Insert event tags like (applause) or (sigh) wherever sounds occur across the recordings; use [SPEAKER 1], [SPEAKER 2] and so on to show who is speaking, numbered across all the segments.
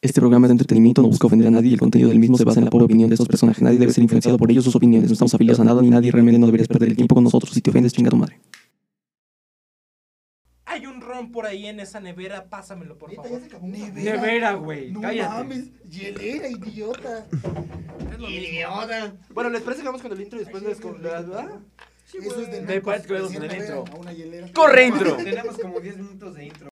[SPEAKER 1] Este programa es de entretenimiento, no busca ofender a nadie y el contenido del mismo se basa en la pura opinión de estos personajes. Nadie debe ser influenciado por ellos sus opiniones. No estamos afiliados a nada ni nadie realmente no deberías perder el tiempo con nosotros. Si te ofendes, chinga tu madre.
[SPEAKER 2] Hay un ron por ahí en esa nevera, pásamelo, por
[SPEAKER 3] Neta,
[SPEAKER 2] favor.
[SPEAKER 3] ya se acabó una
[SPEAKER 4] De vera, güey.
[SPEAKER 3] No
[SPEAKER 4] Cállate.
[SPEAKER 3] mames, hielera, idiota.
[SPEAKER 5] Idiota. Bueno, ¿les parece que vamos con el intro y después les con la verdad?
[SPEAKER 3] Eso es de
[SPEAKER 4] Me parece que vamos
[SPEAKER 3] Siempre
[SPEAKER 4] con el
[SPEAKER 3] vean
[SPEAKER 4] intro.
[SPEAKER 3] a una hielera.
[SPEAKER 5] ¡Corre intro!
[SPEAKER 4] Tenemos como 10 minutos de intro.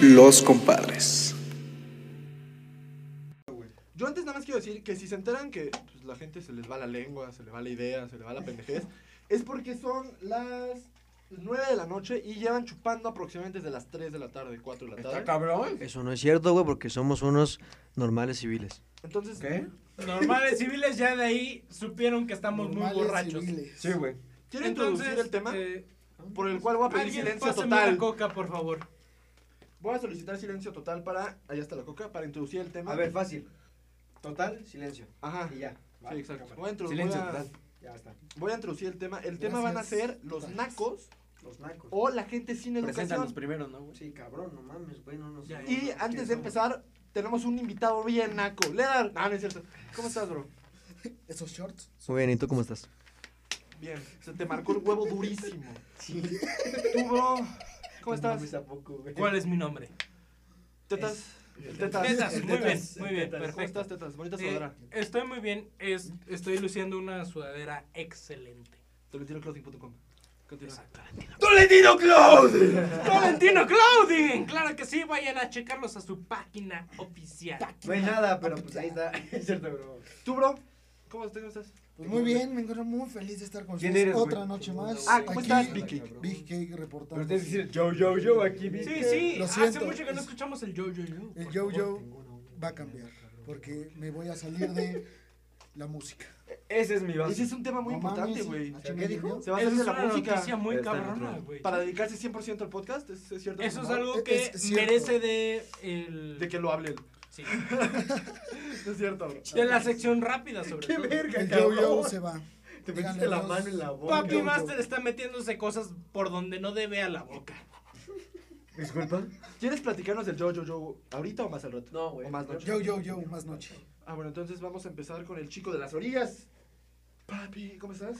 [SPEAKER 6] Los compadres.
[SPEAKER 5] Yo antes nada más quiero decir que si se enteran que pues, la gente se les va la lengua, se le va la idea, se le va la pendejez,
[SPEAKER 4] (laughs)
[SPEAKER 5] es porque son las 9 de la noche y llevan chupando aproximadamente desde las 3 de la tarde, 4 de la
[SPEAKER 4] Está
[SPEAKER 5] tarde.
[SPEAKER 4] cabrón.
[SPEAKER 7] Eso no es cierto, güey, porque somos unos normales civiles.
[SPEAKER 5] Entonces,
[SPEAKER 4] ¿Qué?
[SPEAKER 2] Normales civiles ya de ahí supieron que estamos
[SPEAKER 3] Normales
[SPEAKER 2] muy borrachos.
[SPEAKER 3] civiles.
[SPEAKER 4] Sí, güey.
[SPEAKER 5] quiero introducir el tema
[SPEAKER 2] eh,
[SPEAKER 5] por el cual voy a pedir
[SPEAKER 2] alguien
[SPEAKER 5] silencio
[SPEAKER 2] pásame una
[SPEAKER 5] total.
[SPEAKER 2] coca, por favor.
[SPEAKER 5] Voy a solicitar silencio total para. Allá está la coca, para introducir el tema.
[SPEAKER 4] A ver, fácil. Total, silencio.
[SPEAKER 5] Ajá.
[SPEAKER 4] Y ya. Va,
[SPEAKER 5] Sí, exacto.
[SPEAKER 4] cámara.
[SPEAKER 5] Voy a, introdu-
[SPEAKER 4] Silencio
[SPEAKER 5] voy a-
[SPEAKER 4] total. Ya está.
[SPEAKER 5] voy a introducir el tema. El tema
[SPEAKER 3] Gracias,
[SPEAKER 5] van a ser los
[SPEAKER 3] totales.
[SPEAKER 5] nacos
[SPEAKER 4] Los nacos.
[SPEAKER 5] o la gente sin
[SPEAKER 4] Preséntanos
[SPEAKER 5] educación.
[SPEAKER 4] primero, ¿no, güey?
[SPEAKER 7] Sí, cabrón, no mames, güey, no nos...
[SPEAKER 2] Ya, ya.
[SPEAKER 5] Y antes de empezar, tenemos un invitado bien naco. Ledar. Ah, No, no es cierto. ¿Cómo estás, bro?
[SPEAKER 3] Esos shorts.
[SPEAKER 7] Muy bien, ¿y tú cómo estás?
[SPEAKER 5] Bien. Se te marcó el huevo durísimo. Tú, bro. ¿Cómo estás?
[SPEAKER 4] Mames, ¿a poco, güey?
[SPEAKER 2] ¿Cuál es mi nombre?
[SPEAKER 5] Tetas. El tetas.
[SPEAKER 2] Tetas, muy bien,
[SPEAKER 5] Tetas.
[SPEAKER 2] muy bien,
[SPEAKER 5] ¿Cómo
[SPEAKER 2] perfecto.
[SPEAKER 5] estás, tetas? Bonita
[SPEAKER 2] Eh,
[SPEAKER 5] sudadera.
[SPEAKER 2] estoy muy bien, es- estoy luciendo una sudadera excelente.
[SPEAKER 5] TolentinoClothing.com. Continúa.
[SPEAKER 2] ¡Tolentino Clothing! ¡Tolentino Clothing! Claro que sí, vayan a checarlos a su página oficial.
[SPEAKER 4] No hay nada, pero pues ahí está. (laughs) Es cierto, bro.
[SPEAKER 5] Tú, bro. ¿Cómo estás? ¿Cómo estás?
[SPEAKER 3] Pues muy bien, me encuentro muy feliz de estar con
[SPEAKER 4] ¿Quién
[SPEAKER 3] ustedes
[SPEAKER 4] eres,
[SPEAKER 3] otra
[SPEAKER 4] güey?
[SPEAKER 3] noche más.
[SPEAKER 5] Ah, ¿cómo
[SPEAKER 3] Aquí,
[SPEAKER 5] estás, Vicky?
[SPEAKER 3] Big Cake reportando.
[SPEAKER 4] Pero tienes que decir yo, yo, yo aquí, vi.
[SPEAKER 2] Sí, sí,
[SPEAKER 3] Lo
[SPEAKER 2] hace
[SPEAKER 3] siento,
[SPEAKER 2] mucho que no
[SPEAKER 3] es-
[SPEAKER 2] escuchamos el yo, yo, yo.
[SPEAKER 3] El
[SPEAKER 2] por
[SPEAKER 3] yo
[SPEAKER 2] favor.
[SPEAKER 3] yo va a cambiar porque me voy a salir de la música.
[SPEAKER 4] Ese es mi
[SPEAKER 5] Ese
[SPEAKER 4] base.
[SPEAKER 5] es un tema muy
[SPEAKER 3] No
[SPEAKER 5] importante,
[SPEAKER 3] mames,
[SPEAKER 5] güey.
[SPEAKER 3] ¿a quién
[SPEAKER 5] (laughs)
[SPEAKER 3] dijo?
[SPEAKER 5] Se va a
[SPEAKER 2] Eso
[SPEAKER 5] salir de
[SPEAKER 2] es
[SPEAKER 5] la
[SPEAKER 2] una noticia
[SPEAKER 5] música
[SPEAKER 2] muy
[SPEAKER 4] Está en
[SPEAKER 2] cabrona,
[SPEAKER 4] otro.
[SPEAKER 2] güey.
[SPEAKER 5] para dedicarse 100% al podcast. ¿Es, es cierto?
[SPEAKER 2] Eso es
[SPEAKER 3] No,
[SPEAKER 2] algo
[SPEAKER 3] es-
[SPEAKER 2] que
[SPEAKER 3] es cierto.
[SPEAKER 2] merece de el...
[SPEAKER 5] De que lo hablen.
[SPEAKER 2] sí,
[SPEAKER 5] Es cierto, bro.
[SPEAKER 2] de la sección rápida, sobre
[SPEAKER 4] (laughs) Qué
[SPEAKER 2] todo.
[SPEAKER 4] verga,
[SPEAKER 3] El yo yo
[SPEAKER 4] cabrón.
[SPEAKER 3] se va.
[SPEAKER 4] Te
[SPEAKER 3] Díganle
[SPEAKER 4] metiste la
[SPEAKER 3] adiós.
[SPEAKER 4] mano en la boca.
[SPEAKER 2] Papi Master está metiéndose cosas por donde no debe a la boca.
[SPEAKER 4] Disculpa.
[SPEAKER 5] ¿Quieres platicarnos del yo, yo, yo ahorita o más al rato?
[SPEAKER 4] No, güey.
[SPEAKER 5] O más noche.
[SPEAKER 3] Yo yo yo más noche.
[SPEAKER 5] Ah, bueno, entonces vamos a empezar con el chico de las orillas. Papi, ¿cómo estás?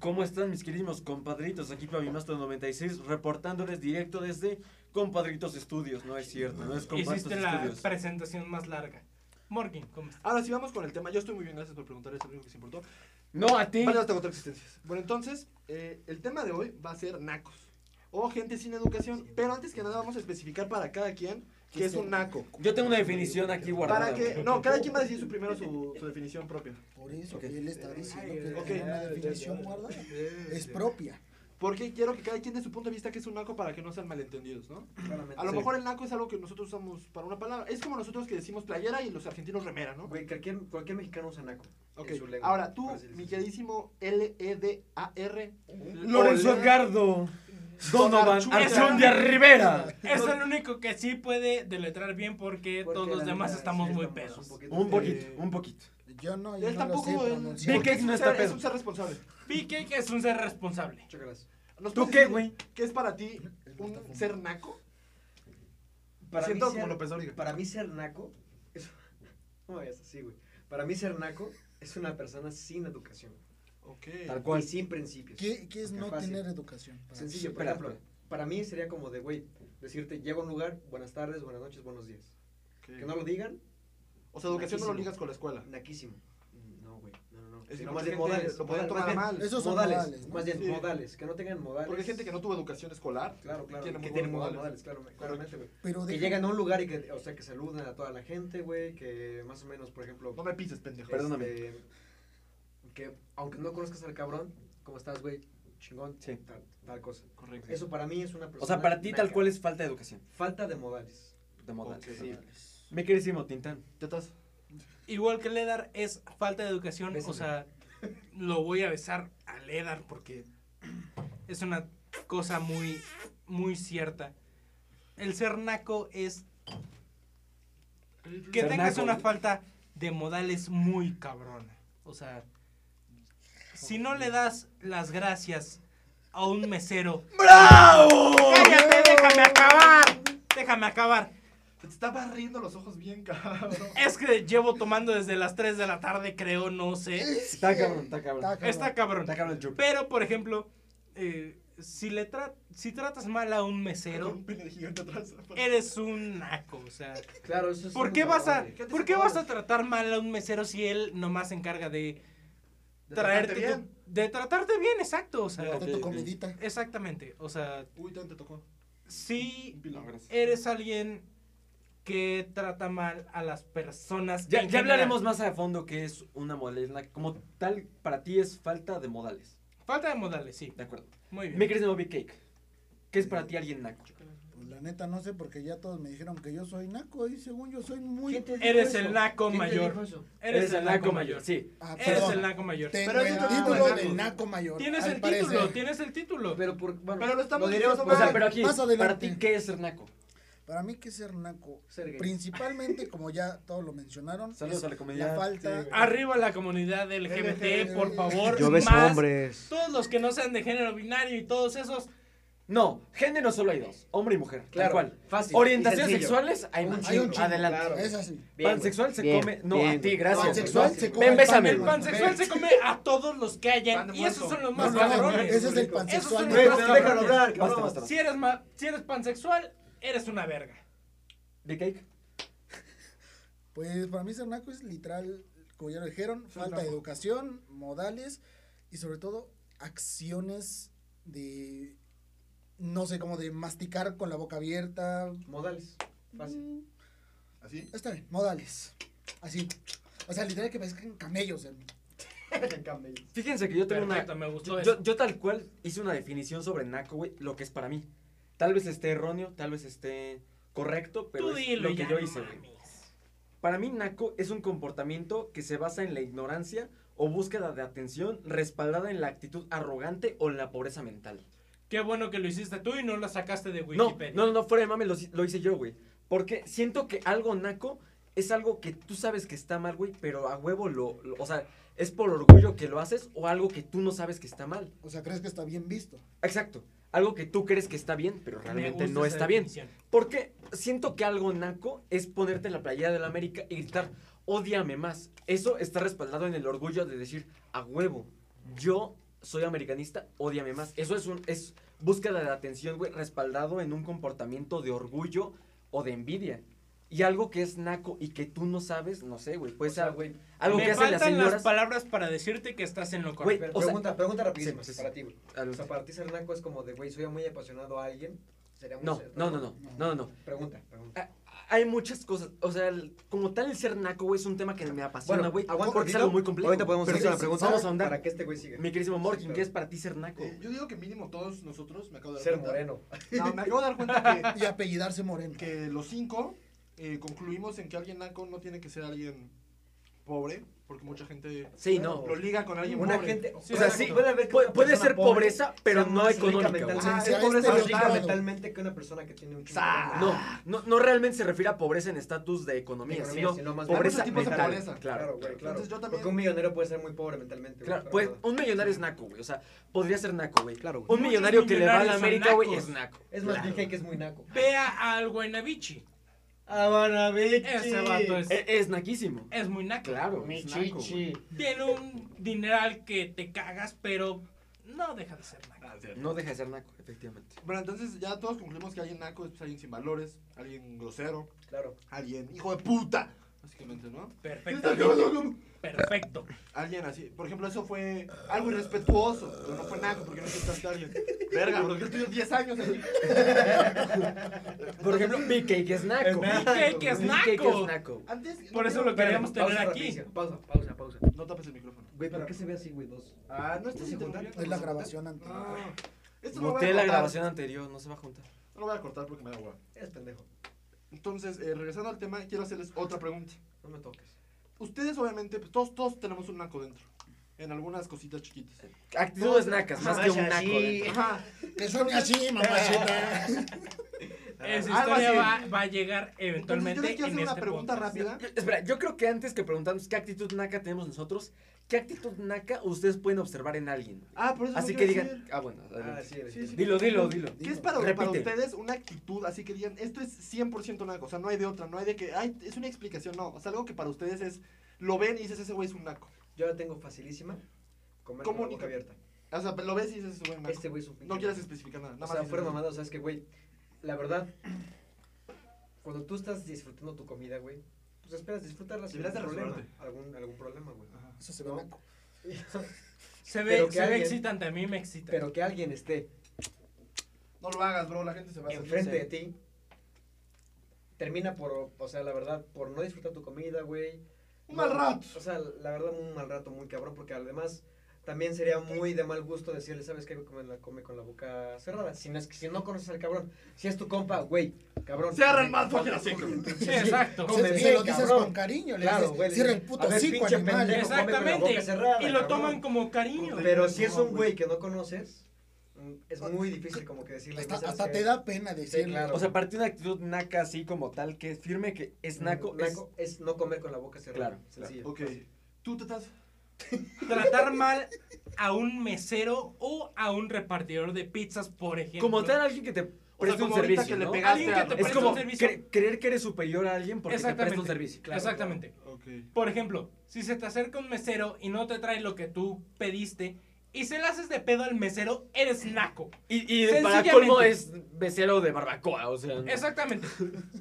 [SPEAKER 4] ¿Cómo están mis queridísimos compadritos? Aquí Papi Master 96 reportándoles directo desde Compadritos Estudios. No es cierto, no es Compadritos
[SPEAKER 2] Hiciste la
[SPEAKER 4] Estudios.
[SPEAKER 2] presentación más larga. Morgan, ¿cómo estás?
[SPEAKER 5] Ahora sí vamos con el tema. Yo estoy muy bien, gracias por preguntar, es el único que se importó.
[SPEAKER 4] No a ti.
[SPEAKER 5] Vale, hasta contra existencias. Bueno, entonces, eh, el tema de hoy va a ser nacos. O gente sin educación. Pero antes que nada vamos a especificar para cada quien qué es un naco.
[SPEAKER 4] Yo tengo una definición aquí guardada.
[SPEAKER 5] Para que, no, cada quien va a decir su primero su, su definición propia.
[SPEAKER 3] Por eso
[SPEAKER 4] Ok. Ah,
[SPEAKER 3] que él está diciendo que
[SPEAKER 5] Ok.
[SPEAKER 3] tiene una definición guardada es propia.
[SPEAKER 5] Porque quiero que cada quien dé su punto de vista que es un naco para que no sean malentendidos, ¿no? A lo
[SPEAKER 4] Sí.
[SPEAKER 5] mejor el naco es algo que nosotros usamos para una palabra. Es como nosotros que decimos playera y los argentinos remera, ¿no?
[SPEAKER 7] Güey, cualquier, cualquier mexicano usa naco.
[SPEAKER 5] Ok.
[SPEAKER 7] en su lengua.
[SPEAKER 5] Ahora tú,
[SPEAKER 7] Fácil,
[SPEAKER 5] mi
[SPEAKER 7] sí.
[SPEAKER 5] queridísimo E L-E-D-A-R.
[SPEAKER 4] Lorenzo
[SPEAKER 5] Ole-
[SPEAKER 4] Edgardo. Donovan
[SPEAKER 5] Archundia.
[SPEAKER 4] Archundia Rivera.
[SPEAKER 2] Es el único que sí puede deletrar bien porque,
[SPEAKER 7] Porque
[SPEAKER 2] todos los
[SPEAKER 7] la
[SPEAKER 2] demás
[SPEAKER 7] neta,
[SPEAKER 2] estamos
[SPEAKER 7] sí,
[SPEAKER 2] muy
[SPEAKER 7] estamos
[SPEAKER 2] pedos.
[SPEAKER 7] poquito
[SPEAKER 4] Un poquito,
[SPEAKER 5] Eh,
[SPEAKER 4] un poquito.
[SPEAKER 3] Yo no, yo
[SPEAKER 5] Él
[SPEAKER 3] no lo sé
[SPEAKER 5] tampoco. él-
[SPEAKER 3] pronunciar.
[SPEAKER 4] Vic
[SPEAKER 5] porque es,
[SPEAKER 4] no
[SPEAKER 5] un
[SPEAKER 4] está
[SPEAKER 5] ser, es
[SPEAKER 4] pedo.
[SPEAKER 5] un ser responsable.
[SPEAKER 2] Pique que es un ser responsable.
[SPEAKER 7] Chócalas.
[SPEAKER 5] ¿Nos
[SPEAKER 4] ¿Tú
[SPEAKER 5] puedes
[SPEAKER 4] qué,
[SPEAKER 5] decir
[SPEAKER 4] güey?
[SPEAKER 5] ¿Qué es para ti un ser naco?
[SPEAKER 7] Para mí,
[SPEAKER 5] Siento
[SPEAKER 7] ser,
[SPEAKER 5] como López Dóriga.
[SPEAKER 7] para mí ser naco es... (laughs) No me veas así, güey. Para mí ser naco es una persona sin educación.
[SPEAKER 5] Ok.
[SPEAKER 4] Tal
[SPEAKER 7] Y
[SPEAKER 4] cual.
[SPEAKER 7] sin principios.
[SPEAKER 3] ¿Qué, qué es
[SPEAKER 7] Qué
[SPEAKER 3] no
[SPEAKER 7] fácil.
[SPEAKER 3] tener educación? Para ti?
[SPEAKER 7] Sencillo, por
[SPEAKER 4] Espera,
[SPEAKER 7] ejemplo. Para mí sería como de, güey, decirte, llego a un lugar, buenas tardes, buenas noches, buenos días. Que no lo digan,
[SPEAKER 5] O sea, educación no lo
[SPEAKER 7] Naquísimo.
[SPEAKER 5] ligas con la escuela.
[SPEAKER 7] naquísimo. No, güey, no, no, no. Sino
[SPEAKER 5] Es que
[SPEAKER 7] más
[SPEAKER 5] mucha
[SPEAKER 7] bien
[SPEAKER 5] gente
[SPEAKER 7] modales.
[SPEAKER 5] lo podría tomar
[SPEAKER 7] más bien-
[SPEAKER 5] mal.
[SPEAKER 3] Esos son
[SPEAKER 7] modales,
[SPEAKER 3] modales, ¿no?
[SPEAKER 7] más bien
[SPEAKER 5] Sí.
[SPEAKER 7] modales, que no tengan modales.
[SPEAKER 5] Porque hay gente que no tuvo educación escolar.
[SPEAKER 7] Claro, claro,
[SPEAKER 5] tiene
[SPEAKER 7] que
[SPEAKER 5] muy
[SPEAKER 7] tienen
[SPEAKER 5] buenos
[SPEAKER 7] modales,
[SPEAKER 5] modales.
[SPEAKER 7] claro, claramente, güey.
[SPEAKER 3] Pero
[SPEAKER 7] Que
[SPEAKER 3] deja-
[SPEAKER 7] llegan a un lugar y que, o sea, que saludan a toda la gente, güey, que más o menos, por ejemplo,
[SPEAKER 5] No me pises, pendejo.
[SPEAKER 4] Pero- perdóname.
[SPEAKER 7] este, que aunque no conozcas al cabrón, ¿cómo estás, güey? Chingón,
[SPEAKER 4] Sí.
[SPEAKER 7] tal, tal cosa.
[SPEAKER 5] Correcto.
[SPEAKER 7] Eso para mí es una persona
[SPEAKER 4] O sea, para ti tal
[SPEAKER 7] naca.
[SPEAKER 4] cual es falta de educación.
[SPEAKER 7] falta de modales.
[SPEAKER 4] De moda.
[SPEAKER 5] Ok, sí.
[SPEAKER 4] Me queridísimo Tintán.
[SPEAKER 5] Tetas.
[SPEAKER 2] Igual que Ledar es falta de educación, o
[SPEAKER 7] Bésame.
[SPEAKER 2] sea, lo voy a besar a Ledar porque es una cosa muy, muy cierta. El ser naco es que
[SPEAKER 4] Ser
[SPEAKER 2] tengas
[SPEAKER 4] naco,
[SPEAKER 2] una
[SPEAKER 4] güey.
[SPEAKER 2] falta de modales muy cabrona. O sea, Si no le das las gracias a un mesero.
[SPEAKER 5] ¡Bravo!
[SPEAKER 2] ¡Cállate, déjame acabar! Déjame acabar.
[SPEAKER 5] Te está barriendo los ojos bien, cabrón.
[SPEAKER 2] Es que llevo tomando desde las 3 de la tarde, creo, no sé.
[SPEAKER 4] Está cabrón, está cabrón.
[SPEAKER 2] Está cabrón.
[SPEAKER 4] Está cabrón el chupe.
[SPEAKER 2] Pero, por ejemplo, eh, si, le tra- si tratas mal a un
[SPEAKER 5] Con
[SPEAKER 2] mesero,
[SPEAKER 5] un pene gigante atrás.
[SPEAKER 2] eres un naco, o sea.
[SPEAKER 7] Claro, eso es
[SPEAKER 2] ¿Por
[SPEAKER 7] un
[SPEAKER 2] qué vas a,
[SPEAKER 7] desagradable.
[SPEAKER 2] ¿por qué vas a tratar mal a un mesero si él nomás se encarga de
[SPEAKER 5] De
[SPEAKER 2] traerte
[SPEAKER 5] tratarte
[SPEAKER 2] tu-
[SPEAKER 5] bien.
[SPEAKER 2] de tratarte bien, exacto, o sea,
[SPEAKER 4] Ok,
[SPEAKER 3] tu
[SPEAKER 4] ok.
[SPEAKER 3] comidita.
[SPEAKER 2] exactamente, o sea,
[SPEAKER 5] Uy, tan te tocó.
[SPEAKER 2] si
[SPEAKER 5] No, gracias.
[SPEAKER 2] eres alguien que trata mal a las personas.
[SPEAKER 4] Ya,
[SPEAKER 2] en
[SPEAKER 4] ya
[SPEAKER 2] general.
[SPEAKER 4] hablaremos más a fondo qué es una modalidad. Como tal, para ti es falta de modales.
[SPEAKER 2] Falta de modales, sí.
[SPEAKER 4] De acuerdo.
[SPEAKER 2] Muy bien.
[SPEAKER 4] Me crees Big Cake. ¿Qué es para ti alguien naco?
[SPEAKER 3] Pues la neta no sé porque ya todos me dijeron que yo soy naco y según yo soy muy... Ah,
[SPEAKER 7] ¿Quién te dijo
[SPEAKER 2] Eres
[SPEAKER 7] eso?
[SPEAKER 2] el naco
[SPEAKER 7] ¿Quién te
[SPEAKER 2] mayor.
[SPEAKER 7] dijo eso?
[SPEAKER 2] Eres el naco mayor.
[SPEAKER 4] Sí.
[SPEAKER 3] Ah,
[SPEAKER 2] Eres
[SPEAKER 3] perdón.
[SPEAKER 2] el naco mayor.
[SPEAKER 3] Tengo
[SPEAKER 5] Pero
[SPEAKER 3] el
[SPEAKER 5] eso no es
[SPEAKER 3] título
[SPEAKER 5] naco.
[SPEAKER 3] del naco mayor.
[SPEAKER 2] Tienes
[SPEAKER 3] al
[SPEAKER 2] el
[SPEAKER 3] parecer.
[SPEAKER 2] título, tienes el título.
[SPEAKER 7] Pero, por, bueno,
[SPEAKER 5] Pero lo estamos
[SPEAKER 7] diremos
[SPEAKER 5] diciendo
[SPEAKER 7] por-
[SPEAKER 4] O sea, pero aquí,
[SPEAKER 3] Más
[SPEAKER 4] para
[SPEAKER 3] adelante.
[SPEAKER 4] ti, ¿qué es ser naco?
[SPEAKER 3] Para mí que ser naco,
[SPEAKER 7] Ser gay.
[SPEAKER 3] principalmente como ya todos lo mencionaron,
[SPEAKER 4] Saludos
[SPEAKER 3] es
[SPEAKER 4] a la comunidad.
[SPEAKER 3] la falta...
[SPEAKER 5] Sí, güey.
[SPEAKER 2] Arriba la comunidad LGBT, por favor.
[SPEAKER 8] Yo beso
[SPEAKER 2] más.
[SPEAKER 8] hombres.
[SPEAKER 2] Todos los que no sean de género binario y todos esos,
[SPEAKER 4] No, género solo hay dos, hombre y mujer.
[SPEAKER 7] Claro,
[SPEAKER 4] Tal cual.
[SPEAKER 7] fácil
[SPEAKER 4] Orientaciones
[SPEAKER 7] y sencillo.
[SPEAKER 4] sexuales hay
[SPEAKER 3] Un
[SPEAKER 4] mucho.
[SPEAKER 3] chingo,
[SPEAKER 4] Adelante.
[SPEAKER 7] claro.
[SPEAKER 3] Es así.
[SPEAKER 7] Bien, güey.
[SPEAKER 4] Pansexual se
[SPEAKER 8] Bien,
[SPEAKER 4] come. No,
[SPEAKER 8] bien.
[SPEAKER 4] a ti, gracias.
[SPEAKER 3] Pansexual se come
[SPEAKER 4] Ven,
[SPEAKER 3] el
[SPEAKER 4] bésame.
[SPEAKER 2] el pansexual se come a todos los que
[SPEAKER 5] Pan
[SPEAKER 2] hayan
[SPEAKER 5] de
[SPEAKER 2] y esos
[SPEAKER 5] muerto.
[SPEAKER 2] son los
[SPEAKER 3] No,
[SPEAKER 2] más
[SPEAKER 3] no,
[SPEAKER 2] cabrones.
[SPEAKER 3] ese es el
[SPEAKER 2] Esos son
[SPEAKER 3] pansexual.
[SPEAKER 2] los
[SPEAKER 4] Güey,
[SPEAKER 2] más
[SPEAKER 4] pero déjalo
[SPEAKER 2] cabrones.
[SPEAKER 4] hablar, cabrón.
[SPEAKER 7] Basta, basta.
[SPEAKER 2] Si eres ma- si eres pansexual, eres una verga.
[SPEAKER 4] Big Cake.
[SPEAKER 3] Pues para mí ser naco es literal, como ya lo dijeron, falta de educación, modales y sobre todo acciones de, no sé, como de masticar con la boca abierta.
[SPEAKER 7] Modales. Fácil.
[SPEAKER 5] ¿Así? (laughs)
[SPEAKER 3] Está bien, modales. Así. O sea, literal que parezcan camellos. eh.
[SPEAKER 7] En
[SPEAKER 5] Eh,
[SPEAKER 7] cambio,
[SPEAKER 4] Fíjense que yo tengo una.
[SPEAKER 2] Perfecto, me gustó
[SPEAKER 4] Yo,
[SPEAKER 2] eso.
[SPEAKER 4] yo- yo tal cual hice una definición sobre naco, güey, lo que es para mí. Tal vez esté erróneo, tal vez esté correcto, pero
[SPEAKER 2] Tú
[SPEAKER 4] es
[SPEAKER 2] dilo
[SPEAKER 4] lo que
[SPEAKER 2] ya,
[SPEAKER 4] yo
[SPEAKER 2] no
[SPEAKER 4] hice, güey.
[SPEAKER 2] mames.
[SPEAKER 4] Para mí, naco es un comportamiento que se basa en la ignorancia o búsqueda de atención respaldada en la actitud arrogante o en la pobreza mental.
[SPEAKER 2] Qué bueno que lo hiciste tú y no lo sacaste de
[SPEAKER 4] No,
[SPEAKER 2] Wikipedia.
[SPEAKER 4] no, no, fuera de mame, lo, hice- lo hice yo, güey. Porque siento que algo naco es algo que tú sabes que está mal, güey, pero a huevo lo, lo- O sea, es por orgullo que lo haces o algo que tú no sabes que está mal.
[SPEAKER 3] O sea, crees que está bien visto.
[SPEAKER 4] Exacto. Algo que tú crees que está bien, pero
[SPEAKER 2] Me
[SPEAKER 4] realmente
[SPEAKER 2] gusta
[SPEAKER 4] no
[SPEAKER 2] esa
[SPEAKER 4] está bien.
[SPEAKER 2] definición.
[SPEAKER 4] Porque siento que algo naco es ponerte en la playera de la América y gritar, odiame más. Eso está respaldado en el orgullo de decir, a huevo, yo soy americanista, odiame más. Eso es, un, es búsqueda de atención, güey, respaldado en un comportamiento de orgullo o de envidia. Y algo que es naco y que tú no sabes, no sé, güey, pues
[SPEAKER 7] O sea,
[SPEAKER 4] algo, güey, algo
[SPEAKER 2] Me
[SPEAKER 4] que hacen las
[SPEAKER 2] faltan
[SPEAKER 4] señoras.
[SPEAKER 2] las palabras para decirte que estás en lo
[SPEAKER 4] Güey,
[SPEAKER 2] correcto.
[SPEAKER 4] o sea-
[SPEAKER 7] pregunta, pregunta rapidísima
[SPEAKER 4] Sí, sí, sí.
[SPEAKER 7] para ti, güey. O sea, para ti ser naco es como de, güey, soy muy apasionado a alguien. Sería muy
[SPEAKER 4] no,
[SPEAKER 7] ser-
[SPEAKER 4] no, no, no, no, no.
[SPEAKER 7] Pregunta, pregunta.
[SPEAKER 4] Ah, Hay muchas cosas, o sea, el- como tal el ser naco, güey, es un tema que me apasiona,
[SPEAKER 7] Bueno,
[SPEAKER 4] güey,
[SPEAKER 7] aguanta
[SPEAKER 4] porque es
[SPEAKER 7] poquito.
[SPEAKER 4] algo muy complejo.
[SPEAKER 8] Ahorita podemos
[SPEAKER 4] Pero
[SPEAKER 8] hacer
[SPEAKER 4] sí,
[SPEAKER 8] la pregunta.
[SPEAKER 4] Vamos a ahondar.
[SPEAKER 7] Para que este güey siga.
[SPEAKER 4] Mi querísimo
[SPEAKER 7] Sí,
[SPEAKER 4] Morkin,
[SPEAKER 7] claro.
[SPEAKER 4] ¿qué es para ti ser naco?
[SPEAKER 5] Eh, yo digo que mínimo todos nosotros me acabo de dar
[SPEAKER 7] Ser
[SPEAKER 5] cuenta.
[SPEAKER 7] moreno.
[SPEAKER 5] (laughs) No, me acabo de dar cuenta
[SPEAKER 3] Y apellidarse moreno.
[SPEAKER 5] que, que los cinco eh, concluimos en que alguien naco no tiene que ser alguien pobre, porque mucha gente
[SPEAKER 4] Sí, no.
[SPEAKER 5] lo liga con alguien
[SPEAKER 7] Una
[SPEAKER 5] pobre.
[SPEAKER 7] gente.
[SPEAKER 5] Sí,
[SPEAKER 4] o sea,
[SPEAKER 5] exacto.
[SPEAKER 4] sí,
[SPEAKER 7] puede haber que
[SPEAKER 4] puede,
[SPEAKER 7] una
[SPEAKER 4] puede
[SPEAKER 7] persona
[SPEAKER 4] ser
[SPEAKER 7] pobre
[SPEAKER 4] pobreza, pero
[SPEAKER 7] sea
[SPEAKER 4] no
[SPEAKER 7] más rica
[SPEAKER 4] económica. güey.
[SPEAKER 7] mentalmente.
[SPEAKER 3] Ah,
[SPEAKER 7] es
[SPEAKER 3] sea
[SPEAKER 7] pobreza más rica
[SPEAKER 3] estereotipado.
[SPEAKER 7] mentalmente que una persona que tiene un chingo
[SPEAKER 5] Sa-
[SPEAKER 7] de
[SPEAKER 4] No,
[SPEAKER 7] dinero.
[SPEAKER 4] no, no realmente se refiere a pobreza en estatus de
[SPEAKER 7] De
[SPEAKER 4] economía,
[SPEAKER 7] economía,
[SPEAKER 4] sino,
[SPEAKER 7] sino más bien-
[SPEAKER 4] pobreza
[SPEAKER 5] Hay muchos tipos de
[SPEAKER 4] mental.
[SPEAKER 5] pobreza.
[SPEAKER 4] Claro,
[SPEAKER 7] Claro, güey, claro.
[SPEAKER 5] Entonces yo también-
[SPEAKER 7] Porque un millonero puede ser muy pobre mentalmente, güey.
[SPEAKER 4] claro.
[SPEAKER 7] pero
[SPEAKER 4] Pues
[SPEAKER 7] no.
[SPEAKER 4] un millonario es naco, güey. O sea, podría ser naco, güey.
[SPEAKER 8] Claro, güey.
[SPEAKER 4] Un millonario que le va a la
[SPEAKER 2] millonarios son
[SPEAKER 4] América, güey,
[SPEAKER 2] nacos.
[SPEAKER 4] es naco.
[SPEAKER 7] Es más,
[SPEAKER 4] Claro.
[SPEAKER 7] dije que es muy naco. Ah,
[SPEAKER 2] Vea al Guaynabichi.
[SPEAKER 7] Abanabichi.
[SPEAKER 2] Ese vato es,
[SPEAKER 5] Eh.
[SPEAKER 4] E- Es naquísimo.
[SPEAKER 2] es muy naco.
[SPEAKER 4] Claro, es naco, güey.
[SPEAKER 2] Tiene un dineral que te cagas, pero no deja de ser naco.
[SPEAKER 5] Ah, sí.
[SPEAKER 4] No deja de ser naco, efectivamente.
[SPEAKER 5] Bueno, entonces ya todos concluimos que alguien naco es pues, alguien sin valores, alguien grosero,
[SPEAKER 7] Claro.
[SPEAKER 5] alguien hijo de puta, básicamente, ¿no?
[SPEAKER 2] Perfecto.
[SPEAKER 5] (laughs)
[SPEAKER 2] Perfecto.
[SPEAKER 5] Alguien así, por ejemplo, eso fue algo irrespetuoso, pero no fue naco porque no insultaste a alguien. Verga, bro, yo estuve 10 años aquí.
[SPEAKER 4] Por ejemplo, Big Cake es naco.
[SPEAKER 2] Big Cake es
[SPEAKER 4] Big Cake
[SPEAKER 2] naco.
[SPEAKER 4] es naco.
[SPEAKER 5] Antes
[SPEAKER 2] Por eso lo queríamos tener aquí.
[SPEAKER 7] Pausa, pausa, pausa.
[SPEAKER 5] No tapes el micrófono.
[SPEAKER 7] Güey, ¿por qué se ve así, güey? Dos.
[SPEAKER 5] Ah, no estás
[SPEAKER 7] ¿Sí te
[SPEAKER 5] secundaria.
[SPEAKER 3] Es la grabación anterior.
[SPEAKER 5] Ah, esto no lo voy a
[SPEAKER 4] Muté la
[SPEAKER 5] cortar.
[SPEAKER 4] grabación anterior, no se va a juntar.
[SPEAKER 5] No lo voy a cortar porque me da hueva.
[SPEAKER 7] Es pendejo.
[SPEAKER 5] Entonces, eh, regresando al tema, quiero hacerles otra pregunta.
[SPEAKER 7] No me toques.
[SPEAKER 5] Ustedes, obviamente, pues todos, todos tenemos un naco dentro. En algunas cositas chiquitas.
[SPEAKER 4] Actitudes nacas, más que un
[SPEAKER 7] Mamás
[SPEAKER 4] naco.
[SPEAKER 7] así.
[SPEAKER 4] dentro.
[SPEAKER 5] Ajá.
[SPEAKER 3] Que son así, mamacita.
[SPEAKER 2] Esa
[SPEAKER 5] algo
[SPEAKER 2] historia
[SPEAKER 5] así.
[SPEAKER 2] va, va a llegar
[SPEAKER 5] Entonces,
[SPEAKER 2] eventualmente
[SPEAKER 5] yo les quiero
[SPEAKER 2] en
[SPEAKER 5] hacer una
[SPEAKER 2] este
[SPEAKER 5] pregunta
[SPEAKER 2] podcast.
[SPEAKER 5] rápida.
[SPEAKER 4] Espera, yo creo que antes que preguntamos qué actitud naca tenemos nosotros, ¿Qué actitud naca ustedes pueden observar en alguien?
[SPEAKER 5] Ah, por eso
[SPEAKER 4] Así
[SPEAKER 5] lo
[SPEAKER 4] que
[SPEAKER 5] quiero
[SPEAKER 4] digan.
[SPEAKER 5] decir.
[SPEAKER 4] Ah, bueno.
[SPEAKER 7] Ah,
[SPEAKER 4] adelante.
[SPEAKER 7] sí,
[SPEAKER 5] Sí, sí,
[SPEAKER 4] Dilo, dilo, dilo.
[SPEAKER 5] ¿Qué es para, para
[SPEAKER 4] Repite.
[SPEAKER 5] ustedes una actitud así que digan, esto es 100% naco? O sea, no hay de otra, no hay de que, ay, es una explicación, no. O sea, algo que para ustedes es, lo ven y dices, ese güey es un naco.
[SPEAKER 7] Yo la tengo facilísima. Comer con la boca
[SPEAKER 5] Comunica.
[SPEAKER 7] abierta.
[SPEAKER 5] O sea, lo ves y dices, ese güey es un naco.
[SPEAKER 7] Este güey es un pinche
[SPEAKER 5] no quieres
[SPEAKER 7] naco.
[SPEAKER 5] especificar nada, nada
[SPEAKER 7] O
[SPEAKER 5] más.
[SPEAKER 7] sea,
[SPEAKER 5] dices,
[SPEAKER 7] fuera mamada, o sea, es que, güey, la verdad, cuando tú estás disfrutando tu comida, güey, pues esperas disfrutarla sin
[SPEAKER 5] Deberías de
[SPEAKER 7] ningún problema.
[SPEAKER 5] reservarte.
[SPEAKER 7] Algún, algún problema, güey.
[SPEAKER 2] Ah.
[SPEAKER 5] Ajá.
[SPEAKER 3] Eso se ve
[SPEAKER 7] No.
[SPEAKER 3] naco.
[SPEAKER 2] Se
[SPEAKER 7] Pero
[SPEAKER 2] ve,
[SPEAKER 7] que
[SPEAKER 2] se ve
[SPEAKER 7] alguien-
[SPEAKER 2] excitante, a mí me excita.
[SPEAKER 7] (laughs) Pero que alguien esté
[SPEAKER 5] No lo hagas, bro, la gente se va a
[SPEAKER 7] enfrente de ti,
[SPEAKER 5] sentir-
[SPEAKER 7] termina por, o sea, la verdad, por no disfrutar tu comida, güey.
[SPEAKER 5] Un mal
[SPEAKER 7] No,
[SPEAKER 5] rato.
[SPEAKER 7] O sea, la verdad, un mal rato muy cabrón, porque además también sería muy de mal gusto decirle, ¿sabes qué? Come, la, come con la boca cerrada. Si no, es que, si no conoces al cabrón, si es tu compa, güey, cabrón.
[SPEAKER 5] Cierra
[SPEAKER 7] come-
[SPEAKER 5] el mal
[SPEAKER 7] come-
[SPEAKER 5] fucking hocico.
[SPEAKER 7] (laughs)
[SPEAKER 2] Sí, exacto.
[SPEAKER 7] Come
[SPEAKER 3] Se, se
[SPEAKER 7] bien,
[SPEAKER 3] lo dices
[SPEAKER 7] cabrón.
[SPEAKER 3] con cariño, le
[SPEAKER 7] Claro,
[SPEAKER 3] dices,
[SPEAKER 7] güey, le
[SPEAKER 3] cierra el
[SPEAKER 7] dices,
[SPEAKER 3] puto
[SPEAKER 7] a ver,
[SPEAKER 3] hocico,
[SPEAKER 7] pinche
[SPEAKER 3] animal.
[SPEAKER 7] pendejo. come con la
[SPEAKER 2] Exactamente.
[SPEAKER 7] boca cerrada,
[SPEAKER 2] y lo
[SPEAKER 7] cabrón.
[SPEAKER 2] toman como cariño.
[SPEAKER 7] Pero si es
[SPEAKER 5] No,
[SPEAKER 7] un
[SPEAKER 5] güey.
[SPEAKER 7] güey que no conoces, mm, es muy difícil como que decirle.
[SPEAKER 3] Hasta,
[SPEAKER 7] "Güey, ¿sabes
[SPEAKER 3] hasta
[SPEAKER 7] qué?
[SPEAKER 3] te da pena decirlo.
[SPEAKER 7] claro.
[SPEAKER 4] O sea, partir de una actitud naca así como tal, que firme que es naco,
[SPEAKER 7] Mm,
[SPEAKER 4] es-
[SPEAKER 7] naco es... no comer con la boca cerrada.
[SPEAKER 4] Claro,
[SPEAKER 7] sencillo.
[SPEAKER 5] Ok. Tú te estás...
[SPEAKER 2] Tratar mal a un mesero o a un repartidor de pizzas, por ejemplo.
[SPEAKER 4] como tal alguien que te presta
[SPEAKER 5] como
[SPEAKER 4] un
[SPEAKER 5] ahorita
[SPEAKER 4] servicio,
[SPEAKER 5] que le
[SPEAKER 4] ¿no?
[SPEAKER 5] pegaste
[SPEAKER 2] Alguien que
[SPEAKER 5] a-
[SPEAKER 2] te
[SPEAKER 4] Es
[SPEAKER 2] presta
[SPEAKER 4] como
[SPEAKER 2] un servicio.
[SPEAKER 4] cre- creer que eres superior a alguien porque te presta un servicio.
[SPEAKER 7] Claro,
[SPEAKER 2] Exactamente.
[SPEAKER 5] Ok.
[SPEAKER 2] Por ejemplo, si se te acerca un mesero y no te trae lo que tú pediste y se le haces de pedo al mesero, eres naco.
[SPEAKER 4] Y, y para
[SPEAKER 2] Sencillamente.
[SPEAKER 4] colmo es becero de barbacoa, o sea. ¿no?
[SPEAKER 2] Exactamente.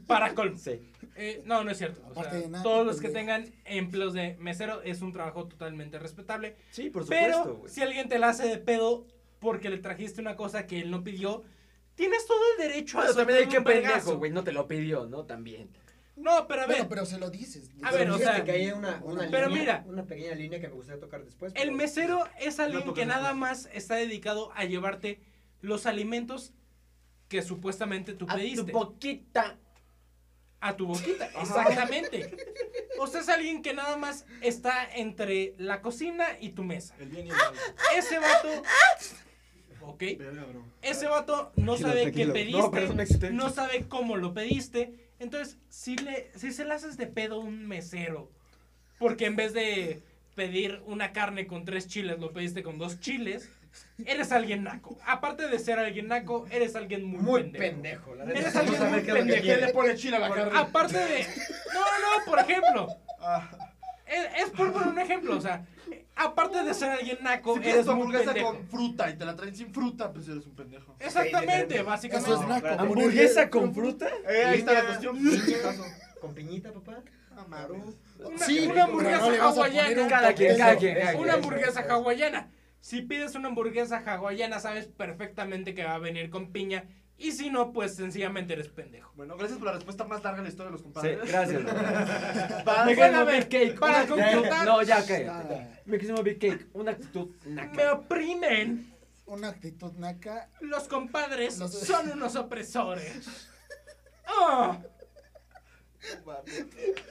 [SPEAKER 2] Para colmo.
[SPEAKER 4] Sí.
[SPEAKER 2] Eh, no, no es cierto. O sea,
[SPEAKER 3] Aparte de naco,
[SPEAKER 2] todos los que
[SPEAKER 3] pendejo.
[SPEAKER 2] tengan empleos de mesero es un trabajo totalmente respetable.
[SPEAKER 4] Sí, por supuesto,
[SPEAKER 2] Pero
[SPEAKER 4] güey.
[SPEAKER 2] si alguien te la hace de pedo porque le trajiste una cosa que él no pidió, tienes todo el derecho a
[SPEAKER 4] Bueno, también hay
[SPEAKER 2] soltar
[SPEAKER 4] que
[SPEAKER 2] un
[SPEAKER 4] pendejo,
[SPEAKER 2] vergazo.
[SPEAKER 4] güey, no te lo pidió, ¿no? También.
[SPEAKER 2] No, pero a ver,
[SPEAKER 3] Bueno, pero se lo dices.
[SPEAKER 2] A ver, o
[SPEAKER 7] Fíjate
[SPEAKER 2] sea,
[SPEAKER 7] que hay una, una
[SPEAKER 2] pero
[SPEAKER 7] línea,
[SPEAKER 2] mira.
[SPEAKER 7] una pequeña línea que me gustaría tocar después.
[SPEAKER 2] El
[SPEAKER 7] pero-
[SPEAKER 2] mesero es alguien
[SPEAKER 5] toques
[SPEAKER 2] que
[SPEAKER 5] el
[SPEAKER 2] nada
[SPEAKER 5] tema.
[SPEAKER 2] más está dedicado a llevarte los alimentos que supuestamente tú
[SPEAKER 4] A tu
[SPEAKER 2] pediste.
[SPEAKER 4] poquita.
[SPEAKER 2] a tu
[SPEAKER 4] (laughs)
[SPEAKER 2] boquita, exactamente. O sea, es alguien que nada más está entre la cocina y tu mesa.
[SPEAKER 5] El bien y el mal.
[SPEAKER 2] Ese vato...
[SPEAKER 4] (laughs)
[SPEAKER 2] Ok.
[SPEAKER 5] Verga, bro.
[SPEAKER 2] Ese vato no sabe qué
[SPEAKER 4] tranquilo.
[SPEAKER 2] pediste,
[SPEAKER 4] No, perdón, me excité.
[SPEAKER 2] no sabe cómo lo pediste. Entonces, si, le, si se le haces de pedo a un mesero, porque en vez de pedir una carne con tres chiles, lo pediste con dos chiles, eres alguien naco. Aparte de ser alguien naco, eres alguien muy,
[SPEAKER 7] Muy
[SPEAKER 2] pendejo.
[SPEAKER 7] pendejo. la neta.
[SPEAKER 2] Eres
[SPEAKER 7] No
[SPEAKER 2] alguien
[SPEAKER 7] sabe
[SPEAKER 2] muy
[SPEAKER 7] qué es lo que
[SPEAKER 2] pendejo.
[SPEAKER 7] quiere.
[SPEAKER 5] le pone chile a la carne?
[SPEAKER 2] Aparte de... No, no, por ejemplo.
[SPEAKER 5] Ah,
[SPEAKER 2] Es, es por poner un ejemplo, o sea, aparte de ser alguien naco,
[SPEAKER 5] si pides
[SPEAKER 2] eres
[SPEAKER 5] tu
[SPEAKER 2] muy
[SPEAKER 5] hamburguesa
[SPEAKER 2] pendejo.
[SPEAKER 5] con fruta y te la traen sin fruta, pues eres un pendejo.
[SPEAKER 2] Exactamente, básicamente.
[SPEAKER 3] Eso es naco.
[SPEAKER 7] Claro.
[SPEAKER 3] ponerle-
[SPEAKER 4] ¿Hamburguesa con fruta?
[SPEAKER 5] Eh, ahí está la
[SPEAKER 7] Piña,
[SPEAKER 5] cuestión.
[SPEAKER 7] piña, Con piñita, papá.
[SPEAKER 5] Ah, mames.
[SPEAKER 2] Una,
[SPEAKER 3] Sí,
[SPEAKER 2] una
[SPEAKER 3] pero no le
[SPEAKER 2] hamburguesa
[SPEAKER 3] vas a poner
[SPEAKER 2] hawaiana.
[SPEAKER 3] un
[SPEAKER 4] Cada quien,
[SPEAKER 3] contexto.
[SPEAKER 4] cada quien, cada quien.
[SPEAKER 2] Una hamburguesa
[SPEAKER 7] Sí.
[SPEAKER 2] hawaiana. Si pides una hamburguesa hawaiana, sabes perfectamente que va a venir con piña. Y si no, pues sencillamente eres pendejo.
[SPEAKER 5] Bueno, gracias por la respuesta más larga de la historia de los
[SPEAKER 4] Sí,
[SPEAKER 5] compadres. (laughs)
[SPEAKER 4] gracias.
[SPEAKER 5] Va,
[SPEAKER 4] Me
[SPEAKER 2] Bueno,
[SPEAKER 4] quedo
[SPEAKER 2] a ver,
[SPEAKER 4] cake.
[SPEAKER 2] para
[SPEAKER 4] Una-
[SPEAKER 2] concretar-
[SPEAKER 4] No, ya, cállate.
[SPEAKER 3] Ah,
[SPEAKER 4] Me quise un big cake. Una actitud
[SPEAKER 2] Me
[SPEAKER 4] naca.
[SPEAKER 2] oprimen.
[SPEAKER 3] Una actitud naca.
[SPEAKER 2] Los compadres
[SPEAKER 3] Los-
[SPEAKER 2] son unos opresores.
[SPEAKER 4] (laughs)
[SPEAKER 2] ¡Oh!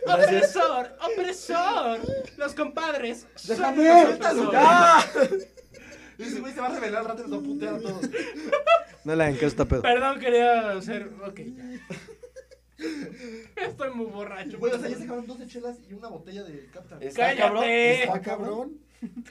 [SPEAKER 2] ¡Opresor! ¡Opresor! Los compadres son unos opresores.
[SPEAKER 5] Y ese güey se va a revelar al rato y nos va a putear
[SPEAKER 3] (laughs)
[SPEAKER 5] a todos.
[SPEAKER 8] No la encaso está pedo.
[SPEAKER 2] Perdón, quería hacer... Ok, ya. Estoy muy borracho.
[SPEAKER 5] Güey, o sea, ya se acabaron 12 chelas y una botella de Captain.
[SPEAKER 4] Está cabrón.
[SPEAKER 2] ¡Cállate!
[SPEAKER 3] Está cabrón.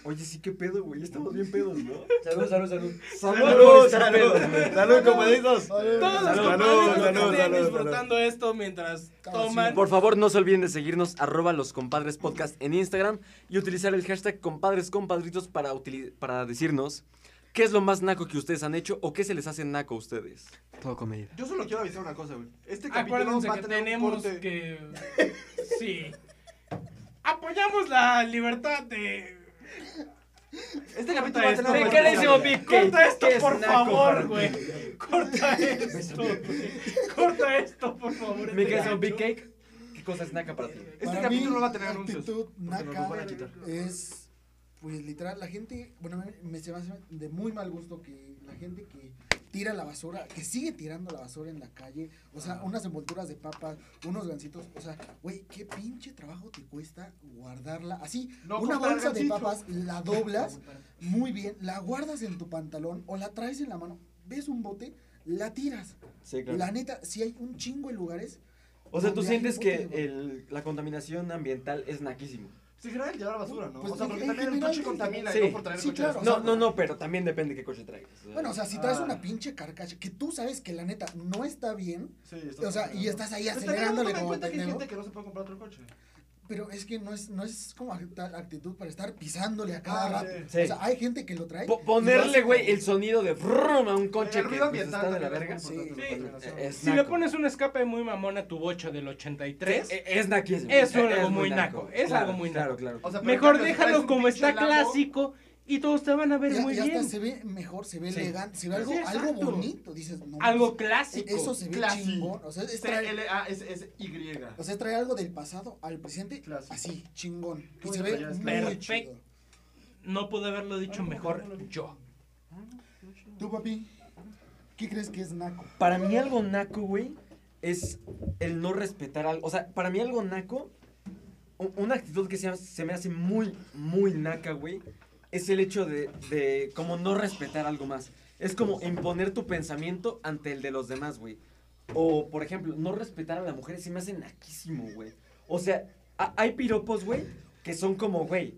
[SPEAKER 4] Oye, sí, qué pedo, güey. Estamos bien pedos, ¿no?
[SPEAKER 7] Salud, salud, salud.
[SPEAKER 4] Salud, salud.
[SPEAKER 8] Salud, compadritos.
[SPEAKER 2] Todos los
[SPEAKER 8] Salud, salud,
[SPEAKER 2] compadres los que
[SPEAKER 8] salud,
[SPEAKER 2] estén
[SPEAKER 8] salud,
[SPEAKER 2] disfrutando esto mientras
[SPEAKER 3] Claro,
[SPEAKER 2] toman.
[SPEAKER 4] Por favor, no se olviden de seguirnos arroba los compadres podcast en Instagram y utilizar el hashtag compadres compadritos para, utili- para decirnos qué es lo más naco que ustedes han hecho o qué se les hace naco a ustedes.
[SPEAKER 8] Todo con medida.
[SPEAKER 5] Yo solo quiero avisar una cosa, güey. Este capítulo
[SPEAKER 2] Acuérdense
[SPEAKER 5] va a
[SPEAKER 2] que
[SPEAKER 5] tener un
[SPEAKER 2] tenemos
[SPEAKER 5] corte.
[SPEAKER 2] que.
[SPEAKER 5] (laughs)
[SPEAKER 2] Sí. Apoyamos la libertad de.
[SPEAKER 5] Este capítulo va a
[SPEAKER 2] Corta esto,
[SPEAKER 5] tener un
[SPEAKER 4] ¿De
[SPEAKER 5] corte.
[SPEAKER 4] qué le hicimos
[SPEAKER 5] Güey,
[SPEAKER 4] pic?
[SPEAKER 2] Corta esto,
[SPEAKER 4] ¿Qué es
[SPEAKER 2] por
[SPEAKER 4] naco para
[SPEAKER 2] favor,
[SPEAKER 4] ti?
[SPEAKER 2] güey.
[SPEAKER 4] (laughs)
[SPEAKER 2] Corta esto. güey. Corta esto, por favor.
[SPEAKER 4] ¿Me
[SPEAKER 2] este
[SPEAKER 4] quieres un
[SPEAKER 2] gancho.
[SPEAKER 4] big cake? ¿Qué cosa es naca para ti?
[SPEAKER 5] Este
[SPEAKER 3] Para
[SPEAKER 5] capítulo
[SPEAKER 3] mí,
[SPEAKER 5] va a tener
[SPEAKER 3] la
[SPEAKER 5] anuncios,
[SPEAKER 3] actitud
[SPEAKER 5] nos los van a
[SPEAKER 3] naca
[SPEAKER 5] quitar.
[SPEAKER 3] es, pues literal, la gente, bueno, me, me se me hace de muy mal gusto que la gente que tira la basura, que sigue tirando la basura en la calle, o sea, unas envolturas de papas, unos gancitos, o sea, güey, qué pinche trabajo te cuesta guardarla así,
[SPEAKER 5] No
[SPEAKER 3] una
[SPEAKER 5] cortar
[SPEAKER 3] bolsa de
[SPEAKER 5] gancito.
[SPEAKER 3] papas, la doblas muy bien, la guardas en tu pantalón o la traes en la mano, ves un bote, la tiras.
[SPEAKER 4] Sí,
[SPEAKER 3] La neta, si hay un chingo de lugares
[SPEAKER 4] O sea,
[SPEAKER 3] donde
[SPEAKER 4] tú
[SPEAKER 3] hay
[SPEAKER 4] sientes
[SPEAKER 3] bote de
[SPEAKER 4] que
[SPEAKER 3] basura.
[SPEAKER 4] el- la contaminación ambiental es naquísimo.
[SPEAKER 5] Se genera el tirar basura, ¿no?
[SPEAKER 3] Pues,
[SPEAKER 5] o sea,
[SPEAKER 3] en-
[SPEAKER 5] porque
[SPEAKER 3] en
[SPEAKER 5] también el
[SPEAKER 3] general,
[SPEAKER 5] coche
[SPEAKER 3] sí.
[SPEAKER 5] contamina
[SPEAKER 4] Sí.
[SPEAKER 5] y no por traer el
[SPEAKER 3] Sí,
[SPEAKER 5] coche.
[SPEAKER 3] claro.
[SPEAKER 5] basura.
[SPEAKER 4] No, no, no, pero también depende qué coche traigas.
[SPEAKER 3] Bueno, o sea, si traes
[SPEAKER 5] Ah.
[SPEAKER 3] una pinche carcacha que tú sabes que la neta no está bien,
[SPEAKER 5] Sí,
[SPEAKER 3] o sea, y estás ahí
[SPEAKER 5] Pero también no
[SPEAKER 3] acelerándole
[SPEAKER 5] toma en
[SPEAKER 3] como
[SPEAKER 5] cuenta que hay
[SPEAKER 3] pendejo,
[SPEAKER 5] gente que no se puede comprar otro coche.
[SPEAKER 3] pero es que no es, no es como act- actitud para estar pisándole a cada
[SPEAKER 5] Ah,
[SPEAKER 3] rato.
[SPEAKER 5] sí.
[SPEAKER 4] Sí.
[SPEAKER 3] O sea, hay gente que lo trae.
[SPEAKER 4] Po- ponerle,
[SPEAKER 3] y vas-
[SPEAKER 4] güey, el sonido de brum a un coche
[SPEAKER 5] El
[SPEAKER 4] que
[SPEAKER 5] ruido
[SPEAKER 4] pues,
[SPEAKER 5] ambiental
[SPEAKER 4] está de la
[SPEAKER 5] también
[SPEAKER 4] verga.
[SPEAKER 5] es
[SPEAKER 3] verga.
[SPEAKER 5] importante
[SPEAKER 2] Sí.
[SPEAKER 5] en la contaminación.
[SPEAKER 4] Es
[SPEAKER 2] Si le
[SPEAKER 4] naco.
[SPEAKER 2] pones un escape muy mamón a tu bocha del 83,
[SPEAKER 4] Eh, Es naqui, es,
[SPEAKER 2] Es algo muy naco, es
[SPEAKER 4] Claro,
[SPEAKER 2] algo muy
[SPEAKER 4] claro,
[SPEAKER 2] naco.
[SPEAKER 4] Claro,
[SPEAKER 5] O sea, pero en
[SPEAKER 2] mejor
[SPEAKER 5] cambio, si traes
[SPEAKER 2] déjalo
[SPEAKER 5] un
[SPEAKER 2] como
[SPEAKER 5] pinche
[SPEAKER 2] está
[SPEAKER 5] Lambo,
[SPEAKER 2] clásico y todos te van a ver
[SPEAKER 3] y-
[SPEAKER 2] muy
[SPEAKER 3] y hasta
[SPEAKER 2] bien.
[SPEAKER 3] se ve mejor, se ve
[SPEAKER 4] Sí.
[SPEAKER 3] elegante, se ve
[SPEAKER 2] Sí,
[SPEAKER 3] algo, algo
[SPEAKER 2] exacto.
[SPEAKER 3] bonito, dices, no,
[SPEAKER 2] Algo
[SPEAKER 3] pues,
[SPEAKER 2] clásico.
[SPEAKER 3] eso se ve
[SPEAKER 5] clásico.
[SPEAKER 3] chingón, o sea, es traer,
[SPEAKER 5] C-L-A-S-S-Y.
[SPEAKER 3] o sea, es traer algo del pasado al presente,
[SPEAKER 5] Clásico.
[SPEAKER 3] así, chingón, y
[SPEAKER 5] Uy,
[SPEAKER 3] se ve
[SPEAKER 5] pero ya está.
[SPEAKER 3] muy
[SPEAKER 2] Perfecto.
[SPEAKER 3] chido.
[SPEAKER 2] No pude haberlo dicho mejor yo.
[SPEAKER 3] Tú, papi, ¿qué crees que es naco?
[SPEAKER 4] Para mí algo naco, güey, es el no respetar algo. O sea, para mí algo naco, u- una actitud que se, se me hace muy, muy naca, güey, es el hecho de, de como no respetar algo más. Es como imponer tu pensamiento ante el de los demás, güey. O, por ejemplo, no respetar a la mujer se me hace naquísimo, güey. O sea, ha- hay piropos, güey, que son como, güey,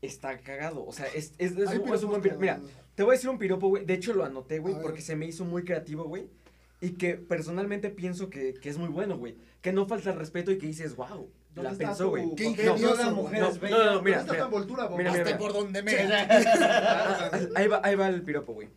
[SPEAKER 4] está cagado. O sea, es, es, es
[SPEAKER 3] Hay
[SPEAKER 4] un, es un
[SPEAKER 3] piropos
[SPEAKER 4] buen piropo. Mira,
[SPEAKER 3] cagados.
[SPEAKER 4] te voy a decir un piropo, güey. De hecho, lo anoté,
[SPEAKER 3] A
[SPEAKER 4] güey,
[SPEAKER 3] ver.
[SPEAKER 4] porque se me hizo muy creativo, güey. Y que personalmente pienso que, que es muy bueno, güey. Que no falta el respeto y que dices, wow,
[SPEAKER 5] ¿Dónde
[SPEAKER 4] la
[SPEAKER 5] está
[SPEAKER 4] pensó,
[SPEAKER 5] tu- (laughs)
[SPEAKER 4] güey.
[SPEAKER 5] ¿Por
[SPEAKER 3] Qué
[SPEAKER 5] qué
[SPEAKER 3] ingenioso,
[SPEAKER 5] toda
[SPEAKER 3] güey.
[SPEAKER 5] mujer
[SPEAKER 4] No,
[SPEAKER 5] es
[SPEAKER 4] no,
[SPEAKER 5] bella?
[SPEAKER 4] no,
[SPEAKER 5] ¿Dónde
[SPEAKER 4] mira,
[SPEAKER 5] está tu
[SPEAKER 4] mira.
[SPEAKER 5] envoltura, bobo?
[SPEAKER 4] Mira, mira,
[SPEAKER 3] Hasta
[SPEAKER 4] mira.
[SPEAKER 3] por donde me...
[SPEAKER 4] (laughs) Ahí va, ahí va el piropo, güey.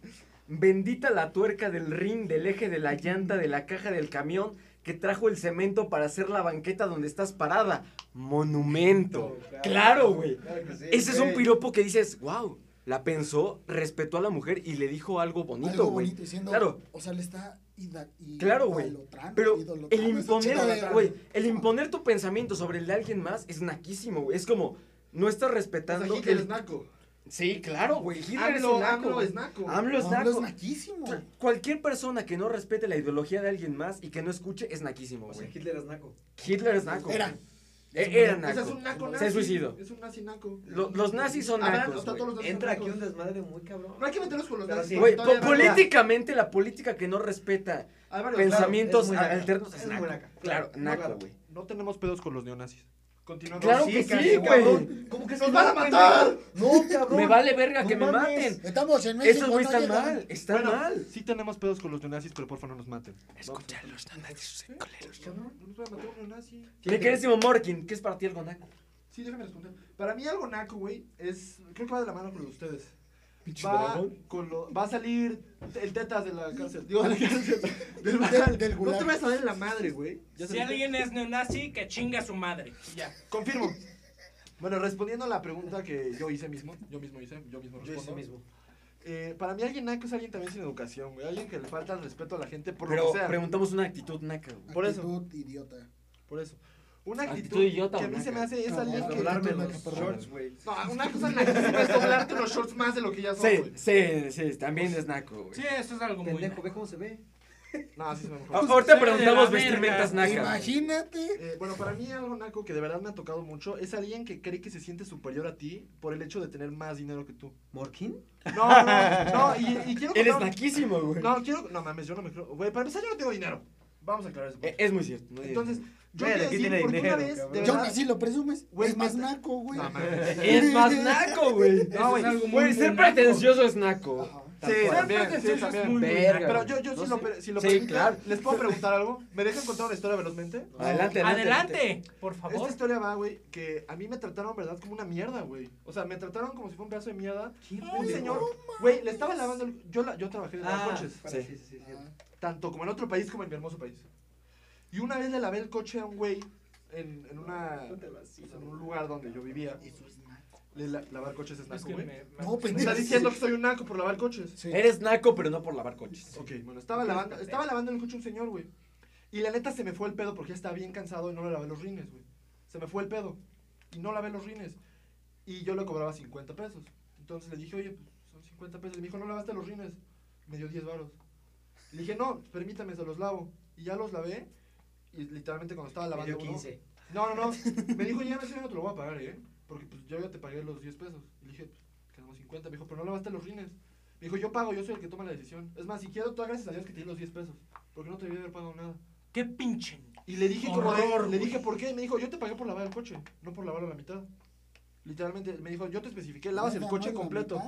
[SPEAKER 4] Bendita la tuerca del ring, del eje de la llanta, de la caja del camión que trajo el cemento para hacer la banqueta donde estás parada. Monumento. Claro, güey.
[SPEAKER 7] Claro que sí,
[SPEAKER 4] Ese es un
[SPEAKER 7] güey.
[SPEAKER 4] piropo que dices, wow, la pensó, respetó a la mujer y le dijo algo bonito,
[SPEAKER 3] algo
[SPEAKER 4] güey.
[SPEAKER 3] bonito diciendo,
[SPEAKER 4] Claro.
[SPEAKER 3] o sea, le está ida- y-
[SPEAKER 4] Claro, güey.
[SPEAKER 3] idolatrando,
[SPEAKER 4] Pero
[SPEAKER 3] idolatrando
[SPEAKER 4] el
[SPEAKER 3] esa
[SPEAKER 4] imponer,
[SPEAKER 3] chingadera.
[SPEAKER 4] güey, el imponer tu pensamiento sobre el de alguien más es naquísimo, güey. Es como, no estás
[SPEAKER 5] O sea,
[SPEAKER 4] respetando
[SPEAKER 5] Hitler
[SPEAKER 4] el-
[SPEAKER 5] es naco.
[SPEAKER 4] Sí, claro, güey. Hitler es
[SPEAKER 5] AMLO,
[SPEAKER 4] un naco. Ah,
[SPEAKER 5] AMLO
[SPEAKER 4] güey.
[SPEAKER 5] es naco.
[SPEAKER 4] AMLO es
[SPEAKER 3] No, AMLO
[SPEAKER 4] naco.
[SPEAKER 3] es naquísimo.
[SPEAKER 4] O sea, Cualquier persona que no respete la ideología de alguien más y que no escuche es naquísimo,
[SPEAKER 7] O sea,
[SPEAKER 4] güey.
[SPEAKER 7] Hitler es naco.
[SPEAKER 4] Hitler es naco.
[SPEAKER 3] Era.
[SPEAKER 4] güey. E- era
[SPEAKER 5] O sea,
[SPEAKER 4] naco.
[SPEAKER 5] es un naco
[SPEAKER 4] Se
[SPEAKER 5] nazi.
[SPEAKER 4] suicidó.
[SPEAKER 5] Es un nazi naco.
[SPEAKER 4] Lo- los nazis son
[SPEAKER 5] Habrá-
[SPEAKER 4] nacos,
[SPEAKER 5] o sea,
[SPEAKER 4] güey.
[SPEAKER 5] todos los nazis son
[SPEAKER 7] Entra aquí
[SPEAKER 5] nacos.
[SPEAKER 7] un desmadre muy cabrón.
[SPEAKER 5] No hay que meterlos con los
[SPEAKER 7] Pero
[SPEAKER 5] nazis.
[SPEAKER 7] sí.
[SPEAKER 4] Güey,
[SPEAKER 5] porque
[SPEAKER 4] po-
[SPEAKER 5] todavía no-
[SPEAKER 4] políticamente la política que no respeta
[SPEAKER 5] Hay varios
[SPEAKER 4] pensamientos
[SPEAKER 7] es muy naca.
[SPEAKER 4] alternos
[SPEAKER 7] Es
[SPEAKER 4] es
[SPEAKER 7] muy
[SPEAKER 4] naco.
[SPEAKER 7] naca.
[SPEAKER 4] Claro,
[SPEAKER 5] No,
[SPEAKER 4] naco,
[SPEAKER 5] claro,
[SPEAKER 4] güey.
[SPEAKER 5] No tenemos pedos con los neonazis. Continuamos.
[SPEAKER 4] Claro que sí, güey.
[SPEAKER 7] ¿Cómo que
[SPEAKER 5] ¡Nos van a matar!
[SPEAKER 7] No, cabrón.
[SPEAKER 4] Me vale verga
[SPEAKER 7] No
[SPEAKER 4] que me
[SPEAKER 7] mames.
[SPEAKER 4] maten.
[SPEAKER 3] Estamos en México,
[SPEAKER 4] Esos güeyes
[SPEAKER 3] no
[SPEAKER 4] están
[SPEAKER 3] llegan.
[SPEAKER 4] mal, están
[SPEAKER 5] Bueno,
[SPEAKER 4] mal.
[SPEAKER 5] Sí tenemos pedos con los neonazis, pero por favor no nos maten.
[SPEAKER 4] Escúchalos, no nazis, coleros.
[SPEAKER 5] Cabrón, no nos van a matar un neonazi.
[SPEAKER 4] Mi queridísimo Morkin, ¿qué es para ti algo naco?
[SPEAKER 5] Sí, déjame responder. Para mí algo naco, güey, es... Creo que va de la mano con lo de ustedes.
[SPEAKER 4] Pinche
[SPEAKER 5] Va,
[SPEAKER 4] dragón.
[SPEAKER 5] con lo- va a salir el tetas de la cárcel. Digo, de la cárcel. Del
[SPEAKER 3] Del-
[SPEAKER 5] (laughs) barral.
[SPEAKER 3] del
[SPEAKER 5] no
[SPEAKER 3] gulag.
[SPEAKER 5] te vayas a dar en la madre, güey. Ya
[SPEAKER 2] Si
[SPEAKER 5] saliste.
[SPEAKER 2] alguien es neonazi, que chinga a su madre. Ya.
[SPEAKER 5] Confirmo. Bueno, respondiendo a la pregunta que yo hice mismo, yo mismo hice, yo mismo respondo.
[SPEAKER 7] Yo hice mismo.
[SPEAKER 5] Eh, para mí alguien naco es alguien también sin educación, güey. Alguien que le falta el respeto a la gente por
[SPEAKER 4] Pero
[SPEAKER 5] lo que sea.
[SPEAKER 4] preguntamos una actitud naca, güey.
[SPEAKER 5] Por eso.
[SPEAKER 3] Actitud idiota.
[SPEAKER 5] Por eso. Una actitud,
[SPEAKER 4] Actitud idiota
[SPEAKER 5] que
[SPEAKER 4] o
[SPEAKER 5] a mí
[SPEAKER 4] naca.
[SPEAKER 5] se me hace es
[SPEAKER 3] No,
[SPEAKER 5] alguien que...
[SPEAKER 3] doblarme
[SPEAKER 5] que-
[SPEAKER 3] los shorts,
[SPEAKER 5] güey. No, una cosa naquísima es doblarte los shorts más de lo que ya son,
[SPEAKER 4] Sí,
[SPEAKER 5] güey.
[SPEAKER 4] sí, sí, también es naco, güey.
[SPEAKER 2] Sí, eso es algo muy.
[SPEAKER 7] Pendejo,
[SPEAKER 2] naco.
[SPEAKER 7] ve cómo se ve.
[SPEAKER 5] No, así se me mejor.
[SPEAKER 4] A- Ahorita
[SPEAKER 2] sí,
[SPEAKER 4] preguntamos
[SPEAKER 2] la verga.
[SPEAKER 4] vestimentas nacas.
[SPEAKER 3] Imagínate.
[SPEAKER 5] Eh, bueno, para mí algo naco que de verdad me ha tocado mucho es alguien que cree que se siente superior a ti por el hecho de tener más dinero que tú.
[SPEAKER 7] ¿Morkin?
[SPEAKER 5] No, no, no, no, y, y quiero
[SPEAKER 4] Eres
[SPEAKER 5] contar-
[SPEAKER 4] naquísimo, güey.
[SPEAKER 5] No, quiero, no mames, yo no me creo. Güey, para empezar yo no tengo dinero. Vamos a aclarar eso.
[SPEAKER 4] Eh, Es muy cierto. no digas.
[SPEAKER 5] Entonces, yo
[SPEAKER 8] Güey,
[SPEAKER 5] quiero
[SPEAKER 8] ¿de qué
[SPEAKER 5] decir,
[SPEAKER 8] tiene
[SPEAKER 5] porque
[SPEAKER 8] dinero,
[SPEAKER 5] una vez, de
[SPEAKER 8] cabrón?
[SPEAKER 3] Yo
[SPEAKER 5] verdad...
[SPEAKER 3] así lo presumes.
[SPEAKER 5] Güey,
[SPEAKER 3] es más
[SPEAKER 5] neta.
[SPEAKER 3] naco, güey.
[SPEAKER 5] No, mames.
[SPEAKER 4] es más naco,
[SPEAKER 5] (laughs)
[SPEAKER 4] güey.
[SPEAKER 5] No,
[SPEAKER 2] Eso
[SPEAKER 5] güey.
[SPEAKER 2] es algo muy,
[SPEAKER 4] Güey,
[SPEAKER 2] muy
[SPEAKER 4] ser
[SPEAKER 2] naco.
[SPEAKER 4] pretencioso es naco.
[SPEAKER 3] Ajá.
[SPEAKER 4] Tal
[SPEAKER 5] Sí,
[SPEAKER 4] cual.
[SPEAKER 5] también,
[SPEAKER 2] Ser
[SPEAKER 5] sí,
[SPEAKER 2] pretencioso es
[SPEAKER 5] también.
[SPEAKER 2] muy, muy
[SPEAKER 4] Verga,
[SPEAKER 2] naco.
[SPEAKER 5] Pero yo, yo
[SPEAKER 4] No
[SPEAKER 5] si, lo,
[SPEAKER 4] sé.
[SPEAKER 5] per- si lo
[SPEAKER 4] Sí,
[SPEAKER 5] permiten,
[SPEAKER 4] claro.
[SPEAKER 5] ¿les puedo preguntar algo? ¿Me dejan contar una historia velozmente?
[SPEAKER 3] Ah,
[SPEAKER 4] Adelante, adelante.
[SPEAKER 2] Adelante, por
[SPEAKER 5] Esta
[SPEAKER 2] favor.
[SPEAKER 5] historia va, güey, que a mí me trataron, ¿verdad? Como una mierda, güey. O sea, me trataron como si fuera un pedazo de mierda. Un señor, güey, le estaba lavando el... Yo, la- yo trabajé en
[SPEAKER 7] Ah,
[SPEAKER 5] coches.
[SPEAKER 7] para-
[SPEAKER 4] Sí.
[SPEAKER 7] sí, sí, sí. sí.
[SPEAKER 5] Tanto como en otro país como en mi hermoso país. Y una vez le lavé el coche a un güey en, en una... pues, en un lugar donde yo vivía. Le la- lavar coches es
[SPEAKER 2] Es
[SPEAKER 5] naco,
[SPEAKER 2] que
[SPEAKER 5] güey. pues.
[SPEAKER 2] me- me-
[SPEAKER 3] No,
[SPEAKER 5] Me
[SPEAKER 3] pendejo.
[SPEAKER 5] está diciendo que soy un naco por lavar coches.
[SPEAKER 3] Sí.
[SPEAKER 4] Eres naco, pero no por lavar coches.
[SPEAKER 5] Ok, bueno, estaba lavando, estaba lavando el coche un señor, güey. Y la neta se me fue el pedo porque ya estaba bien cansado y no le lavé los rines, güey. Se me fue el pedo y no lavé los rines. Y yo le cobraba 50 pesos. Entonces le dije, oye, pues son 50 pesos. Y me dijo, no lavaste los rines. Me dio 10 varos. Le dije, no, permítame, se los lavo. Y ya los lavé. Y literalmente cuando estaba
[SPEAKER 7] Me
[SPEAKER 5] lavando
[SPEAKER 7] dio
[SPEAKER 5] uno-
[SPEAKER 7] 15.
[SPEAKER 5] no, no, no. Me dijo, ya no, no te lo voy a pagar, ¿eh? Porque pues yo ya te pagué los 10 pesos. Y le dije, pues, quedamos 50. Me dijo, pero no lavaste los rines. Me dijo, yo pago, yo soy el que toma la decisión. Es más, si quiero, tú gracias a Dios que te di los 10 pesos. Porque no te debí haber pagado nada.
[SPEAKER 2] Qué pinche.
[SPEAKER 5] Y le dije, como de-
[SPEAKER 2] Horror,
[SPEAKER 5] le
[SPEAKER 2] güey.
[SPEAKER 5] dije, ¿por qué? Y me dijo, yo te pagué por lavar el coche, no por lavarlo a la mitad. Literalmente me dijo, yo te especifiqué, lavas el coche completo.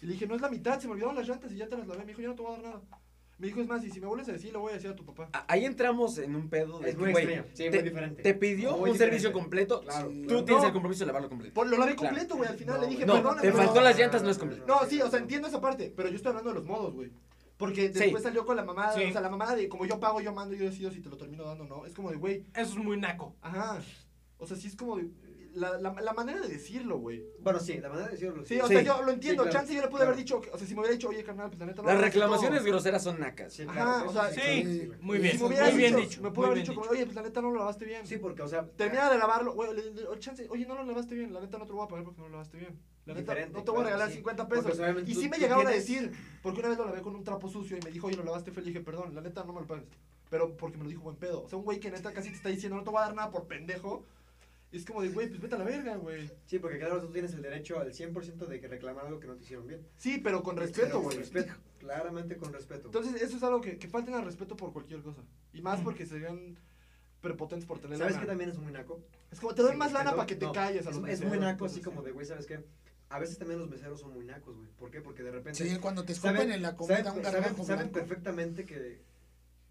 [SPEAKER 5] Y le dije, no es la mitad, se me olvidaron las llantas y ya te las lavé. Me dijo, yo no te voy a dar nada. Me dijo, es más, y si me vuelves a decir, lo voy a decir a tu papá.
[SPEAKER 4] A- Ahí entramos en un pedo de
[SPEAKER 7] Es
[SPEAKER 4] que,
[SPEAKER 7] muy
[SPEAKER 4] güey,
[SPEAKER 7] extraño. Sí,
[SPEAKER 4] te,
[SPEAKER 7] muy diferente.
[SPEAKER 4] te pidió
[SPEAKER 7] Muy
[SPEAKER 4] un
[SPEAKER 7] diferente.
[SPEAKER 4] servicio completo.
[SPEAKER 7] Claro,
[SPEAKER 4] Tú
[SPEAKER 7] claro.
[SPEAKER 4] tienes
[SPEAKER 5] No.
[SPEAKER 4] el compromiso de lavarlo completo.
[SPEAKER 5] Por- lo lavé
[SPEAKER 4] Claro.
[SPEAKER 5] completo, güey. Al final
[SPEAKER 7] No,
[SPEAKER 5] le dije,
[SPEAKER 4] no,
[SPEAKER 5] perdón,
[SPEAKER 4] te faltó las llantas, no es completo.
[SPEAKER 5] No, sí, o sea, entiendo esa parte, pero yo estoy hablando de los modos, güey. Porque después salió con la mamada,
[SPEAKER 2] Sí.
[SPEAKER 5] o sea, la mamada de como yo pago, yo mando, yo decido si te lo termino dando o no. Es como de, güey,
[SPEAKER 2] Eso es muy naco.
[SPEAKER 5] ajá. O sea, sí es como de. La, la, la manera de decirlo, güey.
[SPEAKER 7] Bueno, sí, la manera de decirlo.
[SPEAKER 5] Sí, o
[SPEAKER 4] Sí.
[SPEAKER 5] sea, yo lo entiendo.
[SPEAKER 7] Sí, claro,
[SPEAKER 5] Chance yo le pude haber dicho, que- o sea, si me hubiera dicho, oye, carnal, pues la neta no
[SPEAKER 4] Las
[SPEAKER 5] lo hagas y todo".
[SPEAKER 4] reclamaciones groseras son nacas.
[SPEAKER 7] Sí,
[SPEAKER 5] Ajá,
[SPEAKER 7] claro, eso
[SPEAKER 5] o sea,
[SPEAKER 7] sí,
[SPEAKER 2] sí.
[SPEAKER 7] claro, güey.
[SPEAKER 2] Muy
[SPEAKER 5] Y
[SPEAKER 2] bien,
[SPEAKER 5] Si me
[SPEAKER 2] muy
[SPEAKER 5] hubieras
[SPEAKER 2] bien
[SPEAKER 5] dicho,
[SPEAKER 2] dicho.
[SPEAKER 5] me
[SPEAKER 2] muy
[SPEAKER 5] pudo haber
[SPEAKER 2] bien
[SPEAKER 5] dicho, como,
[SPEAKER 2] dicho.
[SPEAKER 5] oye, pues la neta no lo lavaste bien.
[SPEAKER 7] Sí, porque, o sea.
[SPEAKER 5] Termina de lavarlo, güey, le- le- o chance, oye, no lo lavaste bien, la neta no te lo voy a pagar porque no lo lavaste bien. La neta,
[SPEAKER 7] Diferente,
[SPEAKER 5] no te voy a
[SPEAKER 7] claro,
[SPEAKER 5] regalar
[SPEAKER 7] sí.
[SPEAKER 5] 50
[SPEAKER 7] Porque,
[SPEAKER 5] pesos.
[SPEAKER 7] o sea, obviamente
[SPEAKER 5] y
[SPEAKER 7] tú-
[SPEAKER 5] sí me
[SPEAKER 7] tú
[SPEAKER 5] llegaron
[SPEAKER 7] tienes-
[SPEAKER 5] a decir, porque una vez lo lavé con un trapo sucio y me dijo, oye, lo lavaste feo. Le dije, perdón, la neta no me lo pagues. Pero porque me lo dijo buen pedo. O sea, un güey que neta casi te está diciendo, no te voy a dar nada por pendejo. Y es como de, güey, pues vete a la verga, güey.
[SPEAKER 7] Sí, porque claro, tú tienes el derecho al 100% de que reclamar algo que no te hicieron bien.
[SPEAKER 5] Sí, pero con
[SPEAKER 7] Pero
[SPEAKER 5] respeto,
[SPEAKER 7] con
[SPEAKER 5] güey.
[SPEAKER 7] Respeto, claramente con respeto.
[SPEAKER 5] Entonces, eso es algo que, que falten al respeto por cualquier cosa. Y más porque serían prepotentes por tener
[SPEAKER 7] Mm. ¿Sabes
[SPEAKER 5] lana.
[SPEAKER 7] qué también es muy naco?
[SPEAKER 5] Es como, te doy
[SPEAKER 7] Sí,
[SPEAKER 5] más lana
[SPEAKER 7] no,
[SPEAKER 5] para que te
[SPEAKER 7] no.
[SPEAKER 5] calles a
[SPEAKER 7] Es,
[SPEAKER 5] los
[SPEAKER 7] es muy
[SPEAKER 5] meseros,
[SPEAKER 7] naco, así
[SPEAKER 5] cosas
[SPEAKER 7] como de, güey, ¿sabes qué? A veces también los meseros son muy nacos, güey. ¿Por qué? Porque de repente.
[SPEAKER 3] Sí, cuando te escupen en la comida
[SPEAKER 7] saben,
[SPEAKER 3] un
[SPEAKER 7] saben-
[SPEAKER 3] gargajo
[SPEAKER 7] saben
[SPEAKER 3] blanco.
[SPEAKER 7] perfectamente que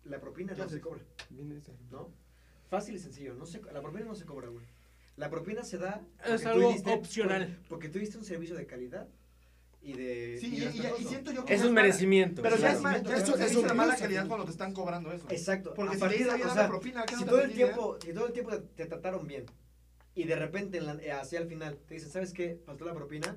[SPEAKER 7] la propina no se cobra, ¿no? Fácil y sencillo. No se, la propina no se cobra, güey. La propina se da. porque tú
[SPEAKER 2] algo opcional.
[SPEAKER 7] por- Porque tú diste un servicio de calidad y de.
[SPEAKER 5] Sí, y, y- y
[SPEAKER 7] respetuoso.
[SPEAKER 5] siento yo que
[SPEAKER 4] Es
[SPEAKER 5] ya
[SPEAKER 4] un
[SPEAKER 5] mala-
[SPEAKER 4] merecimiento.
[SPEAKER 5] Pero ya
[SPEAKER 7] claro.
[SPEAKER 5] es, mal, ya es,
[SPEAKER 3] Eso-
[SPEAKER 5] ya es
[SPEAKER 3] eso
[SPEAKER 5] una mala
[SPEAKER 3] abusa,
[SPEAKER 5] calidad
[SPEAKER 3] güey.
[SPEAKER 5] cuando te están cobrando eso.
[SPEAKER 7] Exacto.
[SPEAKER 5] Porque
[SPEAKER 7] a
[SPEAKER 5] si
[SPEAKER 7] partir
[SPEAKER 5] te
[SPEAKER 7] de-
[SPEAKER 5] dicen,
[SPEAKER 7] o
[SPEAKER 5] "Oye,
[SPEAKER 7] sea,
[SPEAKER 5] dame propina, ¿qué
[SPEAKER 7] si
[SPEAKER 5] no
[SPEAKER 7] todo
[SPEAKER 5] te
[SPEAKER 7] el
[SPEAKER 5] pedí, eh?"
[SPEAKER 7] tiempo, si todo el tiempo te, te trataron bien y de repente en la- eh, hacia el final te dicen, ¿sabes qué? Faltó la propina.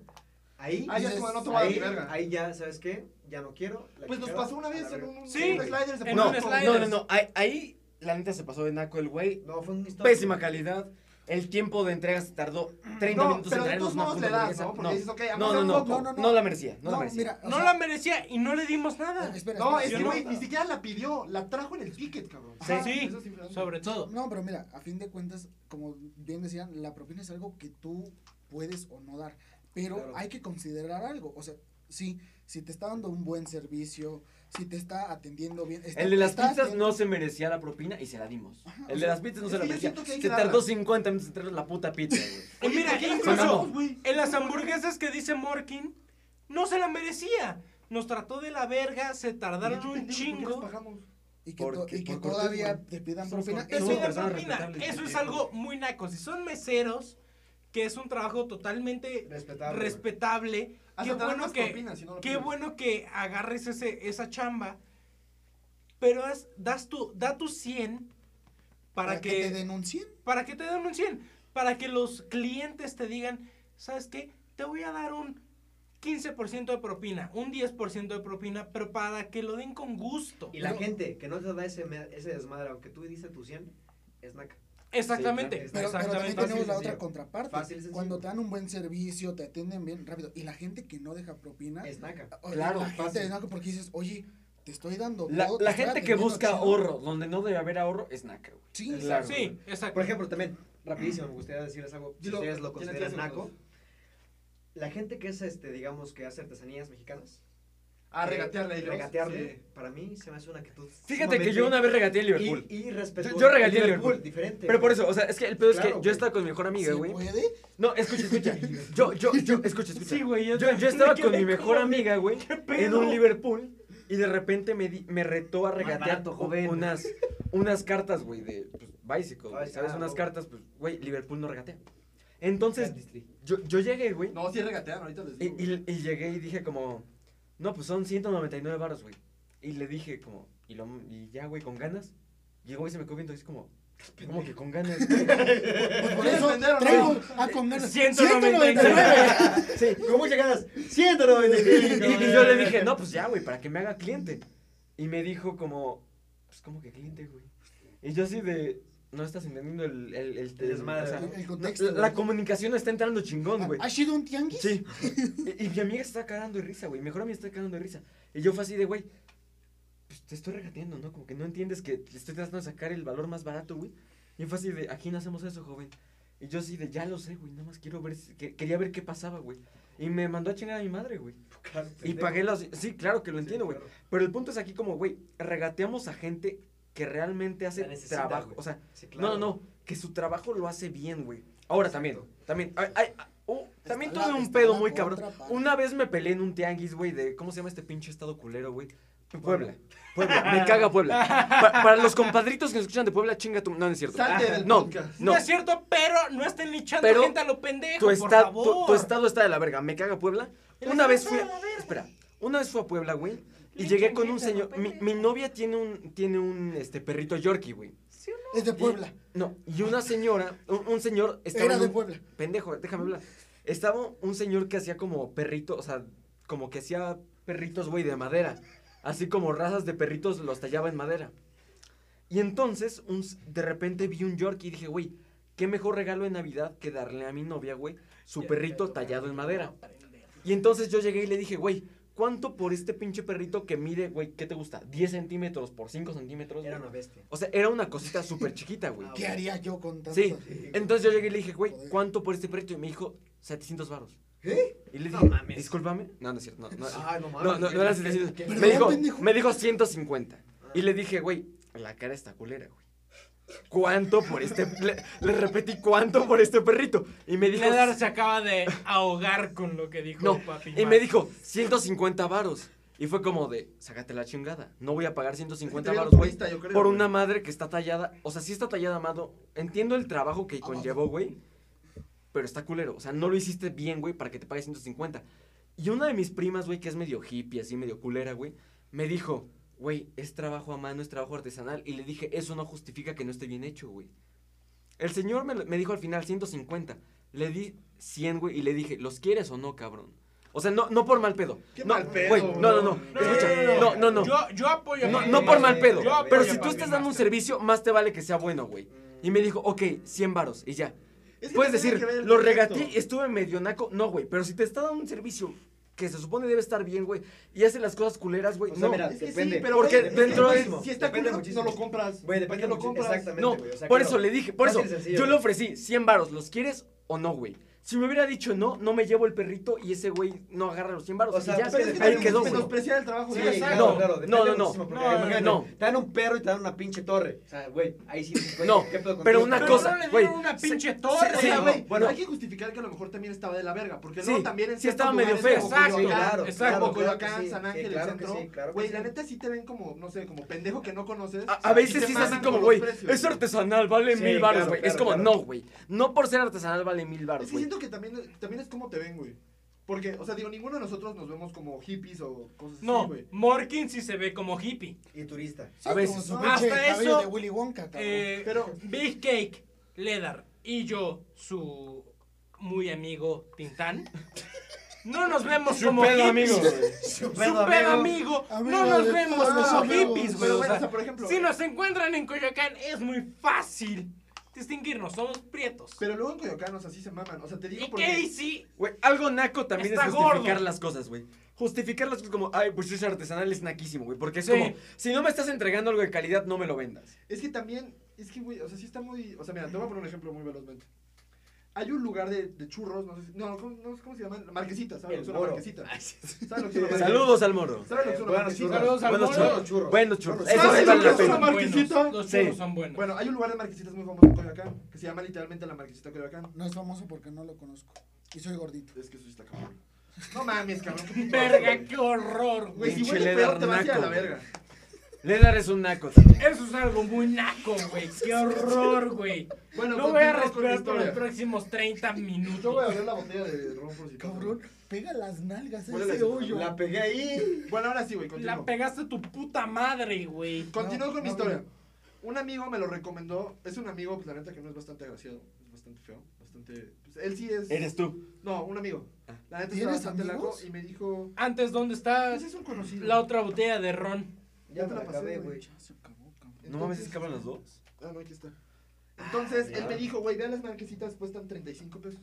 [SPEAKER 7] Ahí,
[SPEAKER 5] Ah, ya es
[SPEAKER 3] Dices,
[SPEAKER 5] como no te voy a dar ni
[SPEAKER 7] ahí,
[SPEAKER 5] verga.
[SPEAKER 7] ahí ya, ¿sabes qué? Ya no quiero. la
[SPEAKER 5] Pues nos
[SPEAKER 7] chingada,
[SPEAKER 5] pasó una
[SPEAKER 7] a la
[SPEAKER 5] vez en
[SPEAKER 7] verga.
[SPEAKER 5] un,
[SPEAKER 2] Sí,
[SPEAKER 5] en un slider. se
[SPEAKER 2] en
[SPEAKER 5] puso
[SPEAKER 2] un
[SPEAKER 4] No,
[SPEAKER 5] como-
[SPEAKER 2] slider.
[SPEAKER 4] no, no, no. Ahí, ahí la neta se pasó de naco el güey.
[SPEAKER 7] No, fue un historia.
[SPEAKER 4] Pésima calidad. El tiempo de entrega se tardó 30
[SPEAKER 5] No,
[SPEAKER 4] minutos en
[SPEAKER 5] pero de
[SPEAKER 4] traernos
[SPEAKER 5] todos
[SPEAKER 4] una
[SPEAKER 5] modos le
[SPEAKER 4] puta
[SPEAKER 5] das,
[SPEAKER 4] hamburguesa.
[SPEAKER 5] ¿no? Porque
[SPEAKER 4] No,
[SPEAKER 5] dices, ok, aunque
[SPEAKER 4] no,
[SPEAKER 5] sea
[SPEAKER 4] no,
[SPEAKER 5] un
[SPEAKER 4] no,
[SPEAKER 5] poco.
[SPEAKER 3] no, no.
[SPEAKER 4] no la merecía, no la
[SPEAKER 3] No,
[SPEAKER 4] merecía.
[SPEAKER 3] mira, o
[SPEAKER 2] No
[SPEAKER 3] sea,
[SPEAKER 2] la merecía y no le dimos nada.
[SPEAKER 3] espera, espera,
[SPEAKER 5] No,
[SPEAKER 3] espera.
[SPEAKER 5] es que,
[SPEAKER 2] Yo no-
[SPEAKER 5] güey, ni siquiera la pidió, la trajo en el ticket, cabrón.
[SPEAKER 2] Sí. Sí,
[SPEAKER 5] eso fue-
[SPEAKER 2] Sobre todo.
[SPEAKER 3] No, pero mira, a fin de cuentas, como bien decían, la propina es algo que tú puedes o no dar, pero
[SPEAKER 7] Claro.
[SPEAKER 3] hay que considerar algo, o sea, sí, si te está dando un buen servicio, si te está atendiendo bien. está-
[SPEAKER 4] El de las
[SPEAKER 3] está
[SPEAKER 4] pizzas
[SPEAKER 3] atento-
[SPEAKER 4] no se merecía la propina y se la dimos.
[SPEAKER 3] Ajá,
[SPEAKER 4] El
[SPEAKER 3] o
[SPEAKER 4] de
[SPEAKER 3] sea,
[SPEAKER 4] las pizzas no
[SPEAKER 5] es
[SPEAKER 4] se la
[SPEAKER 5] que yo
[SPEAKER 4] merecía.
[SPEAKER 5] siento que hay
[SPEAKER 4] Se
[SPEAKER 5] que darla.
[SPEAKER 4] tardó 50 minutos en traer la puta pizza,
[SPEAKER 5] (laughs)
[SPEAKER 4] güey.
[SPEAKER 2] Y mira,
[SPEAKER 5] ¿Qué
[SPEAKER 2] incluso
[SPEAKER 5] pasó, güey?
[SPEAKER 2] en las hamburguesas que dice Morkin, no se la merecía. Nos trató de la verga, se tardaron un chingo.
[SPEAKER 3] Y que,
[SPEAKER 4] ¿Por
[SPEAKER 3] to-
[SPEAKER 4] qué?
[SPEAKER 3] y que
[SPEAKER 4] Por cortés,
[SPEAKER 3] todavía
[SPEAKER 4] güey.
[SPEAKER 3] te pidan
[SPEAKER 4] Somos
[SPEAKER 3] propina.
[SPEAKER 4] cortés.
[SPEAKER 2] Eso,
[SPEAKER 3] Eso,
[SPEAKER 4] Somos
[SPEAKER 2] es
[SPEAKER 4] personas
[SPEAKER 2] propina,
[SPEAKER 4] respetables,
[SPEAKER 2] eso es
[SPEAKER 4] pendejo.
[SPEAKER 2] algo muy naco. Si son meseros, que es un trabajo totalmente
[SPEAKER 7] Respetable.
[SPEAKER 2] respetable, qué
[SPEAKER 5] Hasta te dan
[SPEAKER 2] bueno
[SPEAKER 5] más
[SPEAKER 2] que,
[SPEAKER 5] propina si no lo
[SPEAKER 2] qué
[SPEAKER 5] pides.
[SPEAKER 2] bueno que agarres ese, esa chamba, pero haz- das tu, da tu 100 para,
[SPEAKER 3] para que,
[SPEAKER 2] que,
[SPEAKER 3] te denuncien.
[SPEAKER 2] para que te den un 100, para que los clientes te digan, ¿sabes qué? Te voy a dar un 15% de propina, un 10% de propina, pero para que lo den con gusto.
[SPEAKER 7] Y la
[SPEAKER 3] No.
[SPEAKER 7] gente que no te da ese, me- ese desmadre, aunque tú diste tu 100, es naca.
[SPEAKER 2] Exactamente,
[SPEAKER 3] Pero,
[SPEAKER 7] Sí, claro.
[SPEAKER 3] pero
[SPEAKER 2] exactamente.
[SPEAKER 3] también
[SPEAKER 7] fácil,
[SPEAKER 3] tenemos la
[SPEAKER 7] sencillo.
[SPEAKER 3] otra contraparte.
[SPEAKER 7] Fácil, sencillo.
[SPEAKER 3] Cuando te dan un buen servicio, te atienden bien rápido. Y la gente que no deja
[SPEAKER 5] Ah.
[SPEAKER 3] propina,
[SPEAKER 7] Es naca.
[SPEAKER 3] o-
[SPEAKER 4] Claro,
[SPEAKER 3] la gente
[SPEAKER 4] fácil.
[SPEAKER 3] es naco porque dices, oye, te estoy dando.
[SPEAKER 4] La,
[SPEAKER 3] todo, te
[SPEAKER 4] la
[SPEAKER 3] estoy
[SPEAKER 4] gente que
[SPEAKER 3] atendiendo
[SPEAKER 4] busca
[SPEAKER 3] chido".
[SPEAKER 4] ahorro donde no debe haber ahorro es naca, güey.
[SPEAKER 3] Sí,
[SPEAKER 4] Claro.
[SPEAKER 2] Sí, exacto.
[SPEAKER 7] Por ejemplo, también, rapidísimo, me gustaría decirles algo. Si
[SPEAKER 5] Dilo,
[SPEAKER 7] ustedes lo
[SPEAKER 5] ¿quién
[SPEAKER 7] consideran
[SPEAKER 5] empieza?
[SPEAKER 7] naco, la gente que es, este, digamos, que hace artesanías mexicanas,
[SPEAKER 5] A
[SPEAKER 7] Eh,
[SPEAKER 5] Ah, regatearle a ellos.
[SPEAKER 7] Regatearle,
[SPEAKER 5] Sí.
[SPEAKER 7] para mí se me hace una actitud.
[SPEAKER 4] Fíjate que yo una vez regateé en Liverpool.
[SPEAKER 7] Liverpool. Y, y respetuoso.
[SPEAKER 4] Yo- yo regateé a Liverpool.
[SPEAKER 7] diferente.
[SPEAKER 4] Pero por eso,
[SPEAKER 7] (laughs)
[SPEAKER 4] o sea, es que el pedo es
[SPEAKER 7] Claro,
[SPEAKER 4] que yo
[SPEAKER 7] güey.
[SPEAKER 4] estaba con mi mejor amiga,
[SPEAKER 3] ¿Se
[SPEAKER 4] güey.
[SPEAKER 3] puede?
[SPEAKER 4] No, escucha, escucha. Yo, yo, yo, escucha, escucha.
[SPEAKER 2] Sí, güey,
[SPEAKER 4] yo,
[SPEAKER 2] yo
[SPEAKER 4] yo
[SPEAKER 2] también
[SPEAKER 4] estaba
[SPEAKER 2] me
[SPEAKER 4] con
[SPEAKER 2] quedé
[SPEAKER 4] mi mejor
[SPEAKER 2] como de,
[SPEAKER 4] amiga, güey,
[SPEAKER 2] pedo?
[SPEAKER 4] en un Liverpool y de repente me, di- me retó a
[SPEAKER 7] Más
[SPEAKER 4] regatear
[SPEAKER 7] barato,
[SPEAKER 4] u-
[SPEAKER 7] joven.
[SPEAKER 4] unas unas cartas, güey, de pues, Bicycle, güey,
[SPEAKER 7] Ay,
[SPEAKER 4] ¿sabes?
[SPEAKER 7] ah,
[SPEAKER 4] Unas
[SPEAKER 7] no.
[SPEAKER 4] cartas, pues, güey, Liverpool no regatea. Entonces, yo, yo llegué, güey,
[SPEAKER 5] No, pues, sí regatean, ahorita les
[SPEAKER 4] y,
[SPEAKER 5] digo. güey.
[SPEAKER 4] y- y llegué y dije como, no, pues son 199 baros, güey. Y le dije como, y, lo, y ya, güey, con ganas. Llegó y se me quedó viendo y es como, ¿cómo que con ganas? güey?
[SPEAKER 3] Pues por
[SPEAKER 5] ¿Quieres
[SPEAKER 3] eso
[SPEAKER 5] vender o no?
[SPEAKER 3] traigo a comer
[SPEAKER 2] 199.
[SPEAKER 4] Sí,
[SPEAKER 7] ¿Cómo
[SPEAKER 4] (laughs)
[SPEAKER 7] llegadas? 195.
[SPEAKER 4] Y, y yo le dije, no, pues ya, güey, para que me haga cliente. Y me dijo como, pues como que cliente, güey. Y yo así de, no estás entendiendo el... El, el-
[SPEAKER 7] El desmadre,
[SPEAKER 4] o sea,
[SPEAKER 3] El- el
[SPEAKER 4] no,
[SPEAKER 3] contexto, Ah,
[SPEAKER 4] la, la
[SPEAKER 3] güey.
[SPEAKER 4] comunicación está entrando chingón, güey.
[SPEAKER 3] ¿Ha sido un tianguis?
[SPEAKER 4] Sí. Y, y mi amiga se está cagando de risa, güey. Mejor a mí está cagando de risa. Y yo fue así de, güey, pues te estoy regateando, ¿no? Como que no entiendes que te estoy tratando de sacar el valor más barato, güey. Y fue así de, aquí no hacemos eso, joven. Y yo así de, ya lo sé, güey, nada más quiero ver, si- que- quería ver qué pasaba, güey. Y me mandó a chingar a mi madre, güey. Y pagué las... Sí, claro que lo entiendo, güey. Pero el punto es aquí como, güey, regateamos a gente que realmente hace
[SPEAKER 7] La necesita,
[SPEAKER 4] trabajo.
[SPEAKER 7] güey.
[SPEAKER 4] O sea, no, no, no, que su trabajo lo hace bien, güey. Ahora también, también, ay, ay, ah, oh, también
[SPEAKER 3] Está la-
[SPEAKER 4] tuve un
[SPEAKER 3] está
[SPEAKER 4] pedo
[SPEAKER 3] la
[SPEAKER 4] muy cabrón.
[SPEAKER 3] contraparte.
[SPEAKER 4] Una vez me peleé en un tianguis, güey, de, ¿cómo se llama este pinche estado culero, güey? Puebla, Puebla, me caga Puebla. (laughs) Pa- para los compadritos que nos escuchan de Puebla, chinga tu... No, no es cierto.
[SPEAKER 5] Salte del
[SPEAKER 4] no,
[SPEAKER 5] podcast.
[SPEAKER 4] no,
[SPEAKER 2] No es cierto, pero no estén linchando
[SPEAKER 4] Pero
[SPEAKER 2] gente a lo pendejo,
[SPEAKER 4] tu,
[SPEAKER 2] por
[SPEAKER 4] esta- tu-
[SPEAKER 2] favor.
[SPEAKER 4] tu estado está de la verga. Me caga Puebla.
[SPEAKER 2] El
[SPEAKER 4] Una
[SPEAKER 2] estado
[SPEAKER 4] vez
[SPEAKER 2] está
[SPEAKER 4] fui.
[SPEAKER 2] de
[SPEAKER 4] a-
[SPEAKER 2] la verga.
[SPEAKER 4] Espera. Una vez fui a Puebla, güey. Y
[SPEAKER 2] Pinche
[SPEAKER 4] llegué con un
[SPEAKER 2] gente,
[SPEAKER 4] señor.
[SPEAKER 2] no
[SPEAKER 4] Mi, mi novia tiene un, tiene un este, perrito Yorkie, güey.
[SPEAKER 3] Es de
[SPEAKER 4] Y-
[SPEAKER 3] Puebla.
[SPEAKER 4] no, y una señora, un, un señor estaba.
[SPEAKER 3] Era
[SPEAKER 4] en
[SPEAKER 3] de
[SPEAKER 4] un-
[SPEAKER 3] Puebla.
[SPEAKER 4] Pendejo, déjame hablar. Estaba un señor que hacía como perrito, o sea, como que hacía perritos, güey, de madera. Así como razas de perritos los tallaba en madera. Y entonces, un s- de repente vi un Yorkie y dije, güey, qué mejor regalo de Navidad que darle a mi novia, güey, su perrito tallado en madera. Y entonces yo llegué y le dije, güey, ¿cuánto por este pinche perrito que mide, güey, qué te gusta? ¿10 centímetros por 5 centímetros?
[SPEAKER 7] Era
[SPEAKER 4] güey?
[SPEAKER 7] una Ah, bestia.
[SPEAKER 4] O sea, era una cosita súper chiquita, güey.
[SPEAKER 3] ¿Qué haría yo con tantas?
[SPEAKER 4] Sí. Entonces yo llegué y le dije, güey,
[SPEAKER 3] Joder.
[SPEAKER 4] ¿cuánto por este perrito? Y me dijo, 700 varos.
[SPEAKER 7] ¿Eh?
[SPEAKER 4] Y le
[SPEAKER 7] No
[SPEAKER 4] dije,
[SPEAKER 7] mames.
[SPEAKER 4] discúlpame. No, no es cierto. No, no,
[SPEAKER 7] Ay, no mames.
[SPEAKER 4] no, no, no era 700.
[SPEAKER 7] ¿Qué- qué-
[SPEAKER 4] Me
[SPEAKER 3] Perdón,
[SPEAKER 4] dijo,
[SPEAKER 3] pendejo.
[SPEAKER 4] me dijo 150. Y le dije, güey, la cara está culera, güey. ¿Cuánto por este? Le, le repetí, ¿cuánto por este perrito? Y me dijo,
[SPEAKER 2] Leonard se acaba de ahogar con lo que dijo
[SPEAKER 4] no.
[SPEAKER 2] papi.
[SPEAKER 4] Y
[SPEAKER 2] Mac.
[SPEAKER 4] me dijo, 150 varos. Y fue como de, sácate la chingada. No voy a pagar 150
[SPEAKER 5] Es que traía
[SPEAKER 4] varos, güey.
[SPEAKER 5] turista, yo creo,
[SPEAKER 4] Por
[SPEAKER 5] güey.
[SPEAKER 4] una madre que está tallada. O sea, sí está tallada, amado. Entiendo el trabajo que conllevó, güey. Pero está culero. O sea, no lo hiciste bien, güey, para que te pague 150. Y una de mis primas, güey, que es medio hippie, así medio culera, güey, me dijo, güey, es trabajo a mano, es trabajo artesanal. Y le dije, eso no justifica que no esté bien hecho, güey. El señor me, lo- me dijo al final 150. Le di 100, güey, y le dije, ¿los quieres o no, cabrón? O sea, no, no por mal pedo.
[SPEAKER 5] Qué
[SPEAKER 4] no,
[SPEAKER 5] mal pedo,
[SPEAKER 4] güey, no, no, no.
[SPEAKER 5] no,
[SPEAKER 4] Escucha,
[SPEAKER 5] no,
[SPEAKER 4] no, no, no.
[SPEAKER 2] Yo, yo apoyo a
[SPEAKER 4] No,
[SPEAKER 2] Papi
[SPEAKER 4] no por
[SPEAKER 2] Mac.
[SPEAKER 4] mal pedo.
[SPEAKER 2] Yo apoyo
[SPEAKER 4] Pero
[SPEAKER 2] a
[SPEAKER 4] si tú
[SPEAKER 2] Papi ¿eh?
[SPEAKER 4] estás
[SPEAKER 2] Mac.
[SPEAKER 4] dando un servicio, más te vale que sea bueno, güey. Y me dijo, ok, 100 varos, y ya.
[SPEAKER 5] Es que
[SPEAKER 4] Puedes
[SPEAKER 5] tiene que
[SPEAKER 4] decir,
[SPEAKER 5] ver el
[SPEAKER 4] lo
[SPEAKER 5] proyecto.
[SPEAKER 4] regatí, estuve medio naco. No, güey, pero si te está dando un servicio que se supone debe estar bien, güey, y hace las cosas culeras, güey,
[SPEAKER 7] O sea,
[SPEAKER 4] no.
[SPEAKER 7] mira,
[SPEAKER 5] Es que
[SPEAKER 7] depende.
[SPEAKER 5] sí, pero
[SPEAKER 4] Porque
[SPEAKER 5] güey, es que,
[SPEAKER 4] dentro
[SPEAKER 5] güey,
[SPEAKER 7] de-
[SPEAKER 5] Si está
[SPEAKER 7] depende
[SPEAKER 5] culero,
[SPEAKER 7] muchísimo.
[SPEAKER 5] no lo compras.
[SPEAKER 7] Güey, depende
[SPEAKER 5] ¿Para qué lo
[SPEAKER 7] muchísimo.
[SPEAKER 5] compras?
[SPEAKER 7] Exactamente,
[SPEAKER 4] No,
[SPEAKER 7] güey, o sea,
[SPEAKER 4] por
[SPEAKER 7] claro.
[SPEAKER 4] eso le dije, por eso,
[SPEAKER 7] Fácil y sencillo,
[SPEAKER 4] yo le
[SPEAKER 7] güey.
[SPEAKER 4] ofrecí 100 varos, ¿los quieres o no, güey? Si me hubiera dicho no, no me llevo el perrito y ese güey no agarra los 100 varos.
[SPEAKER 7] O
[SPEAKER 4] y
[SPEAKER 7] sea,
[SPEAKER 4] ya,
[SPEAKER 5] Pero es que
[SPEAKER 4] ahí
[SPEAKER 5] también
[SPEAKER 4] quedó,
[SPEAKER 5] es
[SPEAKER 4] güey.
[SPEAKER 5] menospreciar el trabajo
[SPEAKER 7] Sí,
[SPEAKER 5] de alguien.
[SPEAKER 7] claro,
[SPEAKER 4] no,
[SPEAKER 7] claro,
[SPEAKER 4] no,
[SPEAKER 7] depende
[SPEAKER 4] no, no.
[SPEAKER 7] muchísimo, porque
[SPEAKER 2] No, no,
[SPEAKER 7] imagínate,
[SPEAKER 4] no.
[SPEAKER 7] Te dan un perro y te dan una pinche torre. O sea, güey, ahí sí dices, güey,
[SPEAKER 4] No,
[SPEAKER 7] ¿qué pedo
[SPEAKER 4] pero
[SPEAKER 7] contigo?
[SPEAKER 4] una
[SPEAKER 2] Pero
[SPEAKER 4] cosa,
[SPEAKER 2] no le
[SPEAKER 4] güey,
[SPEAKER 2] dieron una
[SPEAKER 4] se-
[SPEAKER 2] pinche
[SPEAKER 4] se-
[SPEAKER 2] torre,
[SPEAKER 5] O
[SPEAKER 4] sí,
[SPEAKER 5] sea,
[SPEAKER 4] no,
[SPEAKER 5] güey,
[SPEAKER 4] bueno,
[SPEAKER 5] hay que justificar que a lo mejor también estaba de la verga, porque
[SPEAKER 4] Sí,
[SPEAKER 5] luego también en
[SPEAKER 4] sí
[SPEAKER 5] ciertos
[SPEAKER 4] estaba medio
[SPEAKER 5] lugares
[SPEAKER 4] feo.
[SPEAKER 5] como
[SPEAKER 2] Exacto,
[SPEAKER 5] Coyoacán,
[SPEAKER 7] claro,
[SPEAKER 5] es como
[SPEAKER 7] claro,
[SPEAKER 5] Coyoacán,
[SPEAKER 7] claro que sí,
[SPEAKER 5] San
[SPEAKER 7] sí,
[SPEAKER 5] Ángel, el
[SPEAKER 7] claro que
[SPEAKER 5] centro,
[SPEAKER 7] sí, claro que
[SPEAKER 5] güey,
[SPEAKER 7] sí.
[SPEAKER 5] la neta sí te ven como, no sé, como pendejo que no conoces.
[SPEAKER 4] A, a
[SPEAKER 5] y
[SPEAKER 4] veces
[SPEAKER 5] te
[SPEAKER 4] sí es así
[SPEAKER 5] maman con
[SPEAKER 4] como,
[SPEAKER 5] los
[SPEAKER 4] güey,
[SPEAKER 5] precios,
[SPEAKER 4] es artesanal, vale
[SPEAKER 7] Sí,
[SPEAKER 4] mil baros,
[SPEAKER 7] claro,
[SPEAKER 4] güey. es
[SPEAKER 7] claro,
[SPEAKER 4] como,
[SPEAKER 7] claro.
[SPEAKER 4] no, güey. No por ser artesanal vale mil baros,
[SPEAKER 5] Es que
[SPEAKER 4] güey.
[SPEAKER 5] siento que también, también es como te ven, güey. Porque, o sea, digo, ninguno de nosotros nos vemos como hippies o cosas así,
[SPEAKER 2] No,
[SPEAKER 5] güey.
[SPEAKER 2] Morkin sí se ve como hippie.
[SPEAKER 7] Y turista.
[SPEAKER 3] Sí,
[SPEAKER 4] a
[SPEAKER 3] como
[SPEAKER 4] veces.
[SPEAKER 3] su
[SPEAKER 2] Hasta
[SPEAKER 3] pinche cabello
[SPEAKER 2] eso,
[SPEAKER 3] de Willy Wonka, cabrón.
[SPEAKER 2] Eh,
[SPEAKER 5] Pero-
[SPEAKER 2] Big Cake, Ledar y yo, su muy amigo Tintán, no nos vemos como hippies.
[SPEAKER 7] Su
[SPEAKER 2] Su pedo amigo. No nos
[SPEAKER 3] de
[SPEAKER 2] vemos
[SPEAKER 3] todos
[SPEAKER 2] como
[SPEAKER 3] los amigos.
[SPEAKER 2] hippies, güey.
[SPEAKER 5] Ah, Pero
[SPEAKER 2] O
[SPEAKER 5] bueno, o
[SPEAKER 2] sea,
[SPEAKER 5] sea, por ejemplo, eh.
[SPEAKER 2] si nos encuentran en Coyoacán es muy fácil distinguirnos. Somos prietos.
[SPEAKER 5] pero luego en Coyoacán, o sea, sí se maman. O sea, te digo
[SPEAKER 2] Y
[SPEAKER 5] porque...
[SPEAKER 2] Casey,
[SPEAKER 4] Güey, algo naco también
[SPEAKER 2] Está
[SPEAKER 4] es justificar
[SPEAKER 2] gordo.
[SPEAKER 4] las cosas, güey. Justificar las cosas como, ay, pues es artesanal, es naquísimo, güey. Porque es
[SPEAKER 2] Sí.
[SPEAKER 4] como, si no me estás entregando algo de calidad, no me lo vendas.
[SPEAKER 5] Es que también, es que, güey, o sea, sí está muy. O sea, mira, te voy a poner un ejemplo muy velozmente. Hay un lugar de, de churros, no sé, si- no, ¿cómo, no sé cómo se llaman, marquesitas, ¿sabes?
[SPEAKER 7] El
[SPEAKER 5] lo que
[SPEAKER 7] Moro.
[SPEAKER 5] es una marquesita?
[SPEAKER 2] (laughs)
[SPEAKER 5] ¿Sabes lo que es una marquesita?
[SPEAKER 4] Saludos al moro.
[SPEAKER 5] ¿Sabes lo que es una marquesita?
[SPEAKER 2] saludos al
[SPEAKER 4] Buenos
[SPEAKER 2] Moro.
[SPEAKER 4] churros. Buenos churros.
[SPEAKER 5] ¿Sabes
[SPEAKER 4] Eso
[SPEAKER 5] lo
[SPEAKER 4] sí
[SPEAKER 5] que
[SPEAKER 4] vale la
[SPEAKER 5] es una
[SPEAKER 4] pena.
[SPEAKER 5] marquesita?
[SPEAKER 2] Los
[SPEAKER 4] Sí.
[SPEAKER 2] churros son buenos.
[SPEAKER 5] Bueno, hay un lugar de marquesitas muy famoso en Coyoacán que se llama literalmente la marquesita Coyoacán.
[SPEAKER 3] No es famoso porque no lo conozco. Y soy gordito.
[SPEAKER 5] Es que eso sí está cabrón. No mames, cabrón. qué puto asco,
[SPEAKER 2] Verga,
[SPEAKER 5] güey.
[SPEAKER 2] qué horror, güey.
[SPEAKER 5] Güey, si
[SPEAKER 4] Pinche
[SPEAKER 5] huele
[SPEAKER 4] leather
[SPEAKER 5] peor, te vas a ir a la
[SPEAKER 4] naco,
[SPEAKER 5] verga.
[SPEAKER 4] Ledar es un naco también.
[SPEAKER 2] Eso es algo muy naco, güey. Qué horror, güey.
[SPEAKER 5] Bueno,
[SPEAKER 2] No voy a
[SPEAKER 5] continuamos con la
[SPEAKER 2] respirar por los
[SPEAKER 5] historia.
[SPEAKER 2] próximos 30
[SPEAKER 5] (laughs) Yo voy a
[SPEAKER 2] minutos.
[SPEAKER 5] abrir la botella de ron por si acaso.
[SPEAKER 3] Cabrón, pega las nalgas a
[SPEAKER 5] Huele
[SPEAKER 3] ese
[SPEAKER 5] la-
[SPEAKER 3] hoyo.
[SPEAKER 7] La pegué ahí.
[SPEAKER 5] Bueno, ahora sí, güey,
[SPEAKER 2] La
[SPEAKER 5] continúo.
[SPEAKER 2] pegaste a tu puta madre, güey.
[SPEAKER 5] Continúo
[SPEAKER 3] No,
[SPEAKER 5] con mi
[SPEAKER 3] no,
[SPEAKER 5] historia.
[SPEAKER 3] no.
[SPEAKER 5] Un amigo me lo recomendó. Es un amigo, pues la neta que no es bastante agraciado. Es bastante feo. Bastante. pues, él sí es.
[SPEAKER 4] Eres tú.
[SPEAKER 5] No, un amigo. La neta es
[SPEAKER 3] ¿Tienes
[SPEAKER 5] bastante largo.
[SPEAKER 3] amigos?
[SPEAKER 5] Y me dijo.
[SPEAKER 2] Antes, ¿dónde está
[SPEAKER 5] Ese es un conocido.
[SPEAKER 2] Ah, la otra botella de ron?
[SPEAKER 5] Ya te la pasé, güey.
[SPEAKER 3] Ya se acabó, cabrón.
[SPEAKER 4] No mames, es que hablan los dos.
[SPEAKER 5] Ah, no, aquí está. Entonces, él
[SPEAKER 4] ya.
[SPEAKER 5] me dijo, güey, vean las marquesitas, cuestan 35 pesos.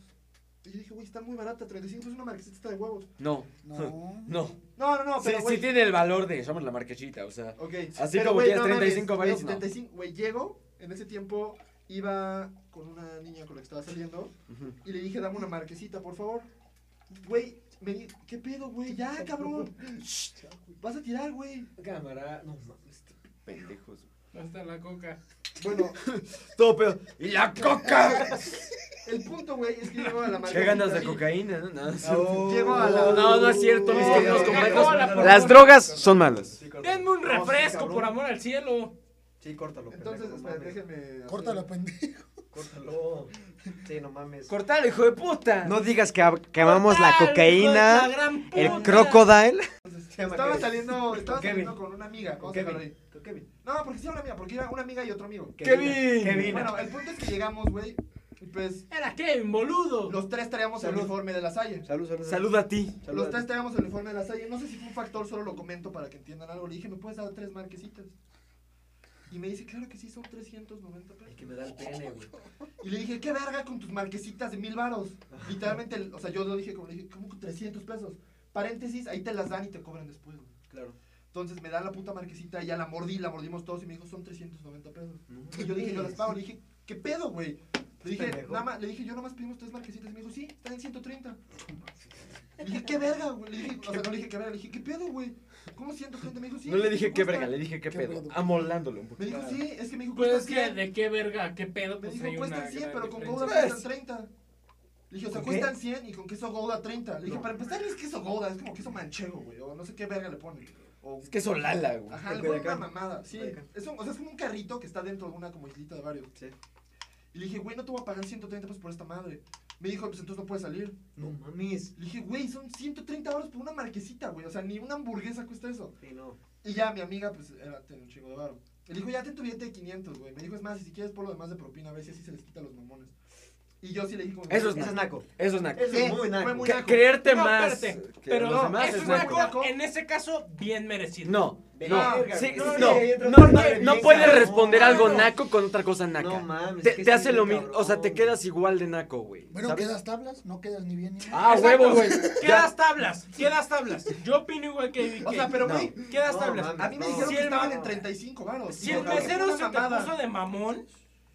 [SPEAKER 5] Y yo dije, güey, está muy barata, 35 pesos una marquesita está de huevos.
[SPEAKER 4] No,
[SPEAKER 3] No.
[SPEAKER 4] (laughs) no.
[SPEAKER 5] No, no, no,
[SPEAKER 4] Sí,
[SPEAKER 5] pero.
[SPEAKER 4] sí
[SPEAKER 5] güey,
[SPEAKER 4] tiene el valor de, somos la marquechita, o sea.
[SPEAKER 5] Ok.
[SPEAKER 4] Así
[SPEAKER 5] pero,
[SPEAKER 4] como
[SPEAKER 5] güey,
[SPEAKER 4] quieres 35
[SPEAKER 5] mames,
[SPEAKER 4] varos,
[SPEAKER 5] güey,
[SPEAKER 4] no.
[SPEAKER 5] 75, güey, llego, en ese tiempo iba con una niña con la que estaba saliendo
[SPEAKER 4] Ujú.
[SPEAKER 5] y le dije, dame una marquesita, por favor. Güey, me di- ¿qué pedo, güey?
[SPEAKER 4] (laughs)
[SPEAKER 5] Ya, cabrón. Shh, Vas a tirar, güey.
[SPEAKER 7] Cámara. No este, mames.
[SPEAKER 4] Pendejos. güey.
[SPEAKER 2] ¿Dónde está la coca?
[SPEAKER 5] Bueno,
[SPEAKER 4] (laughs) Todo pedo. ¡Y la coca!
[SPEAKER 5] el punto, güey, es que llego a la madre.
[SPEAKER 4] (laughs) Qué ganas de cocaína, ¿no? No,
[SPEAKER 5] Llego a la.
[SPEAKER 4] no, no es cierto, mis
[SPEAKER 5] No,
[SPEAKER 4] queridos
[SPEAKER 5] no,
[SPEAKER 4] compañeros.
[SPEAKER 2] no, no,
[SPEAKER 8] Las
[SPEAKER 2] no.
[SPEAKER 8] drogas son malas.
[SPEAKER 5] Sí, corta.
[SPEAKER 2] Denme un
[SPEAKER 5] No, sí,
[SPEAKER 2] refresco,
[SPEAKER 5] cabrón.
[SPEAKER 2] por amor al cielo.
[SPEAKER 7] Sí, córtalo.
[SPEAKER 5] Entonces,
[SPEAKER 7] pendejo, no
[SPEAKER 5] espera,
[SPEAKER 7] mames.
[SPEAKER 5] déjenme. hacer-
[SPEAKER 3] Córtalo, pendejo.
[SPEAKER 7] Córtalo. Sí, no mames.
[SPEAKER 4] Cortalo, hijo de puta.
[SPEAKER 8] No digas que, ab- que amamos la
[SPEAKER 2] Total, hijo de
[SPEAKER 8] cocaína,
[SPEAKER 2] la gran
[SPEAKER 8] el
[SPEAKER 2] puta.
[SPEAKER 8] crocodile.
[SPEAKER 7] Se llama
[SPEAKER 5] Estaba
[SPEAKER 7] Kevin.
[SPEAKER 5] saliendo, estaba
[SPEAKER 7] Kevin.
[SPEAKER 5] saliendo con una amiga.
[SPEAKER 7] Con
[SPEAKER 5] vamos a dejarlo
[SPEAKER 7] Kevin.
[SPEAKER 5] ahí.
[SPEAKER 7] Con Kevin.
[SPEAKER 5] No, porque sí era una amiga, porque era una amiga y otro amigo.
[SPEAKER 4] Kevin.
[SPEAKER 7] Kevin.
[SPEAKER 5] Bueno, el punto es que llegamos, güey, y pues
[SPEAKER 2] Era Kevin, boludo.
[SPEAKER 5] los tres traíamos el
[SPEAKER 7] Salud.
[SPEAKER 5] uniforme de la Salle.
[SPEAKER 7] Salud, salud.
[SPEAKER 4] Saluda a ti.
[SPEAKER 5] Los tres traíamos el uniforme de la Salle. No sé si fue un factor, solo lo comento para que entiendan algo. Le dije, ¿me puedes dar tres marquesitas? Y me dice, claro que sí, son 390 pesos.
[SPEAKER 7] Ay, que me da el pene, güey.
[SPEAKER 5] Y le dije, ¿qué verga con tus marquesitas de mil varos? Literalmente, el- o sea, yo lo dije como, le dije, ¿cómo que 300 pesos? Paréntesis, ahí te las dan y te cobran después, güey.
[SPEAKER 7] Claro.
[SPEAKER 5] Entonces me da la puta marquesita, ya la mordí, la mordimos todos y me dijo, son 390 pesos. Y yo le dije, yo las pago, le dije, ¿qué pedo, güey? Le dije,
[SPEAKER 7] Pendejo.
[SPEAKER 5] nada más, le dije, yo nomás pedimos tres marquesitas. Y me dijo, sí, están en 130. Le dije, ¿qué verga, güey? Le dije, o sea, no le dije, ¿qué verga? Le dije, ¿qué pedo, güey? ¿Cómo 130? Me dijo, sí.
[SPEAKER 4] No le dije
[SPEAKER 5] ¿cuánto
[SPEAKER 4] qué
[SPEAKER 5] cuesta?
[SPEAKER 4] verga, le dije qué
[SPEAKER 3] Qué
[SPEAKER 4] pedo.
[SPEAKER 3] pedo.
[SPEAKER 4] Amolándolo un
[SPEAKER 5] Me
[SPEAKER 4] poquito.
[SPEAKER 5] dijo, sí, es que me dijo,
[SPEAKER 2] Pues es
[SPEAKER 5] cuesta
[SPEAKER 2] que,
[SPEAKER 5] 100.
[SPEAKER 2] ¿de qué verga? ¿Qué pedo?
[SPEAKER 5] Me
[SPEAKER 2] Pues
[SPEAKER 5] dijo,
[SPEAKER 2] hay una
[SPEAKER 5] cuestan 100,
[SPEAKER 2] gran
[SPEAKER 5] pero con Gouda
[SPEAKER 2] diferencia.
[SPEAKER 5] cuestan 30. Le dije, o sea,
[SPEAKER 7] ¿Con qué?
[SPEAKER 5] cuestan 100 y con queso Gouda 30. Le dije, para empezar, es queso Gouda, es como queso manchego, güey, o no sé qué verga le ponen. O,
[SPEAKER 4] Es que eso lala, güey.
[SPEAKER 5] ajá, le
[SPEAKER 7] de
[SPEAKER 5] ponen una
[SPEAKER 7] Culiacán.
[SPEAKER 5] mamada. Sí,
[SPEAKER 7] Culiacán.
[SPEAKER 5] es un- o sea, es como un carrito que está dentro de una como islita de varios.
[SPEAKER 7] Sí.
[SPEAKER 5] Y le dije, güey, no te voy a pagar 130 pesos por esta madre. Me dijo, pues entonces no puedes salir.
[SPEAKER 7] No mames.
[SPEAKER 5] Le dije, güey, son 130 euros por una marquesita, güey. O sea, ni una hamburguesa cuesta eso.
[SPEAKER 7] Sí, no.
[SPEAKER 5] Y ya mi amiga, pues, era, tenía un chingo de varo. Le dijo, ya ten tu billete de 500, güey. Me dijo, es más, y si quieres por lo demás de propina, a ver si así se les quita a los mamones. Y yo sí le dije, como,
[SPEAKER 4] Eso es
[SPEAKER 7] Ese es naco.
[SPEAKER 4] Eso es naco.
[SPEAKER 7] Eso es
[SPEAKER 5] Sí,
[SPEAKER 7] muy naco.
[SPEAKER 5] fue muy
[SPEAKER 4] Ca-
[SPEAKER 5] naco.
[SPEAKER 4] Creerte
[SPEAKER 2] No,
[SPEAKER 4] más.
[SPEAKER 2] espérate,
[SPEAKER 4] que
[SPEAKER 2] Pero
[SPEAKER 4] los
[SPEAKER 2] no,
[SPEAKER 4] demás
[SPEAKER 2] eso
[SPEAKER 4] es
[SPEAKER 2] es
[SPEAKER 4] naco.
[SPEAKER 2] una co- en ese caso, bien merecido.
[SPEAKER 4] No, no,
[SPEAKER 7] Verga,
[SPEAKER 4] sí,
[SPEAKER 7] güey.
[SPEAKER 4] no,
[SPEAKER 7] No,
[SPEAKER 4] no,
[SPEAKER 7] sí, entra-
[SPEAKER 4] no, no,
[SPEAKER 7] Verga,
[SPEAKER 4] puedes
[SPEAKER 7] no,
[SPEAKER 4] responder algo
[SPEAKER 7] no.
[SPEAKER 4] naco con otra cosa naca.
[SPEAKER 7] No mames,
[SPEAKER 4] Te,
[SPEAKER 7] es que
[SPEAKER 4] te
[SPEAKER 7] sí,
[SPEAKER 4] hace lo mismo,
[SPEAKER 7] cabrón.
[SPEAKER 4] o sea, te quedas igual de naco, güey.
[SPEAKER 3] Bueno,
[SPEAKER 4] ¿sabes?
[SPEAKER 3] quedas tablas, no quedas ni
[SPEAKER 4] (laughs)
[SPEAKER 3] bien ni mal.
[SPEAKER 4] Ah,
[SPEAKER 2] Exacto.
[SPEAKER 4] huevo, güey.
[SPEAKER 2] Quedas tablas, quedas tablas. Yo opino igual que Vicky.
[SPEAKER 5] O sea, pero,
[SPEAKER 4] No.
[SPEAKER 5] güey,
[SPEAKER 2] quedas
[SPEAKER 7] No,
[SPEAKER 2] tablas.
[SPEAKER 7] mames.
[SPEAKER 5] a mí me
[SPEAKER 7] No.
[SPEAKER 5] dijeron
[SPEAKER 2] Si
[SPEAKER 5] que
[SPEAKER 2] el
[SPEAKER 5] estaban
[SPEAKER 2] ma-
[SPEAKER 5] en 35 varos.
[SPEAKER 2] Si el
[SPEAKER 5] Una
[SPEAKER 2] mesero se te
[SPEAKER 5] mamada.
[SPEAKER 2] puso de mamón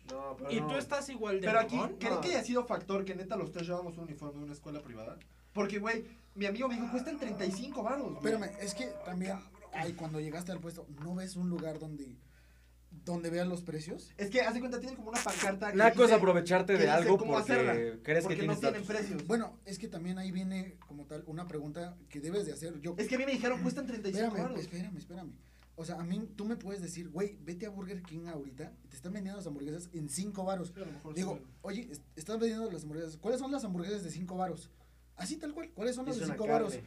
[SPEAKER 7] No, pero
[SPEAKER 2] y
[SPEAKER 7] no.
[SPEAKER 2] tú estás igual de
[SPEAKER 5] Pero aquí,
[SPEAKER 2] mamón.
[SPEAKER 5] ¿creen
[SPEAKER 7] No.
[SPEAKER 5] que haya sido factor que neta los tres llevamos un uniforme de una escuela privada? Porque, güey, mi amigo me dijo, cuestan 35 varos, güey.
[SPEAKER 3] Espérame, es que también, ay, cuando llegaste al puesto, ¿no ves un lugar donde, donde veas los precios?
[SPEAKER 5] Es que, haz de cuenta, tienen como una pancarta que
[SPEAKER 4] Naco es
[SPEAKER 5] dice-
[SPEAKER 4] aprovecharte
[SPEAKER 5] que
[SPEAKER 4] de
[SPEAKER 5] dice
[SPEAKER 4] algo
[SPEAKER 5] cómo
[SPEAKER 4] porque
[SPEAKER 5] hacerla,
[SPEAKER 4] crees
[SPEAKER 5] porque
[SPEAKER 4] que
[SPEAKER 5] no
[SPEAKER 4] tienes
[SPEAKER 5] tienen
[SPEAKER 4] datos.
[SPEAKER 5] precios.
[SPEAKER 3] Bueno, es que también ahí viene como tal una pregunta que debes de hacer. Yo,
[SPEAKER 5] Es que a mí me dijeron, cuestan 35
[SPEAKER 3] espérame,
[SPEAKER 5] varos.
[SPEAKER 3] espérame, espérame. O sea, a mí tú me puedes decir, güey, vete a Burger King ahorita, te están vendiendo las hamburguesas en 5 varos.
[SPEAKER 5] Pero a lo mejor
[SPEAKER 3] Digo,
[SPEAKER 5] sí, güey.
[SPEAKER 3] oye, es- están vendiendo las hamburguesas. ¿Cuáles son las hamburguesas de 5 varos? Así tal cual, ¿cuáles son las
[SPEAKER 7] Es
[SPEAKER 3] de
[SPEAKER 7] una
[SPEAKER 3] 5
[SPEAKER 7] carne.
[SPEAKER 3] varos?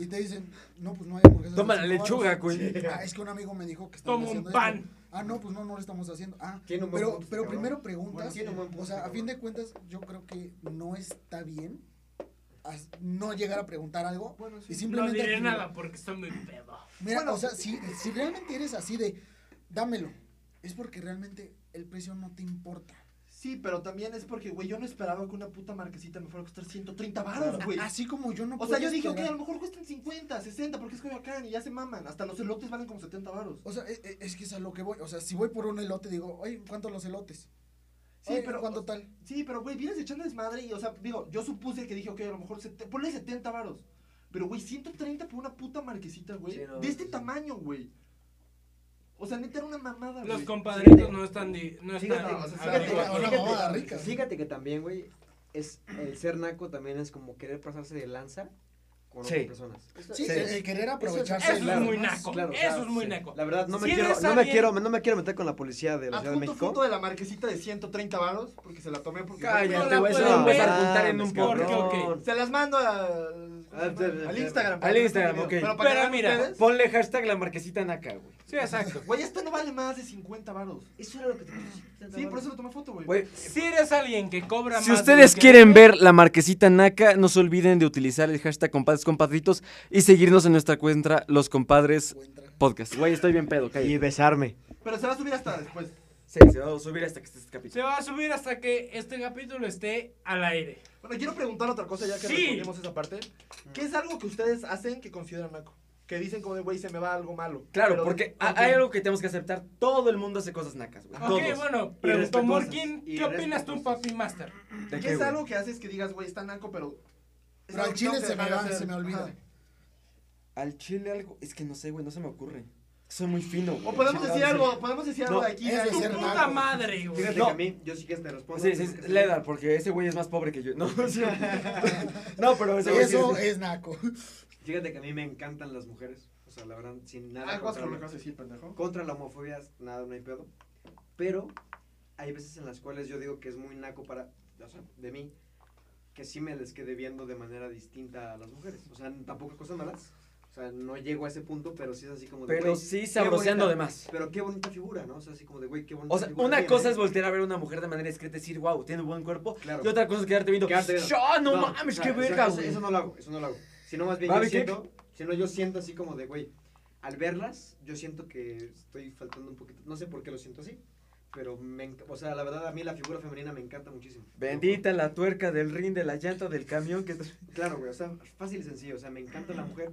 [SPEAKER 3] Y te dicen, no, pues no hay hamburguesas.
[SPEAKER 4] Toma
[SPEAKER 3] de
[SPEAKER 4] la
[SPEAKER 3] cinco
[SPEAKER 4] lechuga,
[SPEAKER 3] varos.
[SPEAKER 4] güey.
[SPEAKER 7] (laughs)
[SPEAKER 3] Ah, es que un amigo me dijo que estamos
[SPEAKER 2] Toma un
[SPEAKER 3] haciendo
[SPEAKER 2] pan.
[SPEAKER 3] esto. Ah, no, pues no, no lo estamos haciendo. Ah,
[SPEAKER 7] Tiene un buen
[SPEAKER 3] pero,
[SPEAKER 7] punto este
[SPEAKER 3] pero
[SPEAKER 7] cabrón.
[SPEAKER 3] primero preguntas.
[SPEAKER 7] Bueno, tiene un buen punto
[SPEAKER 3] o sea,
[SPEAKER 7] este
[SPEAKER 3] a fin
[SPEAKER 7] cabrón.
[SPEAKER 3] de cuentas, yo creo que no está bien as- no llegar a preguntar algo
[SPEAKER 5] Bueno, sí.
[SPEAKER 3] y
[SPEAKER 2] No
[SPEAKER 3] simplemente.
[SPEAKER 2] diré
[SPEAKER 3] adquirirlo.
[SPEAKER 2] nada porque estoy muy pedo.
[SPEAKER 3] Mira, o sea, si, si realmente eres así de, dámelo, es porque realmente el precio no te importa.
[SPEAKER 5] Sí, pero también es porque, güey, yo no esperaba que una puta marquesita me fuera a costar 130 varos, güey.
[SPEAKER 3] Así como yo Ah, no
[SPEAKER 5] O sea,
[SPEAKER 3] puedo
[SPEAKER 5] yo dije, ok,
[SPEAKER 3] esperar-
[SPEAKER 5] a lo mejor cuestan 50, 60, porque es Coyoacán y ya se maman. Hasta los elotes valen como 70 varos.
[SPEAKER 3] O sea, e- e- es, que es a lo que voy. O sea, si voy por un elote, digo, oye, ¿cuántos los elotes?
[SPEAKER 5] Sí,
[SPEAKER 3] Oye,
[SPEAKER 5] pero-
[SPEAKER 3] ¿Cuánto tal?
[SPEAKER 5] Sí, pero güey, vienes echando desmadre y, o sea, digo, yo supuse que dije, ok, a lo mejor sete- ponle 70 varos. Pero, güey, 130 por una puta marquesita, güey.
[SPEAKER 7] Sí, no,
[SPEAKER 5] de este
[SPEAKER 7] sí.
[SPEAKER 5] tamaño, güey. O sea, neta era una mamada,
[SPEAKER 2] Los
[SPEAKER 5] güey.
[SPEAKER 2] compadritos no están. di- no están
[SPEAKER 7] Fíjate,
[SPEAKER 5] o sea,
[SPEAKER 2] averiguados.
[SPEAKER 5] fíjate,
[SPEAKER 3] una mamada rica.
[SPEAKER 7] Fíjate que también, güey, es el ser naco también es como querer pasarse de lanza con
[SPEAKER 4] Sí.
[SPEAKER 7] otras personas. Eso-
[SPEAKER 3] Sí,
[SPEAKER 7] eso-
[SPEAKER 3] el el querer aprovecharse.
[SPEAKER 2] Eso
[SPEAKER 3] de
[SPEAKER 2] es
[SPEAKER 3] los
[SPEAKER 7] claro,
[SPEAKER 2] muy
[SPEAKER 3] demás.
[SPEAKER 2] naco.
[SPEAKER 7] claro,
[SPEAKER 2] Eso
[SPEAKER 7] claro,
[SPEAKER 2] es muy
[SPEAKER 7] sí.
[SPEAKER 2] naco.
[SPEAKER 7] La verdad no me
[SPEAKER 2] Si
[SPEAKER 7] quiero
[SPEAKER 2] eres
[SPEAKER 8] No me
[SPEAKER 2] alguien-
[SPEAKER 8] quiero, no me quiero meter con la policía de la
[SPEAKER 5] Ah,
[SPEAKER 8] Ciudad de
[SPEAKER 5] punto foto
[SPEAKER 8] México.
[SPEAKER 5] de la marquesita de 130 varos, porque se la tomé porque...
[SPEAKER 2] No
[SPEAKER 4] Cállate,
[SPEAKER 2] la
[SPEAKER 4] güey, eso
[SPEAKER 2] pueden
[SPEAKER 4] va a empezar a
[SPEAKER 2] ver.
[SPEAKER 4] juntar en un
[SPEAKER 2] Porque,
[SPEAKER 4] poco.
[SPEAKER 2] ok.
[SPEAKER 5] Se las mando al,
[SPEAKER 7] Ah,
[SPEAKER 5] ¿cómo se llama?
[SPEAKER 7] te-
[SPEAKER 5] al
[SPEAKER 7] te-
[SPEAKER 5] Instagram.
[SPEAKER 4] al
[SPEAKER 5] para que
[SPEAKER 4] Instagram,
[SPEAKER 5] vean
[SPEAKER 4] ok.
[SPEAKER 5] el video.
[SPEAKER 2] Pero
[SPEAKER 5] que vean
[SPEAKER 2] mira,
[SPEAKER 5] ustedes,
[SPEAKER 4] Ponle hashtag la marquesita naca, güey.
[SPEAKER 2] Sí, exacto.
[SPEAKER 5] Güey, esto no vale más de 50 varos.
[SPEAKER 7] Eso era lo que te costó.
[SPEAKER 5] Sí, por eso le tomé foto, güey.
[SPEAKER 4] Güey,
[SPEAKER 2] Si eres alguien que cobra más.
[SPEAKER 8] Si
[SPEAKER 2] de lo
[SPEAKER 8] ustedes
[SPEAKER 2] que-
[SPEAKER 8] quieren ver la marquesita naca, no se olviden de utilizar el hashtag compadres compadritos y seguirnos en nuestra cuenta Los Compadres
[SPEAKER 3] Encuentra.
[SPEAKER 8] Podcast.
[SPEAKER 4] Güey, estoy bien pedo, cállate.
[SPEAKER 8] Y besarme.
[SPEAKER 5] Pero se va a subir hasta después.
[SPEAKER 4] Sí, se va a subir hasta que estés capítulo.
[SPEAKER 2] Se va a subir hasta que este capítulo esté al aire.
[SPEAKER 5] Bueno, quiero preguntar otra cosa ya que
[SPEAKER 2] Sí.
[SPEAKER 5] respondimos esa parte. ¿Qué es algo que ustedes hacen que consideran naco? Que dicen como de, güey, se me va algo malo.
[SPEAKER 4] Claro,
[SPEAKER 5] Pero-
[SPEAKER 4] porque
[SPEAKER 5] ¿con
[SPEAKER 4] a-
[SPEAKER 5] quién?
[SPEAKER 4] hay algo que tenemos que aceptar. Todo el mundo hace cosas nacas, güey.
[SPEAKER 2] Ok,
[SPEAKER 4] Todos.
[SPEAKER 2] bueno, preguntó
[SPEAKER 7] Irrespetuosas.
[SPEAKER 2] Morkin, ¿qué opinas
[SPEAKER 7] Irrespetuosas.
[SPEAKER 2] tú, Papi Master?
[SPEAKER 4] ¿De
[SPEAKER 5] ¿Qué
[SPEAKER 4] qué,
[SPEAKER 5] es
[SPEAKER 4] güey?
[SPEAKER 5] algo que haces que digas, güey, está naco, pero... es
[SPEAKER 3] Pero
[SPEAKER 5] algo
[SPEAKER 3] al
[SPEAKER 5] que
[SPEAKER 3] chile
[SPEAKER 5] tengo que
[SPEAKER 3] se me,
[SPEAKER 5] dejar de
[SPEAKER 3] va,
[SPEAKER 5] hacer?
[SPEAKER 3] se me olvida.
[SPEAKER 5] Ajá.
[SPEAKER 4] Al chile algo. Es que no sé, güey, no se me ocurre. Soy muy fino.
[SPEAKER 5] O podemos decir algo, podemos decir algo
[SPEAKER 4] No,
[SPEAKER 5] de aquí.
[SPEAKER 3] eso
[SPEAKER 5] de
[SPEAKER 3] es
[SPEAKER 5] ahí.
[SPEAKER 2] Tu
[SPEAKER 3] ser
[SPEAKER 2] puta
[SPEAKER 3] naco.
[SPEAKER 2] madre, güey.
[SPEAKER 7] Fíjate
[SPEAKER 4] No.
[SPEAKER 7] que a mí, yo sí que te respondo.
[SPEAKER 4] Sí, sí, sí,
[SPEAKER 7] porque-
[SPEAKER 4] Ledar, porque ese güey es más pobre que yo. (laughs) No, sí. no pero ese güey sí
[SPEAKER 3] Eso
[SPEAKER 4] es-
[SPEAKER 3] es naco.
[SPEAKER 7] Fíjate que a mí me encantan las mujeres. O sea, la verdad, sin nada.
[SPEAKER 5] Ah, ¿cuál
[SPEAKER 7] contra,
[SPEAKER 5] es lo que
[SPEAKER 7] la,
[SPEAKER 5] vas a decir, pendejo?
[SPEAKER 7] contra la homofobia, nada, no hay pedo. Pero hay veces en las cuales yo digo que es muy naco para, o sea, de mí, que sí me les quede viendo de manera distinta a las mujeres. O sea, tampoco cosas malas. O sea, no llego a ese punto, pero sí es así como de.
[SPEAKER 4] Pero
[SPEAKER 7] güey,
[SPEAKER 4] sí
[SPEAKER 7] qué
[SPEAKER 4] sabroseando de
[SPEAKER 7] bonita-
[SPEAKER 4] más.
[SPEAKER 7] Pero qué bonita figura, ¿no? O sea, así como de, güey, qué bonita
[SPEAKER 4] O sea,
[SPEAKER 7] figura
[SPEAKER 4] una
[SPEAKER 7] tiene,
[SPEAKER 4] cosa
[SPEAKER 7] ¿eh?
[SPEAKER 4] es voltear a ver a una mujer de manera discreta y decir, wow, tiene un buen cuerpo.
[SPEAKER 7] Claro.
[SPEAKER 4] Y otra cosa es quedarte viendo,
[SPEAKER 7] Quedarte viendo.
[SPEAKER 4] ¡Ya, no,
[SPEAKER 7] No,
[SPEAKER 4] mames,
[SPEAKER 7] o sea,
[SPEAKER 4] qué
[SPEAKER 7] o sea,
[SPEAKER 4] verga,
[SPEAKER 7] eso-
[SPEAKER 4] güey!
[SPEAKER 7] Eso no lo hago, eso no lo hago. Sino más bien yo
[SPEAKER 4] Babi, ¿qué?
[SPEAKER 7] siento, sino yo siento así como de, güey, al verlas, yo siento que estoy faltando un poquito, no sé por qué lo siento así, pero me, enc- o sea, la verdad a mí la figura femenina me encanta muchísimo.
[SPEAKER 4] Bendita la tuerca del ring, de la llanta, del camión que...
[SPEAKER 7] (laughs)
[SPEAKER 4] tra-
[SPEAKER 7] Claro, güey, o sea, fácil y sencillo, o sea, me encanta la mujer,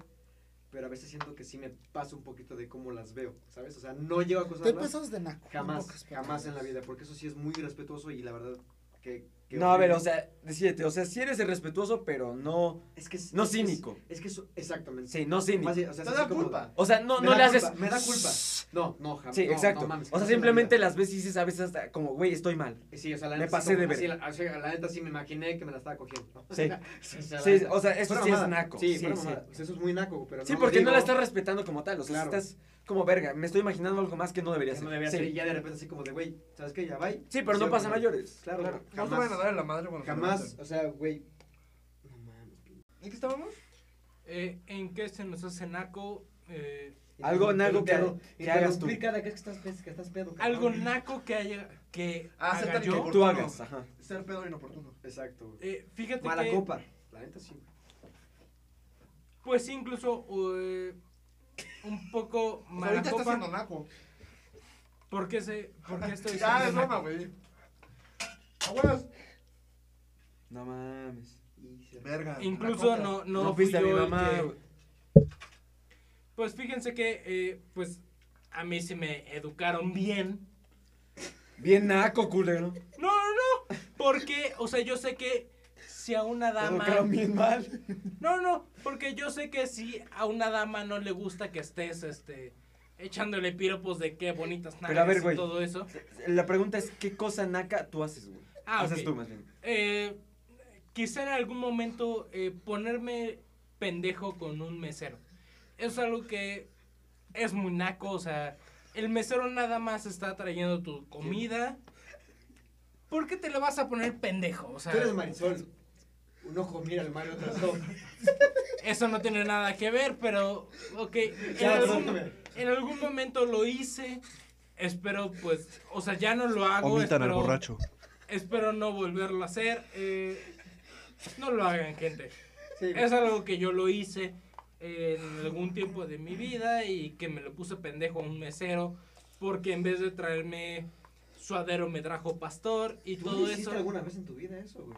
[SPEAKER 7] pero a veces siento que sí me pasa un poquito de cómo las veo, ¿sabes? O sea, no llego a
[SPEAKER 3] Te
[SPEAKER 7] cosas
[SPEAKER 3] pasas de naco. en
[SPEAKER 7] jamás,
[SPEAKER 3] pocas
[SPEAKER 7] jamás en la
[SPEAKER 3] palabras.
[SPEAKER 7] vida, porque eso sí es muy irrespetuoso y la verdad que... que
[SPEAKER 4] No, a ver,
[SPEAKER 7] horrible.
[SPEAKER 4] o sea, decídete, o sea, sí eres irrespetuoso, pero no...
[SPEAKER 7] es que es-
[SPEAKER 4] no
[SPEAKER 7] es que es-
[SPEAKER 4] cínico.
[SPEAKER 7] Es que eso, exactamente.
[SPEAKER 4] Sí, no cínico.
[SPEAKER 7] Pues, Más bien, O sea,
[SPEAKER 5] Te
[SPEAKER 7] es
[SPEAKER 5] da
[SPEAKER 7] así como de-
[SPEAKER 5] culpa.
[SPEAKER 4] O sea, no,
[SPEAKER 7] Me
[SPEAKER 4] no
[SPEAKER 7] da
[SPEAKER 4] le haces...
[SPEAKER 7] culpa, me da culpa. No, no, jamás.
[SPEAKER 4] Sí,
[SPEAKER 7] no,
[SPEAKER 4] exacto.
[SPEAKER 7] no mames,
[SPEAKER 4] o sea,
[SPEAKER 7] jamás en la
[SPEAKER 4] simplemente
[SPEAKER 7] vida.
[SPEAKER 4] las ves y dices a veces hasta como, güey, estoy mal.
[SPEAKER 7] Sí, o sea, la
[SPEAKER 4] me
[SPEAKER 7] neta sí
[SPEAKER 4] pasé
[SPEAKER 7] como-
[SPEAKER 4] de
[SPEAKER 7] así,
[SPEAKER 4] ver.
[SPEAKER 7] la- o sea, la neta sí me imaginé que me la estaba cogiendo. ¿no?
[SPEAKER 4] Sí.
[SPEAKER 7] (laughs) o sea, la
[SPEAKER 4] Sí,
[SPEAKER 7] neta.
[SPEAKER 4] o sea, eso
[SPEAKER 7] Fuera
[SPEAKER 4] sí es
[SPEAKER 7] mamada.
[SPEAKER 4] naco.
[SPEAKER 7] Sí,
[SPEAKER 4] Sí,
[SPEAKER 7] fuera
[SPEAKER 4] sí.
[SPEAKER 7] mamada. O sea, eso es muy naco, pero
[SPEAKER 4] Sí,
[SPEAKER 7] no lo
[SPEAKER 4] porque no la
[SPEAKER 7] digo,
[SPEAKER 4] estás respetando como tal, o sea,
[SPEAKER 7] Claro.
[SPEAKER 4] estás como verga, me estoy imaginando algo más que no debería
[SPEAKER 7] que
[SPEAKER 4] ser.
[SPEAKER 7] no debería
[SPEAKER 4] sí.
[SPEAKER 7] ser, y ya de repente así como de, güey, ¿sabes qué? Ya va.
[SPEAKER 4] Sí, pero no pasa mayores.
[SPEAKER 7] Claro,
[SPEAKER 5] Claro,
[SPEAKER 7] güey,
[SPEAKER 5] no te vayan a dar
[SPEAKER 7] Jamás.
[SPEAKER 5] en la madre cuando se
[SPEAKER 7] Jamás,
[SPEAKER 5] levanten.
[SPEAKER 7] o sea, güey. No mames.
[SPEAKER 5] ¿En qué estábamos?
[SPEAKER 2] Eh, ¿En qué se nos hace naco? Eh,
[SPEAKER 4] Algo naco que-
[SPEAKER 7] Interrum-
[SPEAKER 4] que hagas tú.
[SPEAKER 7] interrumpir cada vez que estás, pe- que estás pedo.
[SPEAKER 2] algo
[SPEAKER 7] cabrón.
[SPEAKER 2] naco que haya que
[SPEAKER 5] Ah,
[SPEAKER 2] haga
[SPEAKER 5] aceptar que
[SPEAKER 2] yo.
[SPEAKER 5] por-
[SPEAKER 4] Tú hagas, ajá.
[SPEAKER 5] Ser pedo inoportuno.
[SPEAKER 7] Exacto, güey.
[SPEAKER 2] Eh, fíjate
[SPEAKER 7] Mala
[SPEAKER 2] que,
[SPEAKER 7] copa. La neta sí.
[SPEAKER 2] pues sí, incluso eh, un poco
[SPEAKER 5] O sea, Pues ahorita
[SPEAKER 2] mala
[SPEAKER 5] estás
[SPEAKER 2] copa.
[SPEAKER 5] siendo naco.
[SPEAKER 2] ¿Por qué se, por qué estoy
[SPEAKER 5] (laughs) Ya,
[SPEAKER 2] siendo
[SPEAKER 5] Ah, es
[SPEAKER 2] naco?
[SPEAKER 5] broma, güey. Abuelos.
[SPEAKER 4] No mames.
[SPEAKER 7] Y se-
[SPEAKER 5] Verga.
[SPEAKER 2] Incluso
[SPEAKER 5] nacotas.
[SPEAKER 2] no, no,
[SPEAKER 4] No,
[SPEAKER 2] fui
[SPEAKER 4] fuiste a mi
[SPEAKER 2] yo el
[SPEAKER 4] mamá.
[SPEAKER 2] que-
[SPEAKER 4] güey.
[SPEAKER 2] Pues fíjense que, eh, pues, a mí sí me educaron bien.
[SPEAKER 4] Bien naco, culero.
[SPEAKER 2] No, no, no, porque, o sea, yo sé que si a una
[SPEAKER 4] Te
[SPEAKER 2] dama...
[SPEAKER 4] tocaron bien mal.
[SPEAKER 2] No, no, porque yo sé que si a una dama no le gusta que estés, este, echándole piropos de qué bonitas
[SPEAKER 4] Pero a
[SPEAKER 2] nalgas
[SPEAKER 4] ver,
[SPEAKER 2] y
[SPEAKER 4] güey.
[SPEAKER 2] todo eso.
[SPEAKER 4] La pregunta es, ¿qué cosa naca tú haces, güey?
[SPEAKER 2] Ah,
[SPEAKER 4] haces
[SPEAKER 2] ok.
[SPEAKER 4] tú, más bien.
[SPEAKER 2] Eh, quizá en algún momento eh, ponerme pendejo con un mesero. Es algo que es muy naco, o sea, el mesero nada más está trayendo tu comida. ¿Por qué te le vas a poner pendejo? O sea,
[SPEAKER 7] Tú eres Marisol. Un ojo mira al mar y otro no.
[SPEAKER 2] eso no tiene nada que ver, pero, ok, en
[SPEAKER 7] Ya,
[SPEAKER 2] algún,
[SPEAKER 7] perdóname.
[SPEAKER 2] en algún momento lo hice, espero pues, o sea, ya no lo hago. espero- Espero no volverlo a hacer. eh, no lo hagan, gente.
[SPEAKER 7] Sí,
[SPEAKER 2] Es algo que yo lo hice en algún tiempo de mi vida y que me lo puse pendejo a un mesero porque en vez de traerme suadero me trajo pastor y
[SPEAKER 7] ¿Tú
[SPEAKER 2] todo
[SPEAKER 7] hiciste
[SPEAKER 2] eso.
[SPEAKER 7] alguna vez en tu vida eso, güey?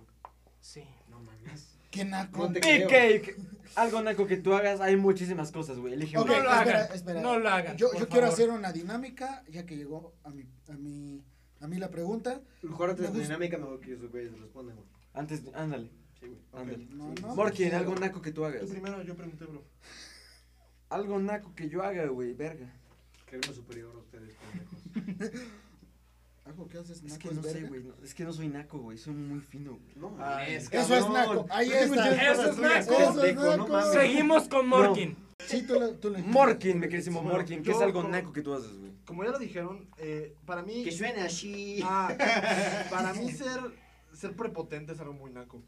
[SPEAKER 2] Sí.
[SPEAKER 7] No mames.
[SPEAKER 3] Qué naco.
[SPEAKER 7] No te
[SPEAKER 4] Big
[SPEAKER 7] creo.
[SPEAKER 4] cake. Algo naco que tú hagas, hay muchísimas cosas, güey. Elige
[SPEAKER 3] Ok,
[SPEAKER 2] No
[SPEAKER 4] una.
[SPEAKER 2] lo
[SPEAKER 3] espera,
[SPEAKER 2] hagan,
[SPEAKER 3] espera.
[SPEAKER 2] no lo hagan,
[SPEAKER 3] Yo,
[SPEAKER 2] por
[SPEAKER 3] yo quiero
[SPEAKER 2] favor.
[SPEAKER 3] hacer una dinámica, ya que llegó a mi, a mi, a mí la pregunta.
[SPEAKER 7] Mejor antes de
[SPEAKER 3] Me
[SPEAKER 7] tu
[SPEAKER 3] gusta.
[SPEAKER 7] dinámica, mejor que esos güeyes respondan, güey.
[SPEAKER 4] Antes, ándale.
[SPEAKER 7] Sí, güey.
[SPEAKER 4] Ándale.
[SPEAKER 3] No, no.
[SPEAKER 4] Morkin, algo naco que tú hagas.
[SPEAKER 5] Tú primero, yo pregunté, bro.
[SPEAKER 4] Algo naco que yo haga, güey, verga.
[SPEAKER 7] Creerme superior a ustedes, pues, pendejos.
[SPEAKER 3] Algo que haces naco
[SPEAKER 4] Es que no
[SPEAKER 3] verga.
[SPEAKER 4] sé, güey. no- es que no soy naco, güey. Soy muy
[SPEAKER 7] (laughs)
[SPEAKER 4] fino, güey.
[SPEAKER 7] No
[SPEAKER 5] Ah,
[SPEAKER 7] mames.
[SPEAKER 3] Eso es naco. Ahí está.
[SPEAKER 2] Eso es naco.
[SPEAKER 3] Eso es
[SPEAKER 7] pendejo, no
[SPEAKER 3] naco.
[SPEAKER 7] mames.
[SPEAKER 2] Seguimos con Morkin.
[SPEAKER 3] Sí, tú lo, tú lo
[SPEAKER 4] Morkin, mi queridísimo
[SPEAKER 5] Sí,
[SPEAKER 4] Morkin.
[SPEAKER 5] bueno,
[SPEAKER 4] ¿Qué es
[SPEAKER 5] yo
[SPEAKER 4] algo
[SPEAKER 5] como-
[SPEAKER 4] naco que tú haces, güey?
[SPEAKER 5] Como ya lo dijeron, eh, para mí.
[SPEAKER 7] Que suene así.
[SPEAKER 5] (laughs) Ah,
[SPEAKER 3] (laughs)
[SPEAKER 5] para mí ser, ser prepotente es algo muy naco.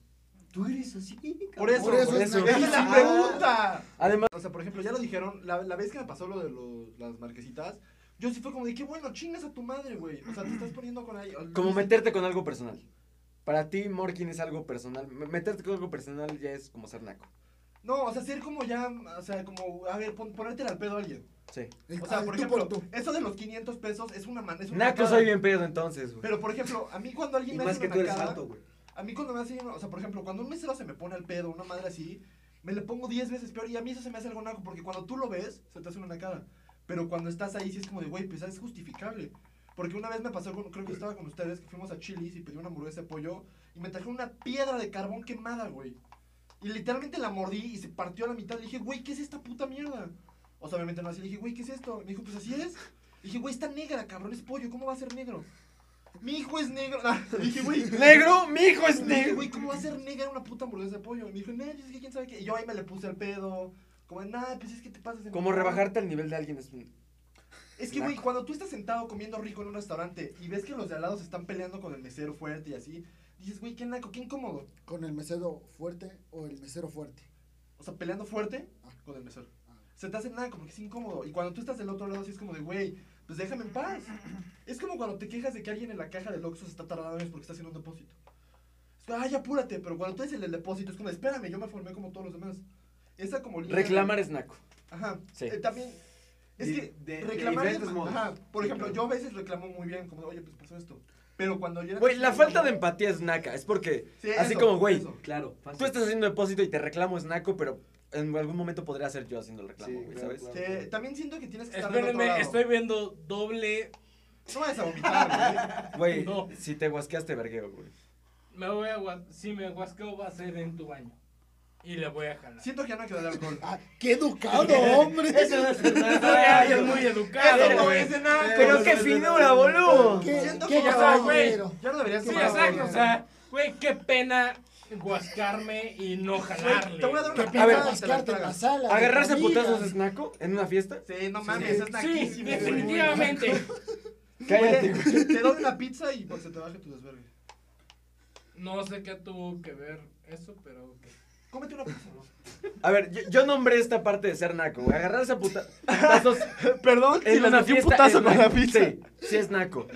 [SPEAKER 7] Tú eres así. cabrón.
[SPEAKER 5] Por eso,
[SPEAKER 3] Por eso es Ah,
[SPEAKER 5] ¡Esa es la
[SPEAKER 3] naquísimo.
[SPEAKER 5] pregunta!
[SPEAKER 4] Además,
[SPEAKER 5] O sea, por ejemplo, ya lo dijeron, la, la vez que me pasó lo de los- las marquesitas, yo sí fue como de, qué bueno, chingas a tu madre, güey. O sea, te estás poniendo con ahí.
[SPEAKER 4] como meterte con algo personal. Para ti, Morkin es algo personal. Me- Meterte con algo personal ya es como ser naco.
[SPEAKER 5] No, o sea, ser como ya, o sea, como, a ver, pon, ponértela al pedo a alguien.
[SPEAKER 4] Sí.
[SPEAKER 5] O sea, por
[SPEAKER 3] tú por
[SPEAKER 5] ejemplo,
[SPEAKER 3] tú.
[SPEAKER 5] eso de los 500 pesos es una man, es una
[SPEAKER 4] Naco
[SPEAKER 5] nacada.
[SPEAKER 4] soy bien pedo entonces, güey.
[SPEAKER 5] Pero, por ejemplo, a mí cuando alguien
[SPEAKER 7] Y
[SPEAKER 5] me
[SPEAKER 7] más
[SPEAKER 5] hace
[SPEAKER 7] que
[SPEAKER 5] una
[SPEAKER 7] tú eres
[SPEAKER 5] nacada,
[SPEAKER 7] alto, güey.
[SPEAKER 5] A mí cuando me hace, o sea, por ejemplo, cuando un mesero se me pone al pedo, una madre así, me le pongo 10 veces peor y a mí eso se me hace algo naco, porque cuando tú lo ves, se te hace una cara. Pero cuando estás ahí sí es como de, güey, pues es justificable. Porque una vez me pasó, con-
[SPEAKER 7] Pues
[SPEAKER 5] creo que estaba con ustedes, que fuimos a Chili's y pedí una hamburguesa de pollo y me trajeron una piedra de carbón quemada, güey. Y literalmente la mordí y se partió a la mitad. Y dije, güey, ¿qué es esta puta mierda? O sea, obviamente no así. Le dije, güey, ¿qué es esto? Me dijo, pues así es. Le dije, güey, está negra, cabrón, es pollo, ¿cómo va a ser negro? Mi hijo es negro. (laughs) Ah, le dije, güey.
[SPEAKER 2] Negro, mi hijo es
[SPEAKER 5] Le dije,
[SPEAKER 2] negro.
[SPEAKER 5] güey, ¿cómo va a ser negra una puta hamburguesa de pollo? Y me dijo, no, pues es que quién sabe qué. Y yo ahí me le puse el pedo. Como, nada, pues es que te pasas. de
[SPEAKER 4] Como
[SPEAKER 5] mamón".
[SPEAKER 4] rebajarte al nivel de alguien es un-
[SPEAKER 5] Es que, güey, cuando tú estás sentado comiendo rico en un restaurante y ves que los de al lado se están peleando con el mesero fuerte y así, dices, güey, qué naco, qué incómodo.
[SPEAKER 3] Con el mesero fuerte o el mesero fuerte.
[SPEAKER 5] O sea, peleando fuerte
[SPEAKER 3] Ah.
[SPEAKER 5] con el mesero.
[SPEAKER 3] Ah.
[SPEAKER 5] Se te hace naco porque es incómodo. Y cuando tú estás del otro lado, así es como de, güey, pues déjame en paz. Es como cuando te quejas de que alguien en la caja del Oxxo se está tardando años porque está haciendo un depósito. Es como, ay, apúrate, pero cuando tú eres el del depósito, es como, espérame, yo me formé como todos los demás. Esa como línea-
[SPEAKER 4] Reclamar es naco.
[SPEAKER 5] Ajá.
[SPEAKER 4] Sí.
[SPEAKER 5] Eh, también. Es
[SPEAKER 7] De-
[SPEAKER 5] que
[SPEAKER 7] de- de
[SPEAKER 5] reclamar.
[SPEAKER 7] diferentes
[SPEAKER 5] es-
[SPEAKER 7] modos.
[SPEAKER 5] ajá. Por
[SPEAKER 7] Sí,
[SPEAKER 5] ejemplo,
[SPEAKER 7] claro.
[SPEAKER 5] yo a veces reclamo muy bien, como, oye, pues pasó esto. Pero cuando yo. era-
[SPEAKER 4] Güey, la falta de empatía es naca. Es porque,
[SPEAKER 5] Sí,
[SPEAKER 4] así
[SPEAKER 5] eso,
[SPEAKER 4] como, güey,
[SPEAKER 5] eso.
[SPEAKER 7] Claro, fácil.
[SPEAKER 4] tú estás haciendo depósito y te reclamo es naco, pero en algún momento podría ser yo haciendo el reclamo,
[SPEAKER 7] Sí,
[SPEAKER 4] güey,
[SPEAKER 7] claro,
[SPEAKER 4] ¿sabes?
[SPEAKER 7] claro.
[SPEAKER 5] Sí, Eh, también siento que tienes que estar del otro
[SPEAKER 2] Espérenme,
[SPEAKER 5] lado.
[SPEAKER 2] estoy viendo doble.
[SPEAKER 5] No vayas a vomitar,
[SPEAKER 4] Güey,
[SPEAKER 2] No.
[SPEAKER 4] si te guasqueaste, vergueo, güey.
[SPEAKER 2] Me voy a gua- Si me guasqueo, va a ser en tu baño. Y le voy a jalar.
[SPEAKER 5] güey. Siento que ya no hay que darle alcohol.
[SPEAKER 3] ¡Ah, qué (laughs) educado, hombre!
[SPEAKER 2] Ay,
[SPEAKER 5] (laughs)
[SPEAKER 2] es muy educado, güey.
[SPEAKER 4] Pero qué finura, boludo.
[SPEAKER 3] ¡Qué,
[SPEAKER 5] Siento
[SPEAKER 3] qué
[SPEAKER 2] que ya,
[SPEAKER 3] caballero!
[SPEAKER 5] Ya no deberías
[SPEAKER 2] Sí,
[SPEAKER 5] tomar
[SPEAKER 2] exacto.
[SPEAKER 5] alcohol.
[SPEAKER 2] O sea, güey, qué pena guascarme y no jalarle.
[SPEAKER 5] Güey, Te voy a dar
[SPEAKER 3] ¡Qué
[SPEAKER 5] una
[SPEAKER 3] pena
[SPEAKER 5] pena
[SPEAKER 3] rascarte en la sala! de
[SPEAKER 4] ¿Agarrarse a
[SPEAKER 3] tu amiga.
[SPEAKER 4] putazos es naco en una fiesta?
[SPEAKER 5] Sí, no mames, es
[SPEAKER 2] Sí,
[SPEAKER 5] naquísimo, güey.
[SPEAKER 2] definitivamente.
[SPEAKER 4] Cállate, güey.
[SPEAKER 5] Te doy una pizza y pues se te baje tu desvergue.
[SPEAKER 2] No sé qué tuvo que ver eso, pero. ok.
[SPEAKER 5] Cómete una pizza, ¿no?
[SPEAKER 4] A ver, yo, yo nombré esta parte de ser naco, güey. Agarrarse a puta- (laughs) putazos
[SPEAKER 5] Perdón,
[SPEAKER 4] en una
[SPEAKER 5] metí
[SPEAKER 4] fiesta. es naco. Sí, sí es naco.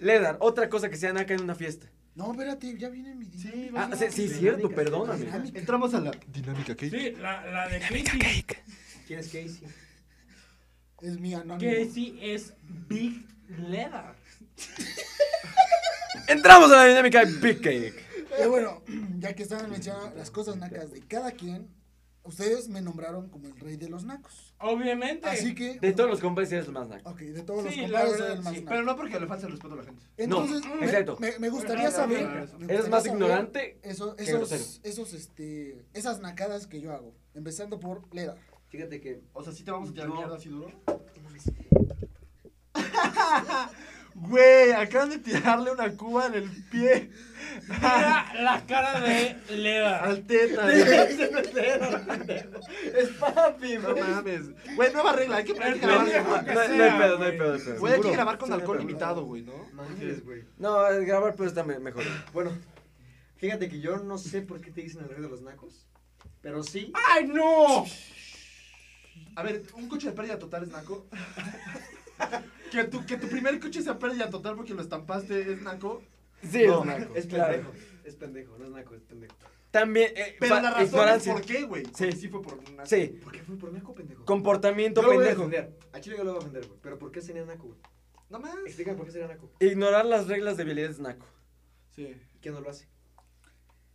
[SPEAKER 4] Ledar, otra cosa que sea naca en una fiesta.
[SPEAKER 3] No, espérate, ya viene mi dinámica.
[SPEAKER 5] Sí, pues,
[SPEAKER 4] Ah,
[SPEAKER 5] vas a-
[SPEAKER 4] sí, sí, cierto, perdóname.
[SPEAKER 3] Dinámica.
[SPEAKER 5] Entramos a la dinámica que
[SPEAKER 2] Sí, la, la de Casey.
[SPEAKER 7] ¿Quién es Casey?
[SPEAKER 3] Es mi anónimo.
[SPEAKER 2] Casey es Big Leather.
[SPEAKER 4] Entramos a la dinámica de Big Cake.
[SPEAKER 3] Eh, bueno, ya que estaban mencionando las cosas nacas de cada quien, ustedes me nombraron como el rey de los nacos.
[SPEAKER 2] Obviamente.
[SPEAKER 5] Ah,
[SPEAKER 3] Así que.
[SPEAKER 4] De todos los compas, eres el más naco.
[SPEAKER 3] Ok, de todos los
[SPEAKER 2] Sí, la
[SPEAKER 3] compadres soy
[SPEAKER 2] verdad,
[SPEAKER 3] el más
[SPEAKER 2] sí,
[SPEAKER 3] naco.
[SPEAKER 5] Pero no porque le falte el respeto a la gente.
[SPEAKER 3] Entonces,
[SPEAKER 4] No,
[SPEAKER 3] me-
[SPEAKER 4] exacto.
[SPEAKER 3] Me, me gustaría
[SPEAKER 2] Bueno,
[SPEAKER 3] saber.
[SPEAKER 2] no, no, no,
[SPEAKER 3] me
[SPEAKER 2] eso.
[SPEAKER 3] gustaría
[SPEAKER 4] Eres más
[SPEAKER 3] saber
[SPEAKER 4] ignorante.
[SPEAKER 3] Eso,
[SPEAKER 4] que
[SPEAKER 3] esos,
[SPEAKER 4] grosero.
[SPEAKER 3] esos, este, esas nacadas que yo hago. Empezando por Leda.
[SPEAKER 7] Fíjate que
[SPEAKER 5] O sea, sí te vamos a tirar
[SPEAKER 7] No.
[SPEAKER 5] mierda así duro. Güey, acaban de tirarle una cuba en el pie
[SPEAKER 2] Mira la cara de Leda.
[SPEAKER 5] al teta. (laughs)
[SPEAKER 4] Es papi,
[SPEAKER 5] No mames. Güey, nueva regla, hay que hay que
[SPEAKER 2] No,
[SPEAKER 5] grabar.
[SPEAKER 2] no,
[SPEAKER 4] No, no hay pedo, no hay pedo, no hay pedo.
[SPEAKER 5] Güey, hay que
[SPEAKER 4] Seguro.
[SPEAKER 5] grabar con
[SPEAKER 4] Sí, no hay
[SPEAKER 5] alcohol
[SPEAKER 4] pedo.
[SPEAKER 5] limitado, güey, ¿no?
[SPEAKER 7] manches, güey.
[SPEAKER 4] No, el grabar pues está me- mejor.
[SPEAKER 7] Bueno, fíjate que yo no sé por qué te dicen el rey de los nacos, pero sí.
[SPEAKER 2] ¡Ay, no!
[SPEAKER 5] A ver, un coche de pérdida total es naco. (laughs) que, tu, que tu primer coche sea pérdida total porque lo estampaste es naco.
[SPEAKER 4] Sí,
[SPEAKER 7] no,
[SPEAKER 4] es naco.
[SPEAKER 7] Es pendejo. Es pendejo, no es naco, es pendejo.
[SPEAKER 4] También, eh,
[SPEAKER 5] Pero
[SPEAKER 4] fa-
[SPEAKER 5] la razón es
[SPEAKER 4] ignorancia.
[SPEAKER 5] por qué, güey.
[SPEAKER 4] Sí.
[SPEAKER 5] Sí, sí fue por naco.
[SPEAKER 4] Sí,
[SPEAKER 7] ¿Por qué fue por naco, pendejo?
[SPEAKER 4] comportamiento
[SPEAKER 7] Yo lo voy a
[SPEAKER 4] pendejo.
[SPEAKER 7] defender. A Chile yo lo voy a ofender, güey. Pero ¿por qué sería naco, güey?
[SPEAKER 5] No más.
[SPEAKER 7] Explícame por qué sería naco.
[SPEAKER 4] Ignorar las reglas de habilidad es naco.
[SPEAKER 5] Sí,
[SPEAKER 7] ¿Quién no lo hace?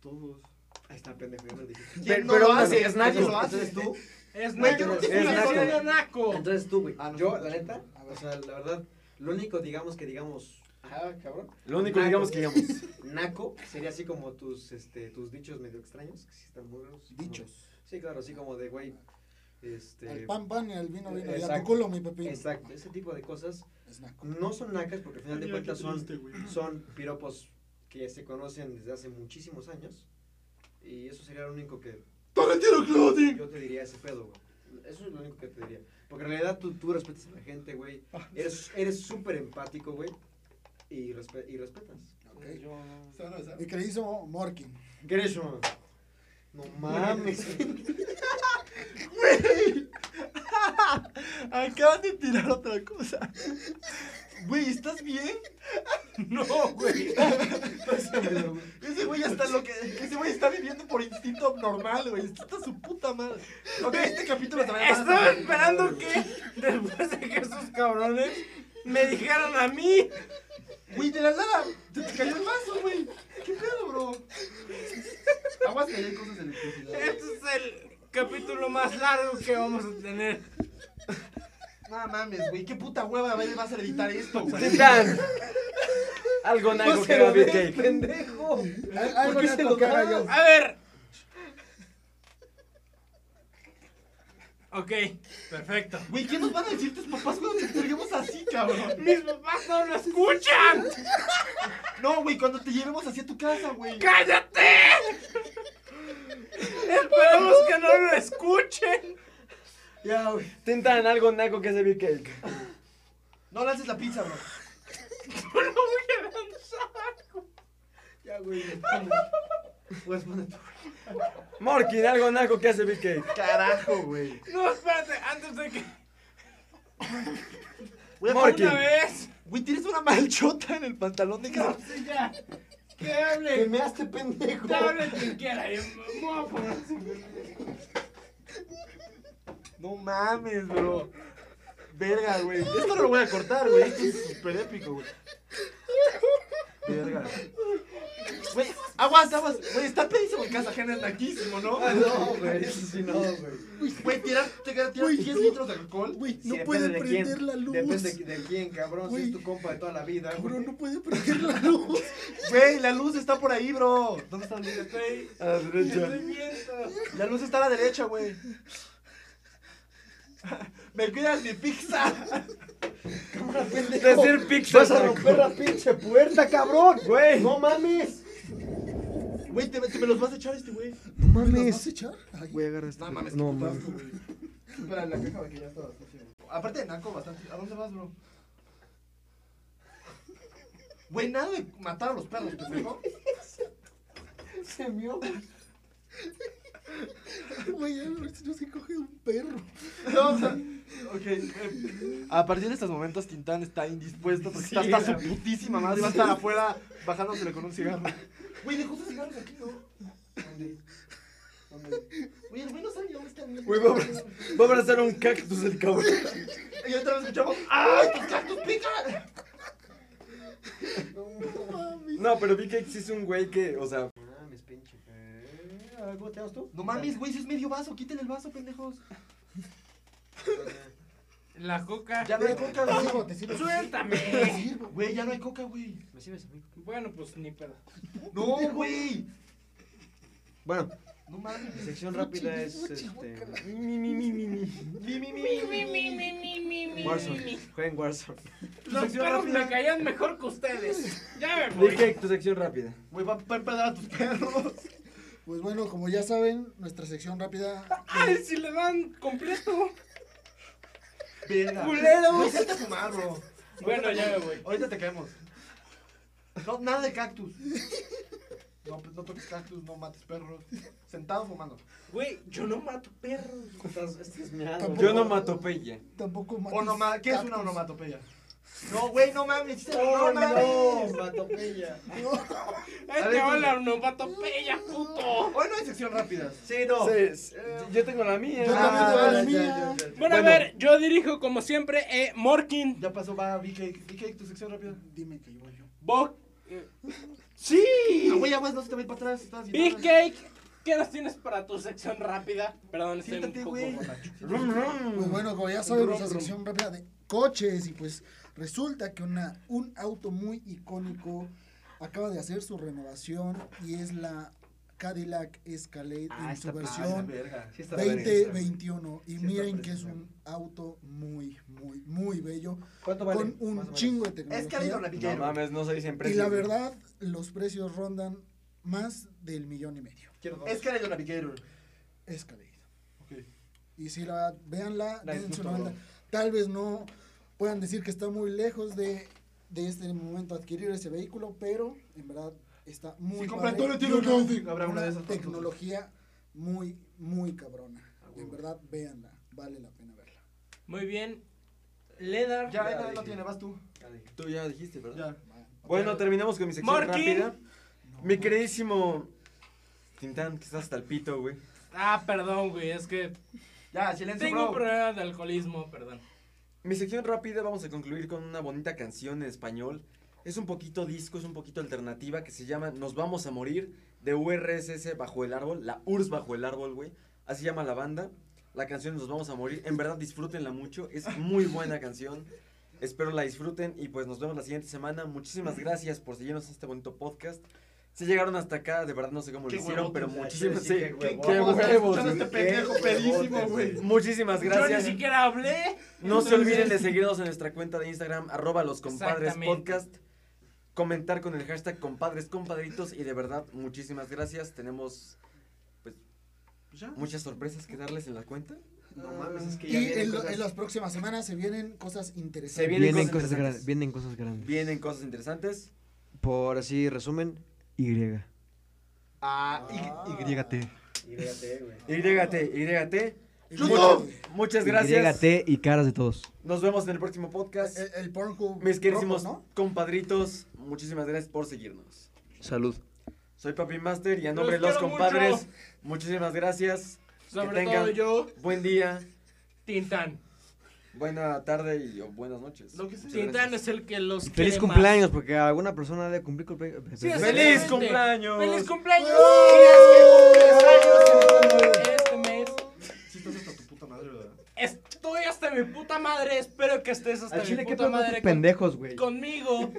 [SPEAKER 5] todos.
[SPEAKER 7] Ahí está, pendejo, yo lo dije.
[SPEAKER 4] (laughs)
[SPEAKER 5] ¿Quién no
[SPEAKER 4] pero
[SPEAKER 5] lo
[SPEAKER 4] aún así
[SPEAKER 5] hace?
[SPEAKER 4] es naco.
[SPEAKER 5] ¿Quién no lo hace?
[SPEAKER 7] Entonces tú.
[SPEAKER 2] Es
[SPEAKER 5] Güey,
[SPEAKER 2] naco.
[SPEAKER 7] yo-
[SPEAKER 2] Es
[SPEAKER 7] es naco.
[SPEAKER 2] naco. naco.
[SPEAKER 7] (laughs) Entonces tú, güey.
[SPEAKER 5] Ah, no.
[SPEAKER 7] Yo, la neta, o sea, la verdad, lo único, digamos, que digamos, ah, cabrón,
[SPEAKER 4] Lo único que digamos que digamos.
[SPEAKER 7] (laughs) naco, sería así como tus, este, tus dichos medio extraños, que sí están muy raros. como-
[SPEAKER 3] Dichos.
[SPEAKER 7] Sí, claro, así como de, güey,
[SPEAKER 3] Al
[SPEAKER 7] este...
[SPEAKER 3] pan pan y al vino vino. Y a tu
[SPEAKER 7] Exacto.
[SPEAKER 3] culo, mi pepino.
[SPEAKER 7] Exacto, ese tipo de cosas
[SPEAKER 3] Es naco.
[SPEAKER 7] no son nacas porque al final de
[SPEAKER 5] Mira, qué
[SPEAKER 7] cuentas son,
[SPEAKER 5] triste, güey.
[SPEAKER 7] son piropos que se conocen desde hace muchísimos años y eso sería lo único que
[SPEAKER 5] ¡Torrentino Clothing!
[SPEAKER 7] yo te diría ese pedo, güey. Eso es lo único que te diría. Porque en realidad tú, tú respetas a la gente, güey.
[SPEAKER 3] Ah,
[SPEAKER 7] Eres eres súper empático, güey. Y, respe- y respetas.
[SPEAKER 3] Ok.
[SPEAKER 5] Se van a besar.
[SPEAKER 3] Mi querido Morkin.
[SPEAKER 7] Gresham. No mames.
[SPEAKER 5] Acaban de tirar otra cosa. Güey, ¿estás bien?
[SPEAKER 2] No, güey.
[SPEAKER 7] Pásamelo, güey.
[SPEAKER 5] Ese güey está lo que. Ese güey está viviendo por instinto abnormal, güey. Este Está hasta su puta madre. Ok, este capítulo también. va a
[SPEAKER 2] Estaba
[SPEAKER 5] estar-
[SPEAKER 2] esperando que después de que esos cabrones me dijeran a mí.
[SPEAKER 5] Güey, de la nada. Te te cayó el vaso, güey. ¿Qué pedo, bro? Aguas que hay cosas de electricidad.
[SPEAKER 2] Este es el capítulo más largo que vamos a tener.
[SPEAKER 5] No mames, güey. Qué puta hueva güey, vas a editar esto, güey.
[SPEAKER 7] (laughs)
[SPEAKER 4] ¡Titán! Algo naco que era Big Cake.
[SPEAKER 7] pendejo.
[SPEAKER 3] Al- Algo
[SPEAKER 7] qué se
[SPEAKER 3] naco
[SPEAKER 7] lo
[SPEAKER 3] que haga
[SPEAKER 7] das?
[SPEAKER 3] yo.
[SPEAKER 2] A ver. Ok, perfecto.
[SPEAKER 5] Güey, ¿qué nos van a decir tus papás cuando te entreguemos así, cabrón?
[SPEAKER 2] ¡Mis papás no lo escuchan!
[SPEAKER 5] No, güey, cuando te llevemos hacia tu casa, güey.
[SPEAKER 2] ¡Cállate! Esperamos que no lo escuchen.
[SPEAKER 5] Ya, güey.
[SPEAKER 4] Tentan algo naco que es David Cake.
[SPEAKER 5] No lances la pizza, bro.
[SPEAKER 2] No lo voy a lanzar.
[SPEAKER 5] Ya, güey. Puedes poner tu...
[SPEAKER 4] Morkin, algo naco que hace Big Cake.
[SPEAKER 5] Carajo, güey.
[SPEAKER 2] No, espérate, antes de que.
[SPEAKER 5] Güey,
[SPEAKER 4] Morky.
[SPEAKER 2] Una vez.
[SPEAKER 5] Güey, tienes una malchota en el pantalón de
[SPEAKER 2] No
[SPEAKER 5] cabrón.
[SPEAKER 2] sé ya. Que hable.
[SPEAKER 5] me haste pendejo.
[SPEAKER 2] Que hable quien quiera. yo me voy a poner así.
[SPEAKER 5] No mames, bro. Verga, güey. Esto no lo voy a cortar, güey. Esto es súper épico, güey. Verga. Güey, aguas, aguas. Güey, está pedísimo en casa ajena, es naquísimo, ¿no?
[SPEAKER 3] Ah,
[SPEAKER 7] No, güey, eso sí no, güey.
[SPEAKER 5] Güey, tirar, te tirar 10 litros de alcohol.
[SPEAKER 3] Güey, no
[SPEAKER 7] Sí,
[SPEAKER 3] puede
[SPEAKER 7] depende de quién,
[SPEAKER 3] prender la luz.
[SPEAKER 7] Depende de quién, cabrón. Si
[SPEAKER 3] Güey.
[SPEAKER 7] es tu compa de toda la vida,
[SPEAKER 3] Cabrón,
[SPEAKER 7] güey.
[SPEAKER 3] no puede prender la luz.
[SPEAKER 5] Güey, la luz está por ahí, bro. ¿Dónde está la luz?
[SPEAKER 2] Güey,
[SPEAKER 4] A la
[SPEAKER 2] estoy
[SPEAKER 4] derecha.
[SPEAKER 2] viendo.
[SPEAKER 5] La luz está a la derecha, güey. Me cuidas mi pizza.
[SPEAKER 4] De hacer pixel.
[SPEAKER 7] Vas a romper la pinche puerta, cabrón.
[SPEAKER 4] Güey.
[SPEAKER 7] No mames.
[SPEAKER 5] Güey, te, te me los vas a echar este, güey.
[SPEAKER 3] ¿Me las vas a echar? Ay,
[SPEAKER 4] Voy a agarrar esta.
[SPEAKER 5] No mames,
[SPEAKER 4] No,
[SPEAKER 5] qué
[SPEAKER 4] mames.
[SPEAKER 5] putazo, güey. Espera, la caja que ya está bastante. bien. Aparte de Naco, bastante. ¿A dónde vas, bro? Güey, nada de matar a los perros, pendejo.
[SPEAKER 7] Se mió.
[SPEAKER 3] güey, a ver si no se coge un perro.
[SPEAKER 5] No, (laughs) o sea, ok. eh, A partir de estos momentos, Tintán está indispuesto porque
[SPEAKER 2] Sí,
[SPEAKER 5] está hasta
[SPEAKER 2] la-
[SPEAKER 5] su putísima madre. Va a estar afuera bajándosele con un cigarro. Güey, dejó sus cigarros aquí, ¿no? Güey, el güey no sabe ni dónde está el
[SPEAKER 4] Güey, va a abrazar- va a abrazar un cactus el cabrón.
[SPEAKER 5] Y otra vez escuchamos, ¡ay, tus cactus pican!
[SPEAKER 4] No, pero Big Cake sí es un güey que, o sea,
[SPEAKER 7] No mames, pinche. Eh, a ver, ¿Cómo te llamas tú?
[SPEAKER 5] No mames, güey, si es medio vaso, quítale el vaso, pendejos.
[SPEAKER 2] La coca.
[SPEAKER 5] Ya no hay coca,
[SPEAKER 3] Diego,
[SPEAKER 5] güey.
[SPEAKER 3] te sirvo.
[SPEAKER 2] Suéltame.
[SPEAKER 5] Güey, ya no hay coca, güey.
[SPEAKER 7] ¿Me sirves, amigo?
[SPEAKER 2] Bueno, pues ni pedo.
[SPEAKER 5] No, güey.
[SPEAKER 4] bueno.
[SPEAKER 5] No mames.
[SPEAKER 7] Sección rápida es este.
[SPEAKER 4] Mi, mi, mi, mi, mi.
[SPEAKER 7] Warzone. Jueguen Warzone.
[SPEAKER 2] Los
[SPEAKER 5] sección
[SPEAKER 2] perros
[SPEAKER 5] rápida.
[SPEAKER 2] me caían mejor que ustedes. Ya me
[SPEAKER 4] Big
[SPEAKER 2] voy.
[SPEAKER 4] Cake, tu sección rápida.
[SPEAKER 5] Güey, va va a empedar a tus (laughs) perros.
[SPEAKER 3] Pues bueno, como ya saben, nuestra sección rápida.
[SPEAKER 2] Ay, si le dan completo.
[SPEAKER 5] Verga.
[SPEAKER 2] Culeros.
[SPEAKER 5] Güey, salte a fumar, bro.
[SPEAKER 2] Bueno, ya me voy.
[SPEAKER 5] Ahorita te caemos. No, nada de cactus. No, pues no toques cactus, no mates perros. Sentado fumando.
[SPEAKER 2] Güey, yo no mato perros.
[SPEAKER 7] Estás, estás meado.
[SPEAKER 3] Tampoco-
[SPEAKER 4] Yo no mato peya.
[SPEAKER 3] Tampoco mates
[SPEAKER 5] Onoma- ¿Qué es una
[SPEAKER 3] cactus.
[SPEAKER 5] onomatopeya? No, güey, no mames.
[SPEAKER 7] No,
[SPEAKER 5] No mames.
[SPEAKER 7] Matopella.
[SPEAKER 2] Ahí te
[SPEAKER 5] ver,
[SPEAKER 2] va
[SPEAKER 5] tú-
[SPEAKER 2] la onomatopeya, puto.
[SPEAKER 5] Hoy no hay sección rápidas.
[SPEAKER 7] Sí, no.
[SPEAKER 4] Entonces, yo tengo la mía.
[SPEAKER 3] Yo también
[SPEAKER 5] Ah,
[SPEAKER 3] te doy
[SPEAKER 5] ya,
[SPEAKER 3] la mía.
[SPEAKER 2] Bueno, a ver, yo dirijo como siempre eh, Morkin.
[SPEAKER 5] Ya pasó, va, BK. BK, tu sección rápida.
[SPEAKER 3] Dime que igual yo.
[SPEAKER 2] Bok. eh, Sí.
[SPEAKER 5] Ah, güey, aguas, no se te va a ir para atrás. estás bien
[SPEAKER 2] Big
[SPEAKER 5] atrás.
[SPEAKER 2] Cake, ¿qué nos tienes para tu sección rápida? Perdón, estoy un
[SPEAKER 5] Siéntate,
[SPEAKER 2] poco
[SPEAKER 5] güey. Ah,
[SPEAKER 2] borracho.
[SPEAKER 4] Rum,
[SPEAKER 3] Pues
[SPEAKER 4] rum.
[SPEAKER 3] bueno, como ya saben, nuestra sección rápida de coches y pues resulta que una, un auto muy icónico acaba de hacer su renovación y es la Cadillac Escalade
[SPEAKER 7] Ah,
[SPEAKER 3] en su
[SPEAKER 7] está padre,
[SPEAKER 5] Ah, la
[SPEAKER 3] versión
[SPEAKER 5] verga.
[SPEAKER 7] Sí, está la verga.
[SPEAKER 3] 2021 y
[SPEAKER 7] está
[SPEAKER 3] miren que es
[SPEAKER 7] preciosa.
[SPEAKER 3] un auto muy, muy, muy bello
[SPEAKER 7] ¿Cuánto vale?
[SPEAKER 3] con
[SPEAKER 7] Más o
[SPEAKER 3] un
[SPEAKER 7] menos.
[SPEAKER 3] chingo de
[SPEAKER 5] Es que ha habido una
[SPEAKER 3] tecnología
[SPEAKER 5] piquera.
[SPEAKER 4] No mames, no se dicen
[SPEAKER 3] y
[SPEAKER 4] precios.
[SPEAKER 3] la verdad los precios rondan más del millón y medio.
[SPEAKER 7] Quiero dos.
[SPEAKER 5] Es que ha habido una piquera.
[SPEAKER 3] Escalade.
[SPEAKER 5] Ok.
[SPEAKER 3] Y si la verdad, véanla,
[SPEAKER 5] La
[SPEAKER 3] dense una
[SPEAKER 5] disfruto,
[SPEAKER 3] vuelta. Tal vez no puedan decir que está muy lejos de, de este momento adquirir ese vehículo, pero en verdad está muy
[SPEAKER 5] Si compran
[SPEAKER 3] padre
[SPEAKER 5] todo el
[SPEAKER 3] y
[SPEAKER 5] tiro,
[SPEAKER 3] una-
[SPEAKER 5] no, sí, habrá
[SPEAKER 3] una
[SPEAKER 5] una de esas para nosotros.
[SPEAKER 3] tecnología muy, muy cabrona. En
[SPEAKER 7] huevo.
[SPEAKER 3] verdad, véanla, vale la pena verla.
[SPEAKER 2] Muy bien. Ledar.
[SPEAKER 5] Ya,
[SPEAKER 7] Ya
[SPEAKER 5] ya, no
[SPEAKER 7] dije.
[SPEAKER 5] tiene, vas tú.
[SPEAKER 4] Tú ya dijiste, ¿verdad?
[SPEAKER 5] Ya.
[SPEAKER 4] Bueno, terminamos con mi sección
[SPEAKER 2] Morkin.
[SPEAKER 4] rápida. Mi queridísimo Tintán, que estás hasta el pito, güey.
[SPEAKER 2] Ah, perdón, güey, es que
[SPEAKER 5] Ya, silencio,
[SPEAKER 2] tengo un
[SPEAKER 5] bro.
[SPEAKER 2] problema de alcoholismo, perdón.
[SPEAKER 4] Mi sección rápida vamos a concluir con una bonita canción en español. Es un poquito disco, es un poquito alternativa que se llama Nos vamos a morir de URSS bajo el árbol, la URSS bajo el árbol, güey. Así llama la banda. La canción Nos vamos a morir, en verdad disfrútenla mucho, es muy buena canción. Espero la disfruten y pues nos vemos la siguiente semana. Muchísimas gracias por seguirnos en este bonito podcast. Si llegaron hasta acá, de verdad no sé cómo lo
[SPEAKER 5] Qué
[SPEAKER 4] hicieron,
[SPEAKER 5] huevotes,
[SPEAKER 4] pero
[SPEAKER 5] o sea,
[SPEAKER 4] muchísimas,
[SPEAKER 7] sí,
[SPEAKER 4] sí,
[SPEAKER 7] qué
[SPEAKER 4] (laughs) qué
[SPEAKER 7] huevotes.
[SPEAKER 5] Estás
[SPEAKER 4] huevos.
[SPEAKER 5] escuchando este pendejo pedísimo, güey.
[SPEAKER 4] Muchísimas
[SPEAKER 2] Yo ni
[SPEAKER 4] gracias.
[SPEAKER 2] siquiera hablé.
[SPEAKER 4] No se olviden de seguirnos en nuestra cuenta de Instagram, arroba los compadres
[SPEAKER 2] Exactamente.
[SPEAKER 4] podcast. Comentar con el hashtag compadres compadritos. Y de verdad, muchísimas gracias. Tenemos
[SPEAKER 5] Pues ya.
[SPEAKER 4] muchas sorpresas que darles en la cuenta.
[SPEAKER 7] No mames, es que
[SPEAKER 3] Y
[SPEAKER 7] ya vienen
[SPEAKER 3] en, lo-
[SPEAKER 7] cosas-
[SPEAKER 3] en las próximas semanas se vienen cosas interesantes.
[SPEAKER 4] Se vienen
[SPEAKER 1] Vienen
[SPEAKER 4] cosas
[SPEAKER 1] cosas,
[SPEAKER 4] interesantes.
[SPEAKER 1] gran- vienen cosas grandes.
[SPEAKER 4] Vienen cosas interesantes.
[SPEAKER 7] Por así resumen.
[SPEAKER 1] Y.
[SPEAKER 5] Ah,
[SPEAKER 3] Ah.
[SPEAKER 5] y, ygate.
[SPEAKER 7] Y véate, güey.
[SPEAKER 4] Yrégate, yrégate.
[SPEAKER 3] YouTube.
[SPEAKER 4] Muchas gracias.
[SPEAKER 1] YT y caras de todos.
[SPEAKER 4] Nos vemos en el próximo podcast.
[SPEAKER 3] El, el Pornhub.
[SPEAKER 4] Mis queridísimos
[SPEAKER 3] rojo,
[SPEAKER 4] compadritos, muchísimas gracias por seguirnos.
[SPEAKER 1] Salud.
[SPEAKER 4] Soy Papi Master y a nombre de los
[SPEAKER 2] quiero
[SPEAKER 4] compadres,
[SPEAKER 2] mucho.
[SPEAKER 4] muchísimas gracias.
[SPEAKER 2] Sobre
[SPEAKER 4] tengan-
[SPEAKER 2] todo yo,
[SPEAKER 4] Buen día,
[SPEAKER 2] Tintán.
[SPEAKER 4] buena tarde y o buenas noches.
[SPEAKER 5] Lo que sea.
[SPEAKER 4] Muchas
[SPEAKER 2] Tintán
[SPEAKER 4] gracias.
[SPEAKER 2] es el que los
[SPEAKER 1] Feliz
[SPEAKER 2] quiere
[SPEAKER 1] cumpleaños, porque alguna persona debe cumplir cumpleaños.
[SPEAKER 2] Sí, es-
[SPEAKER 4] ¡Feliz
[SPEAKER 2] Excelente.
[SPEAKER 4] cumpleaños!
[SPEAKER 2] más. ¡Feliz cumpleaños! Este mes.
[SPEAKER 5] Sí, estás hasta tu puta madre, ¿verdad?
[SPEAKER 2] Estoy hasta mi puta madre. Espero que estés hasta
[SPEAKER 1] Al
[SPEAKER 2] mi
[SPEAKER 1] chile, qué
[SPEAKER 2] puta
[SPEAKER 1] pedo con estos
[SPEAKER 2] madre con-
[SPEAKER 1] pendejos, güey.
[SPEAKER 2] conmigo.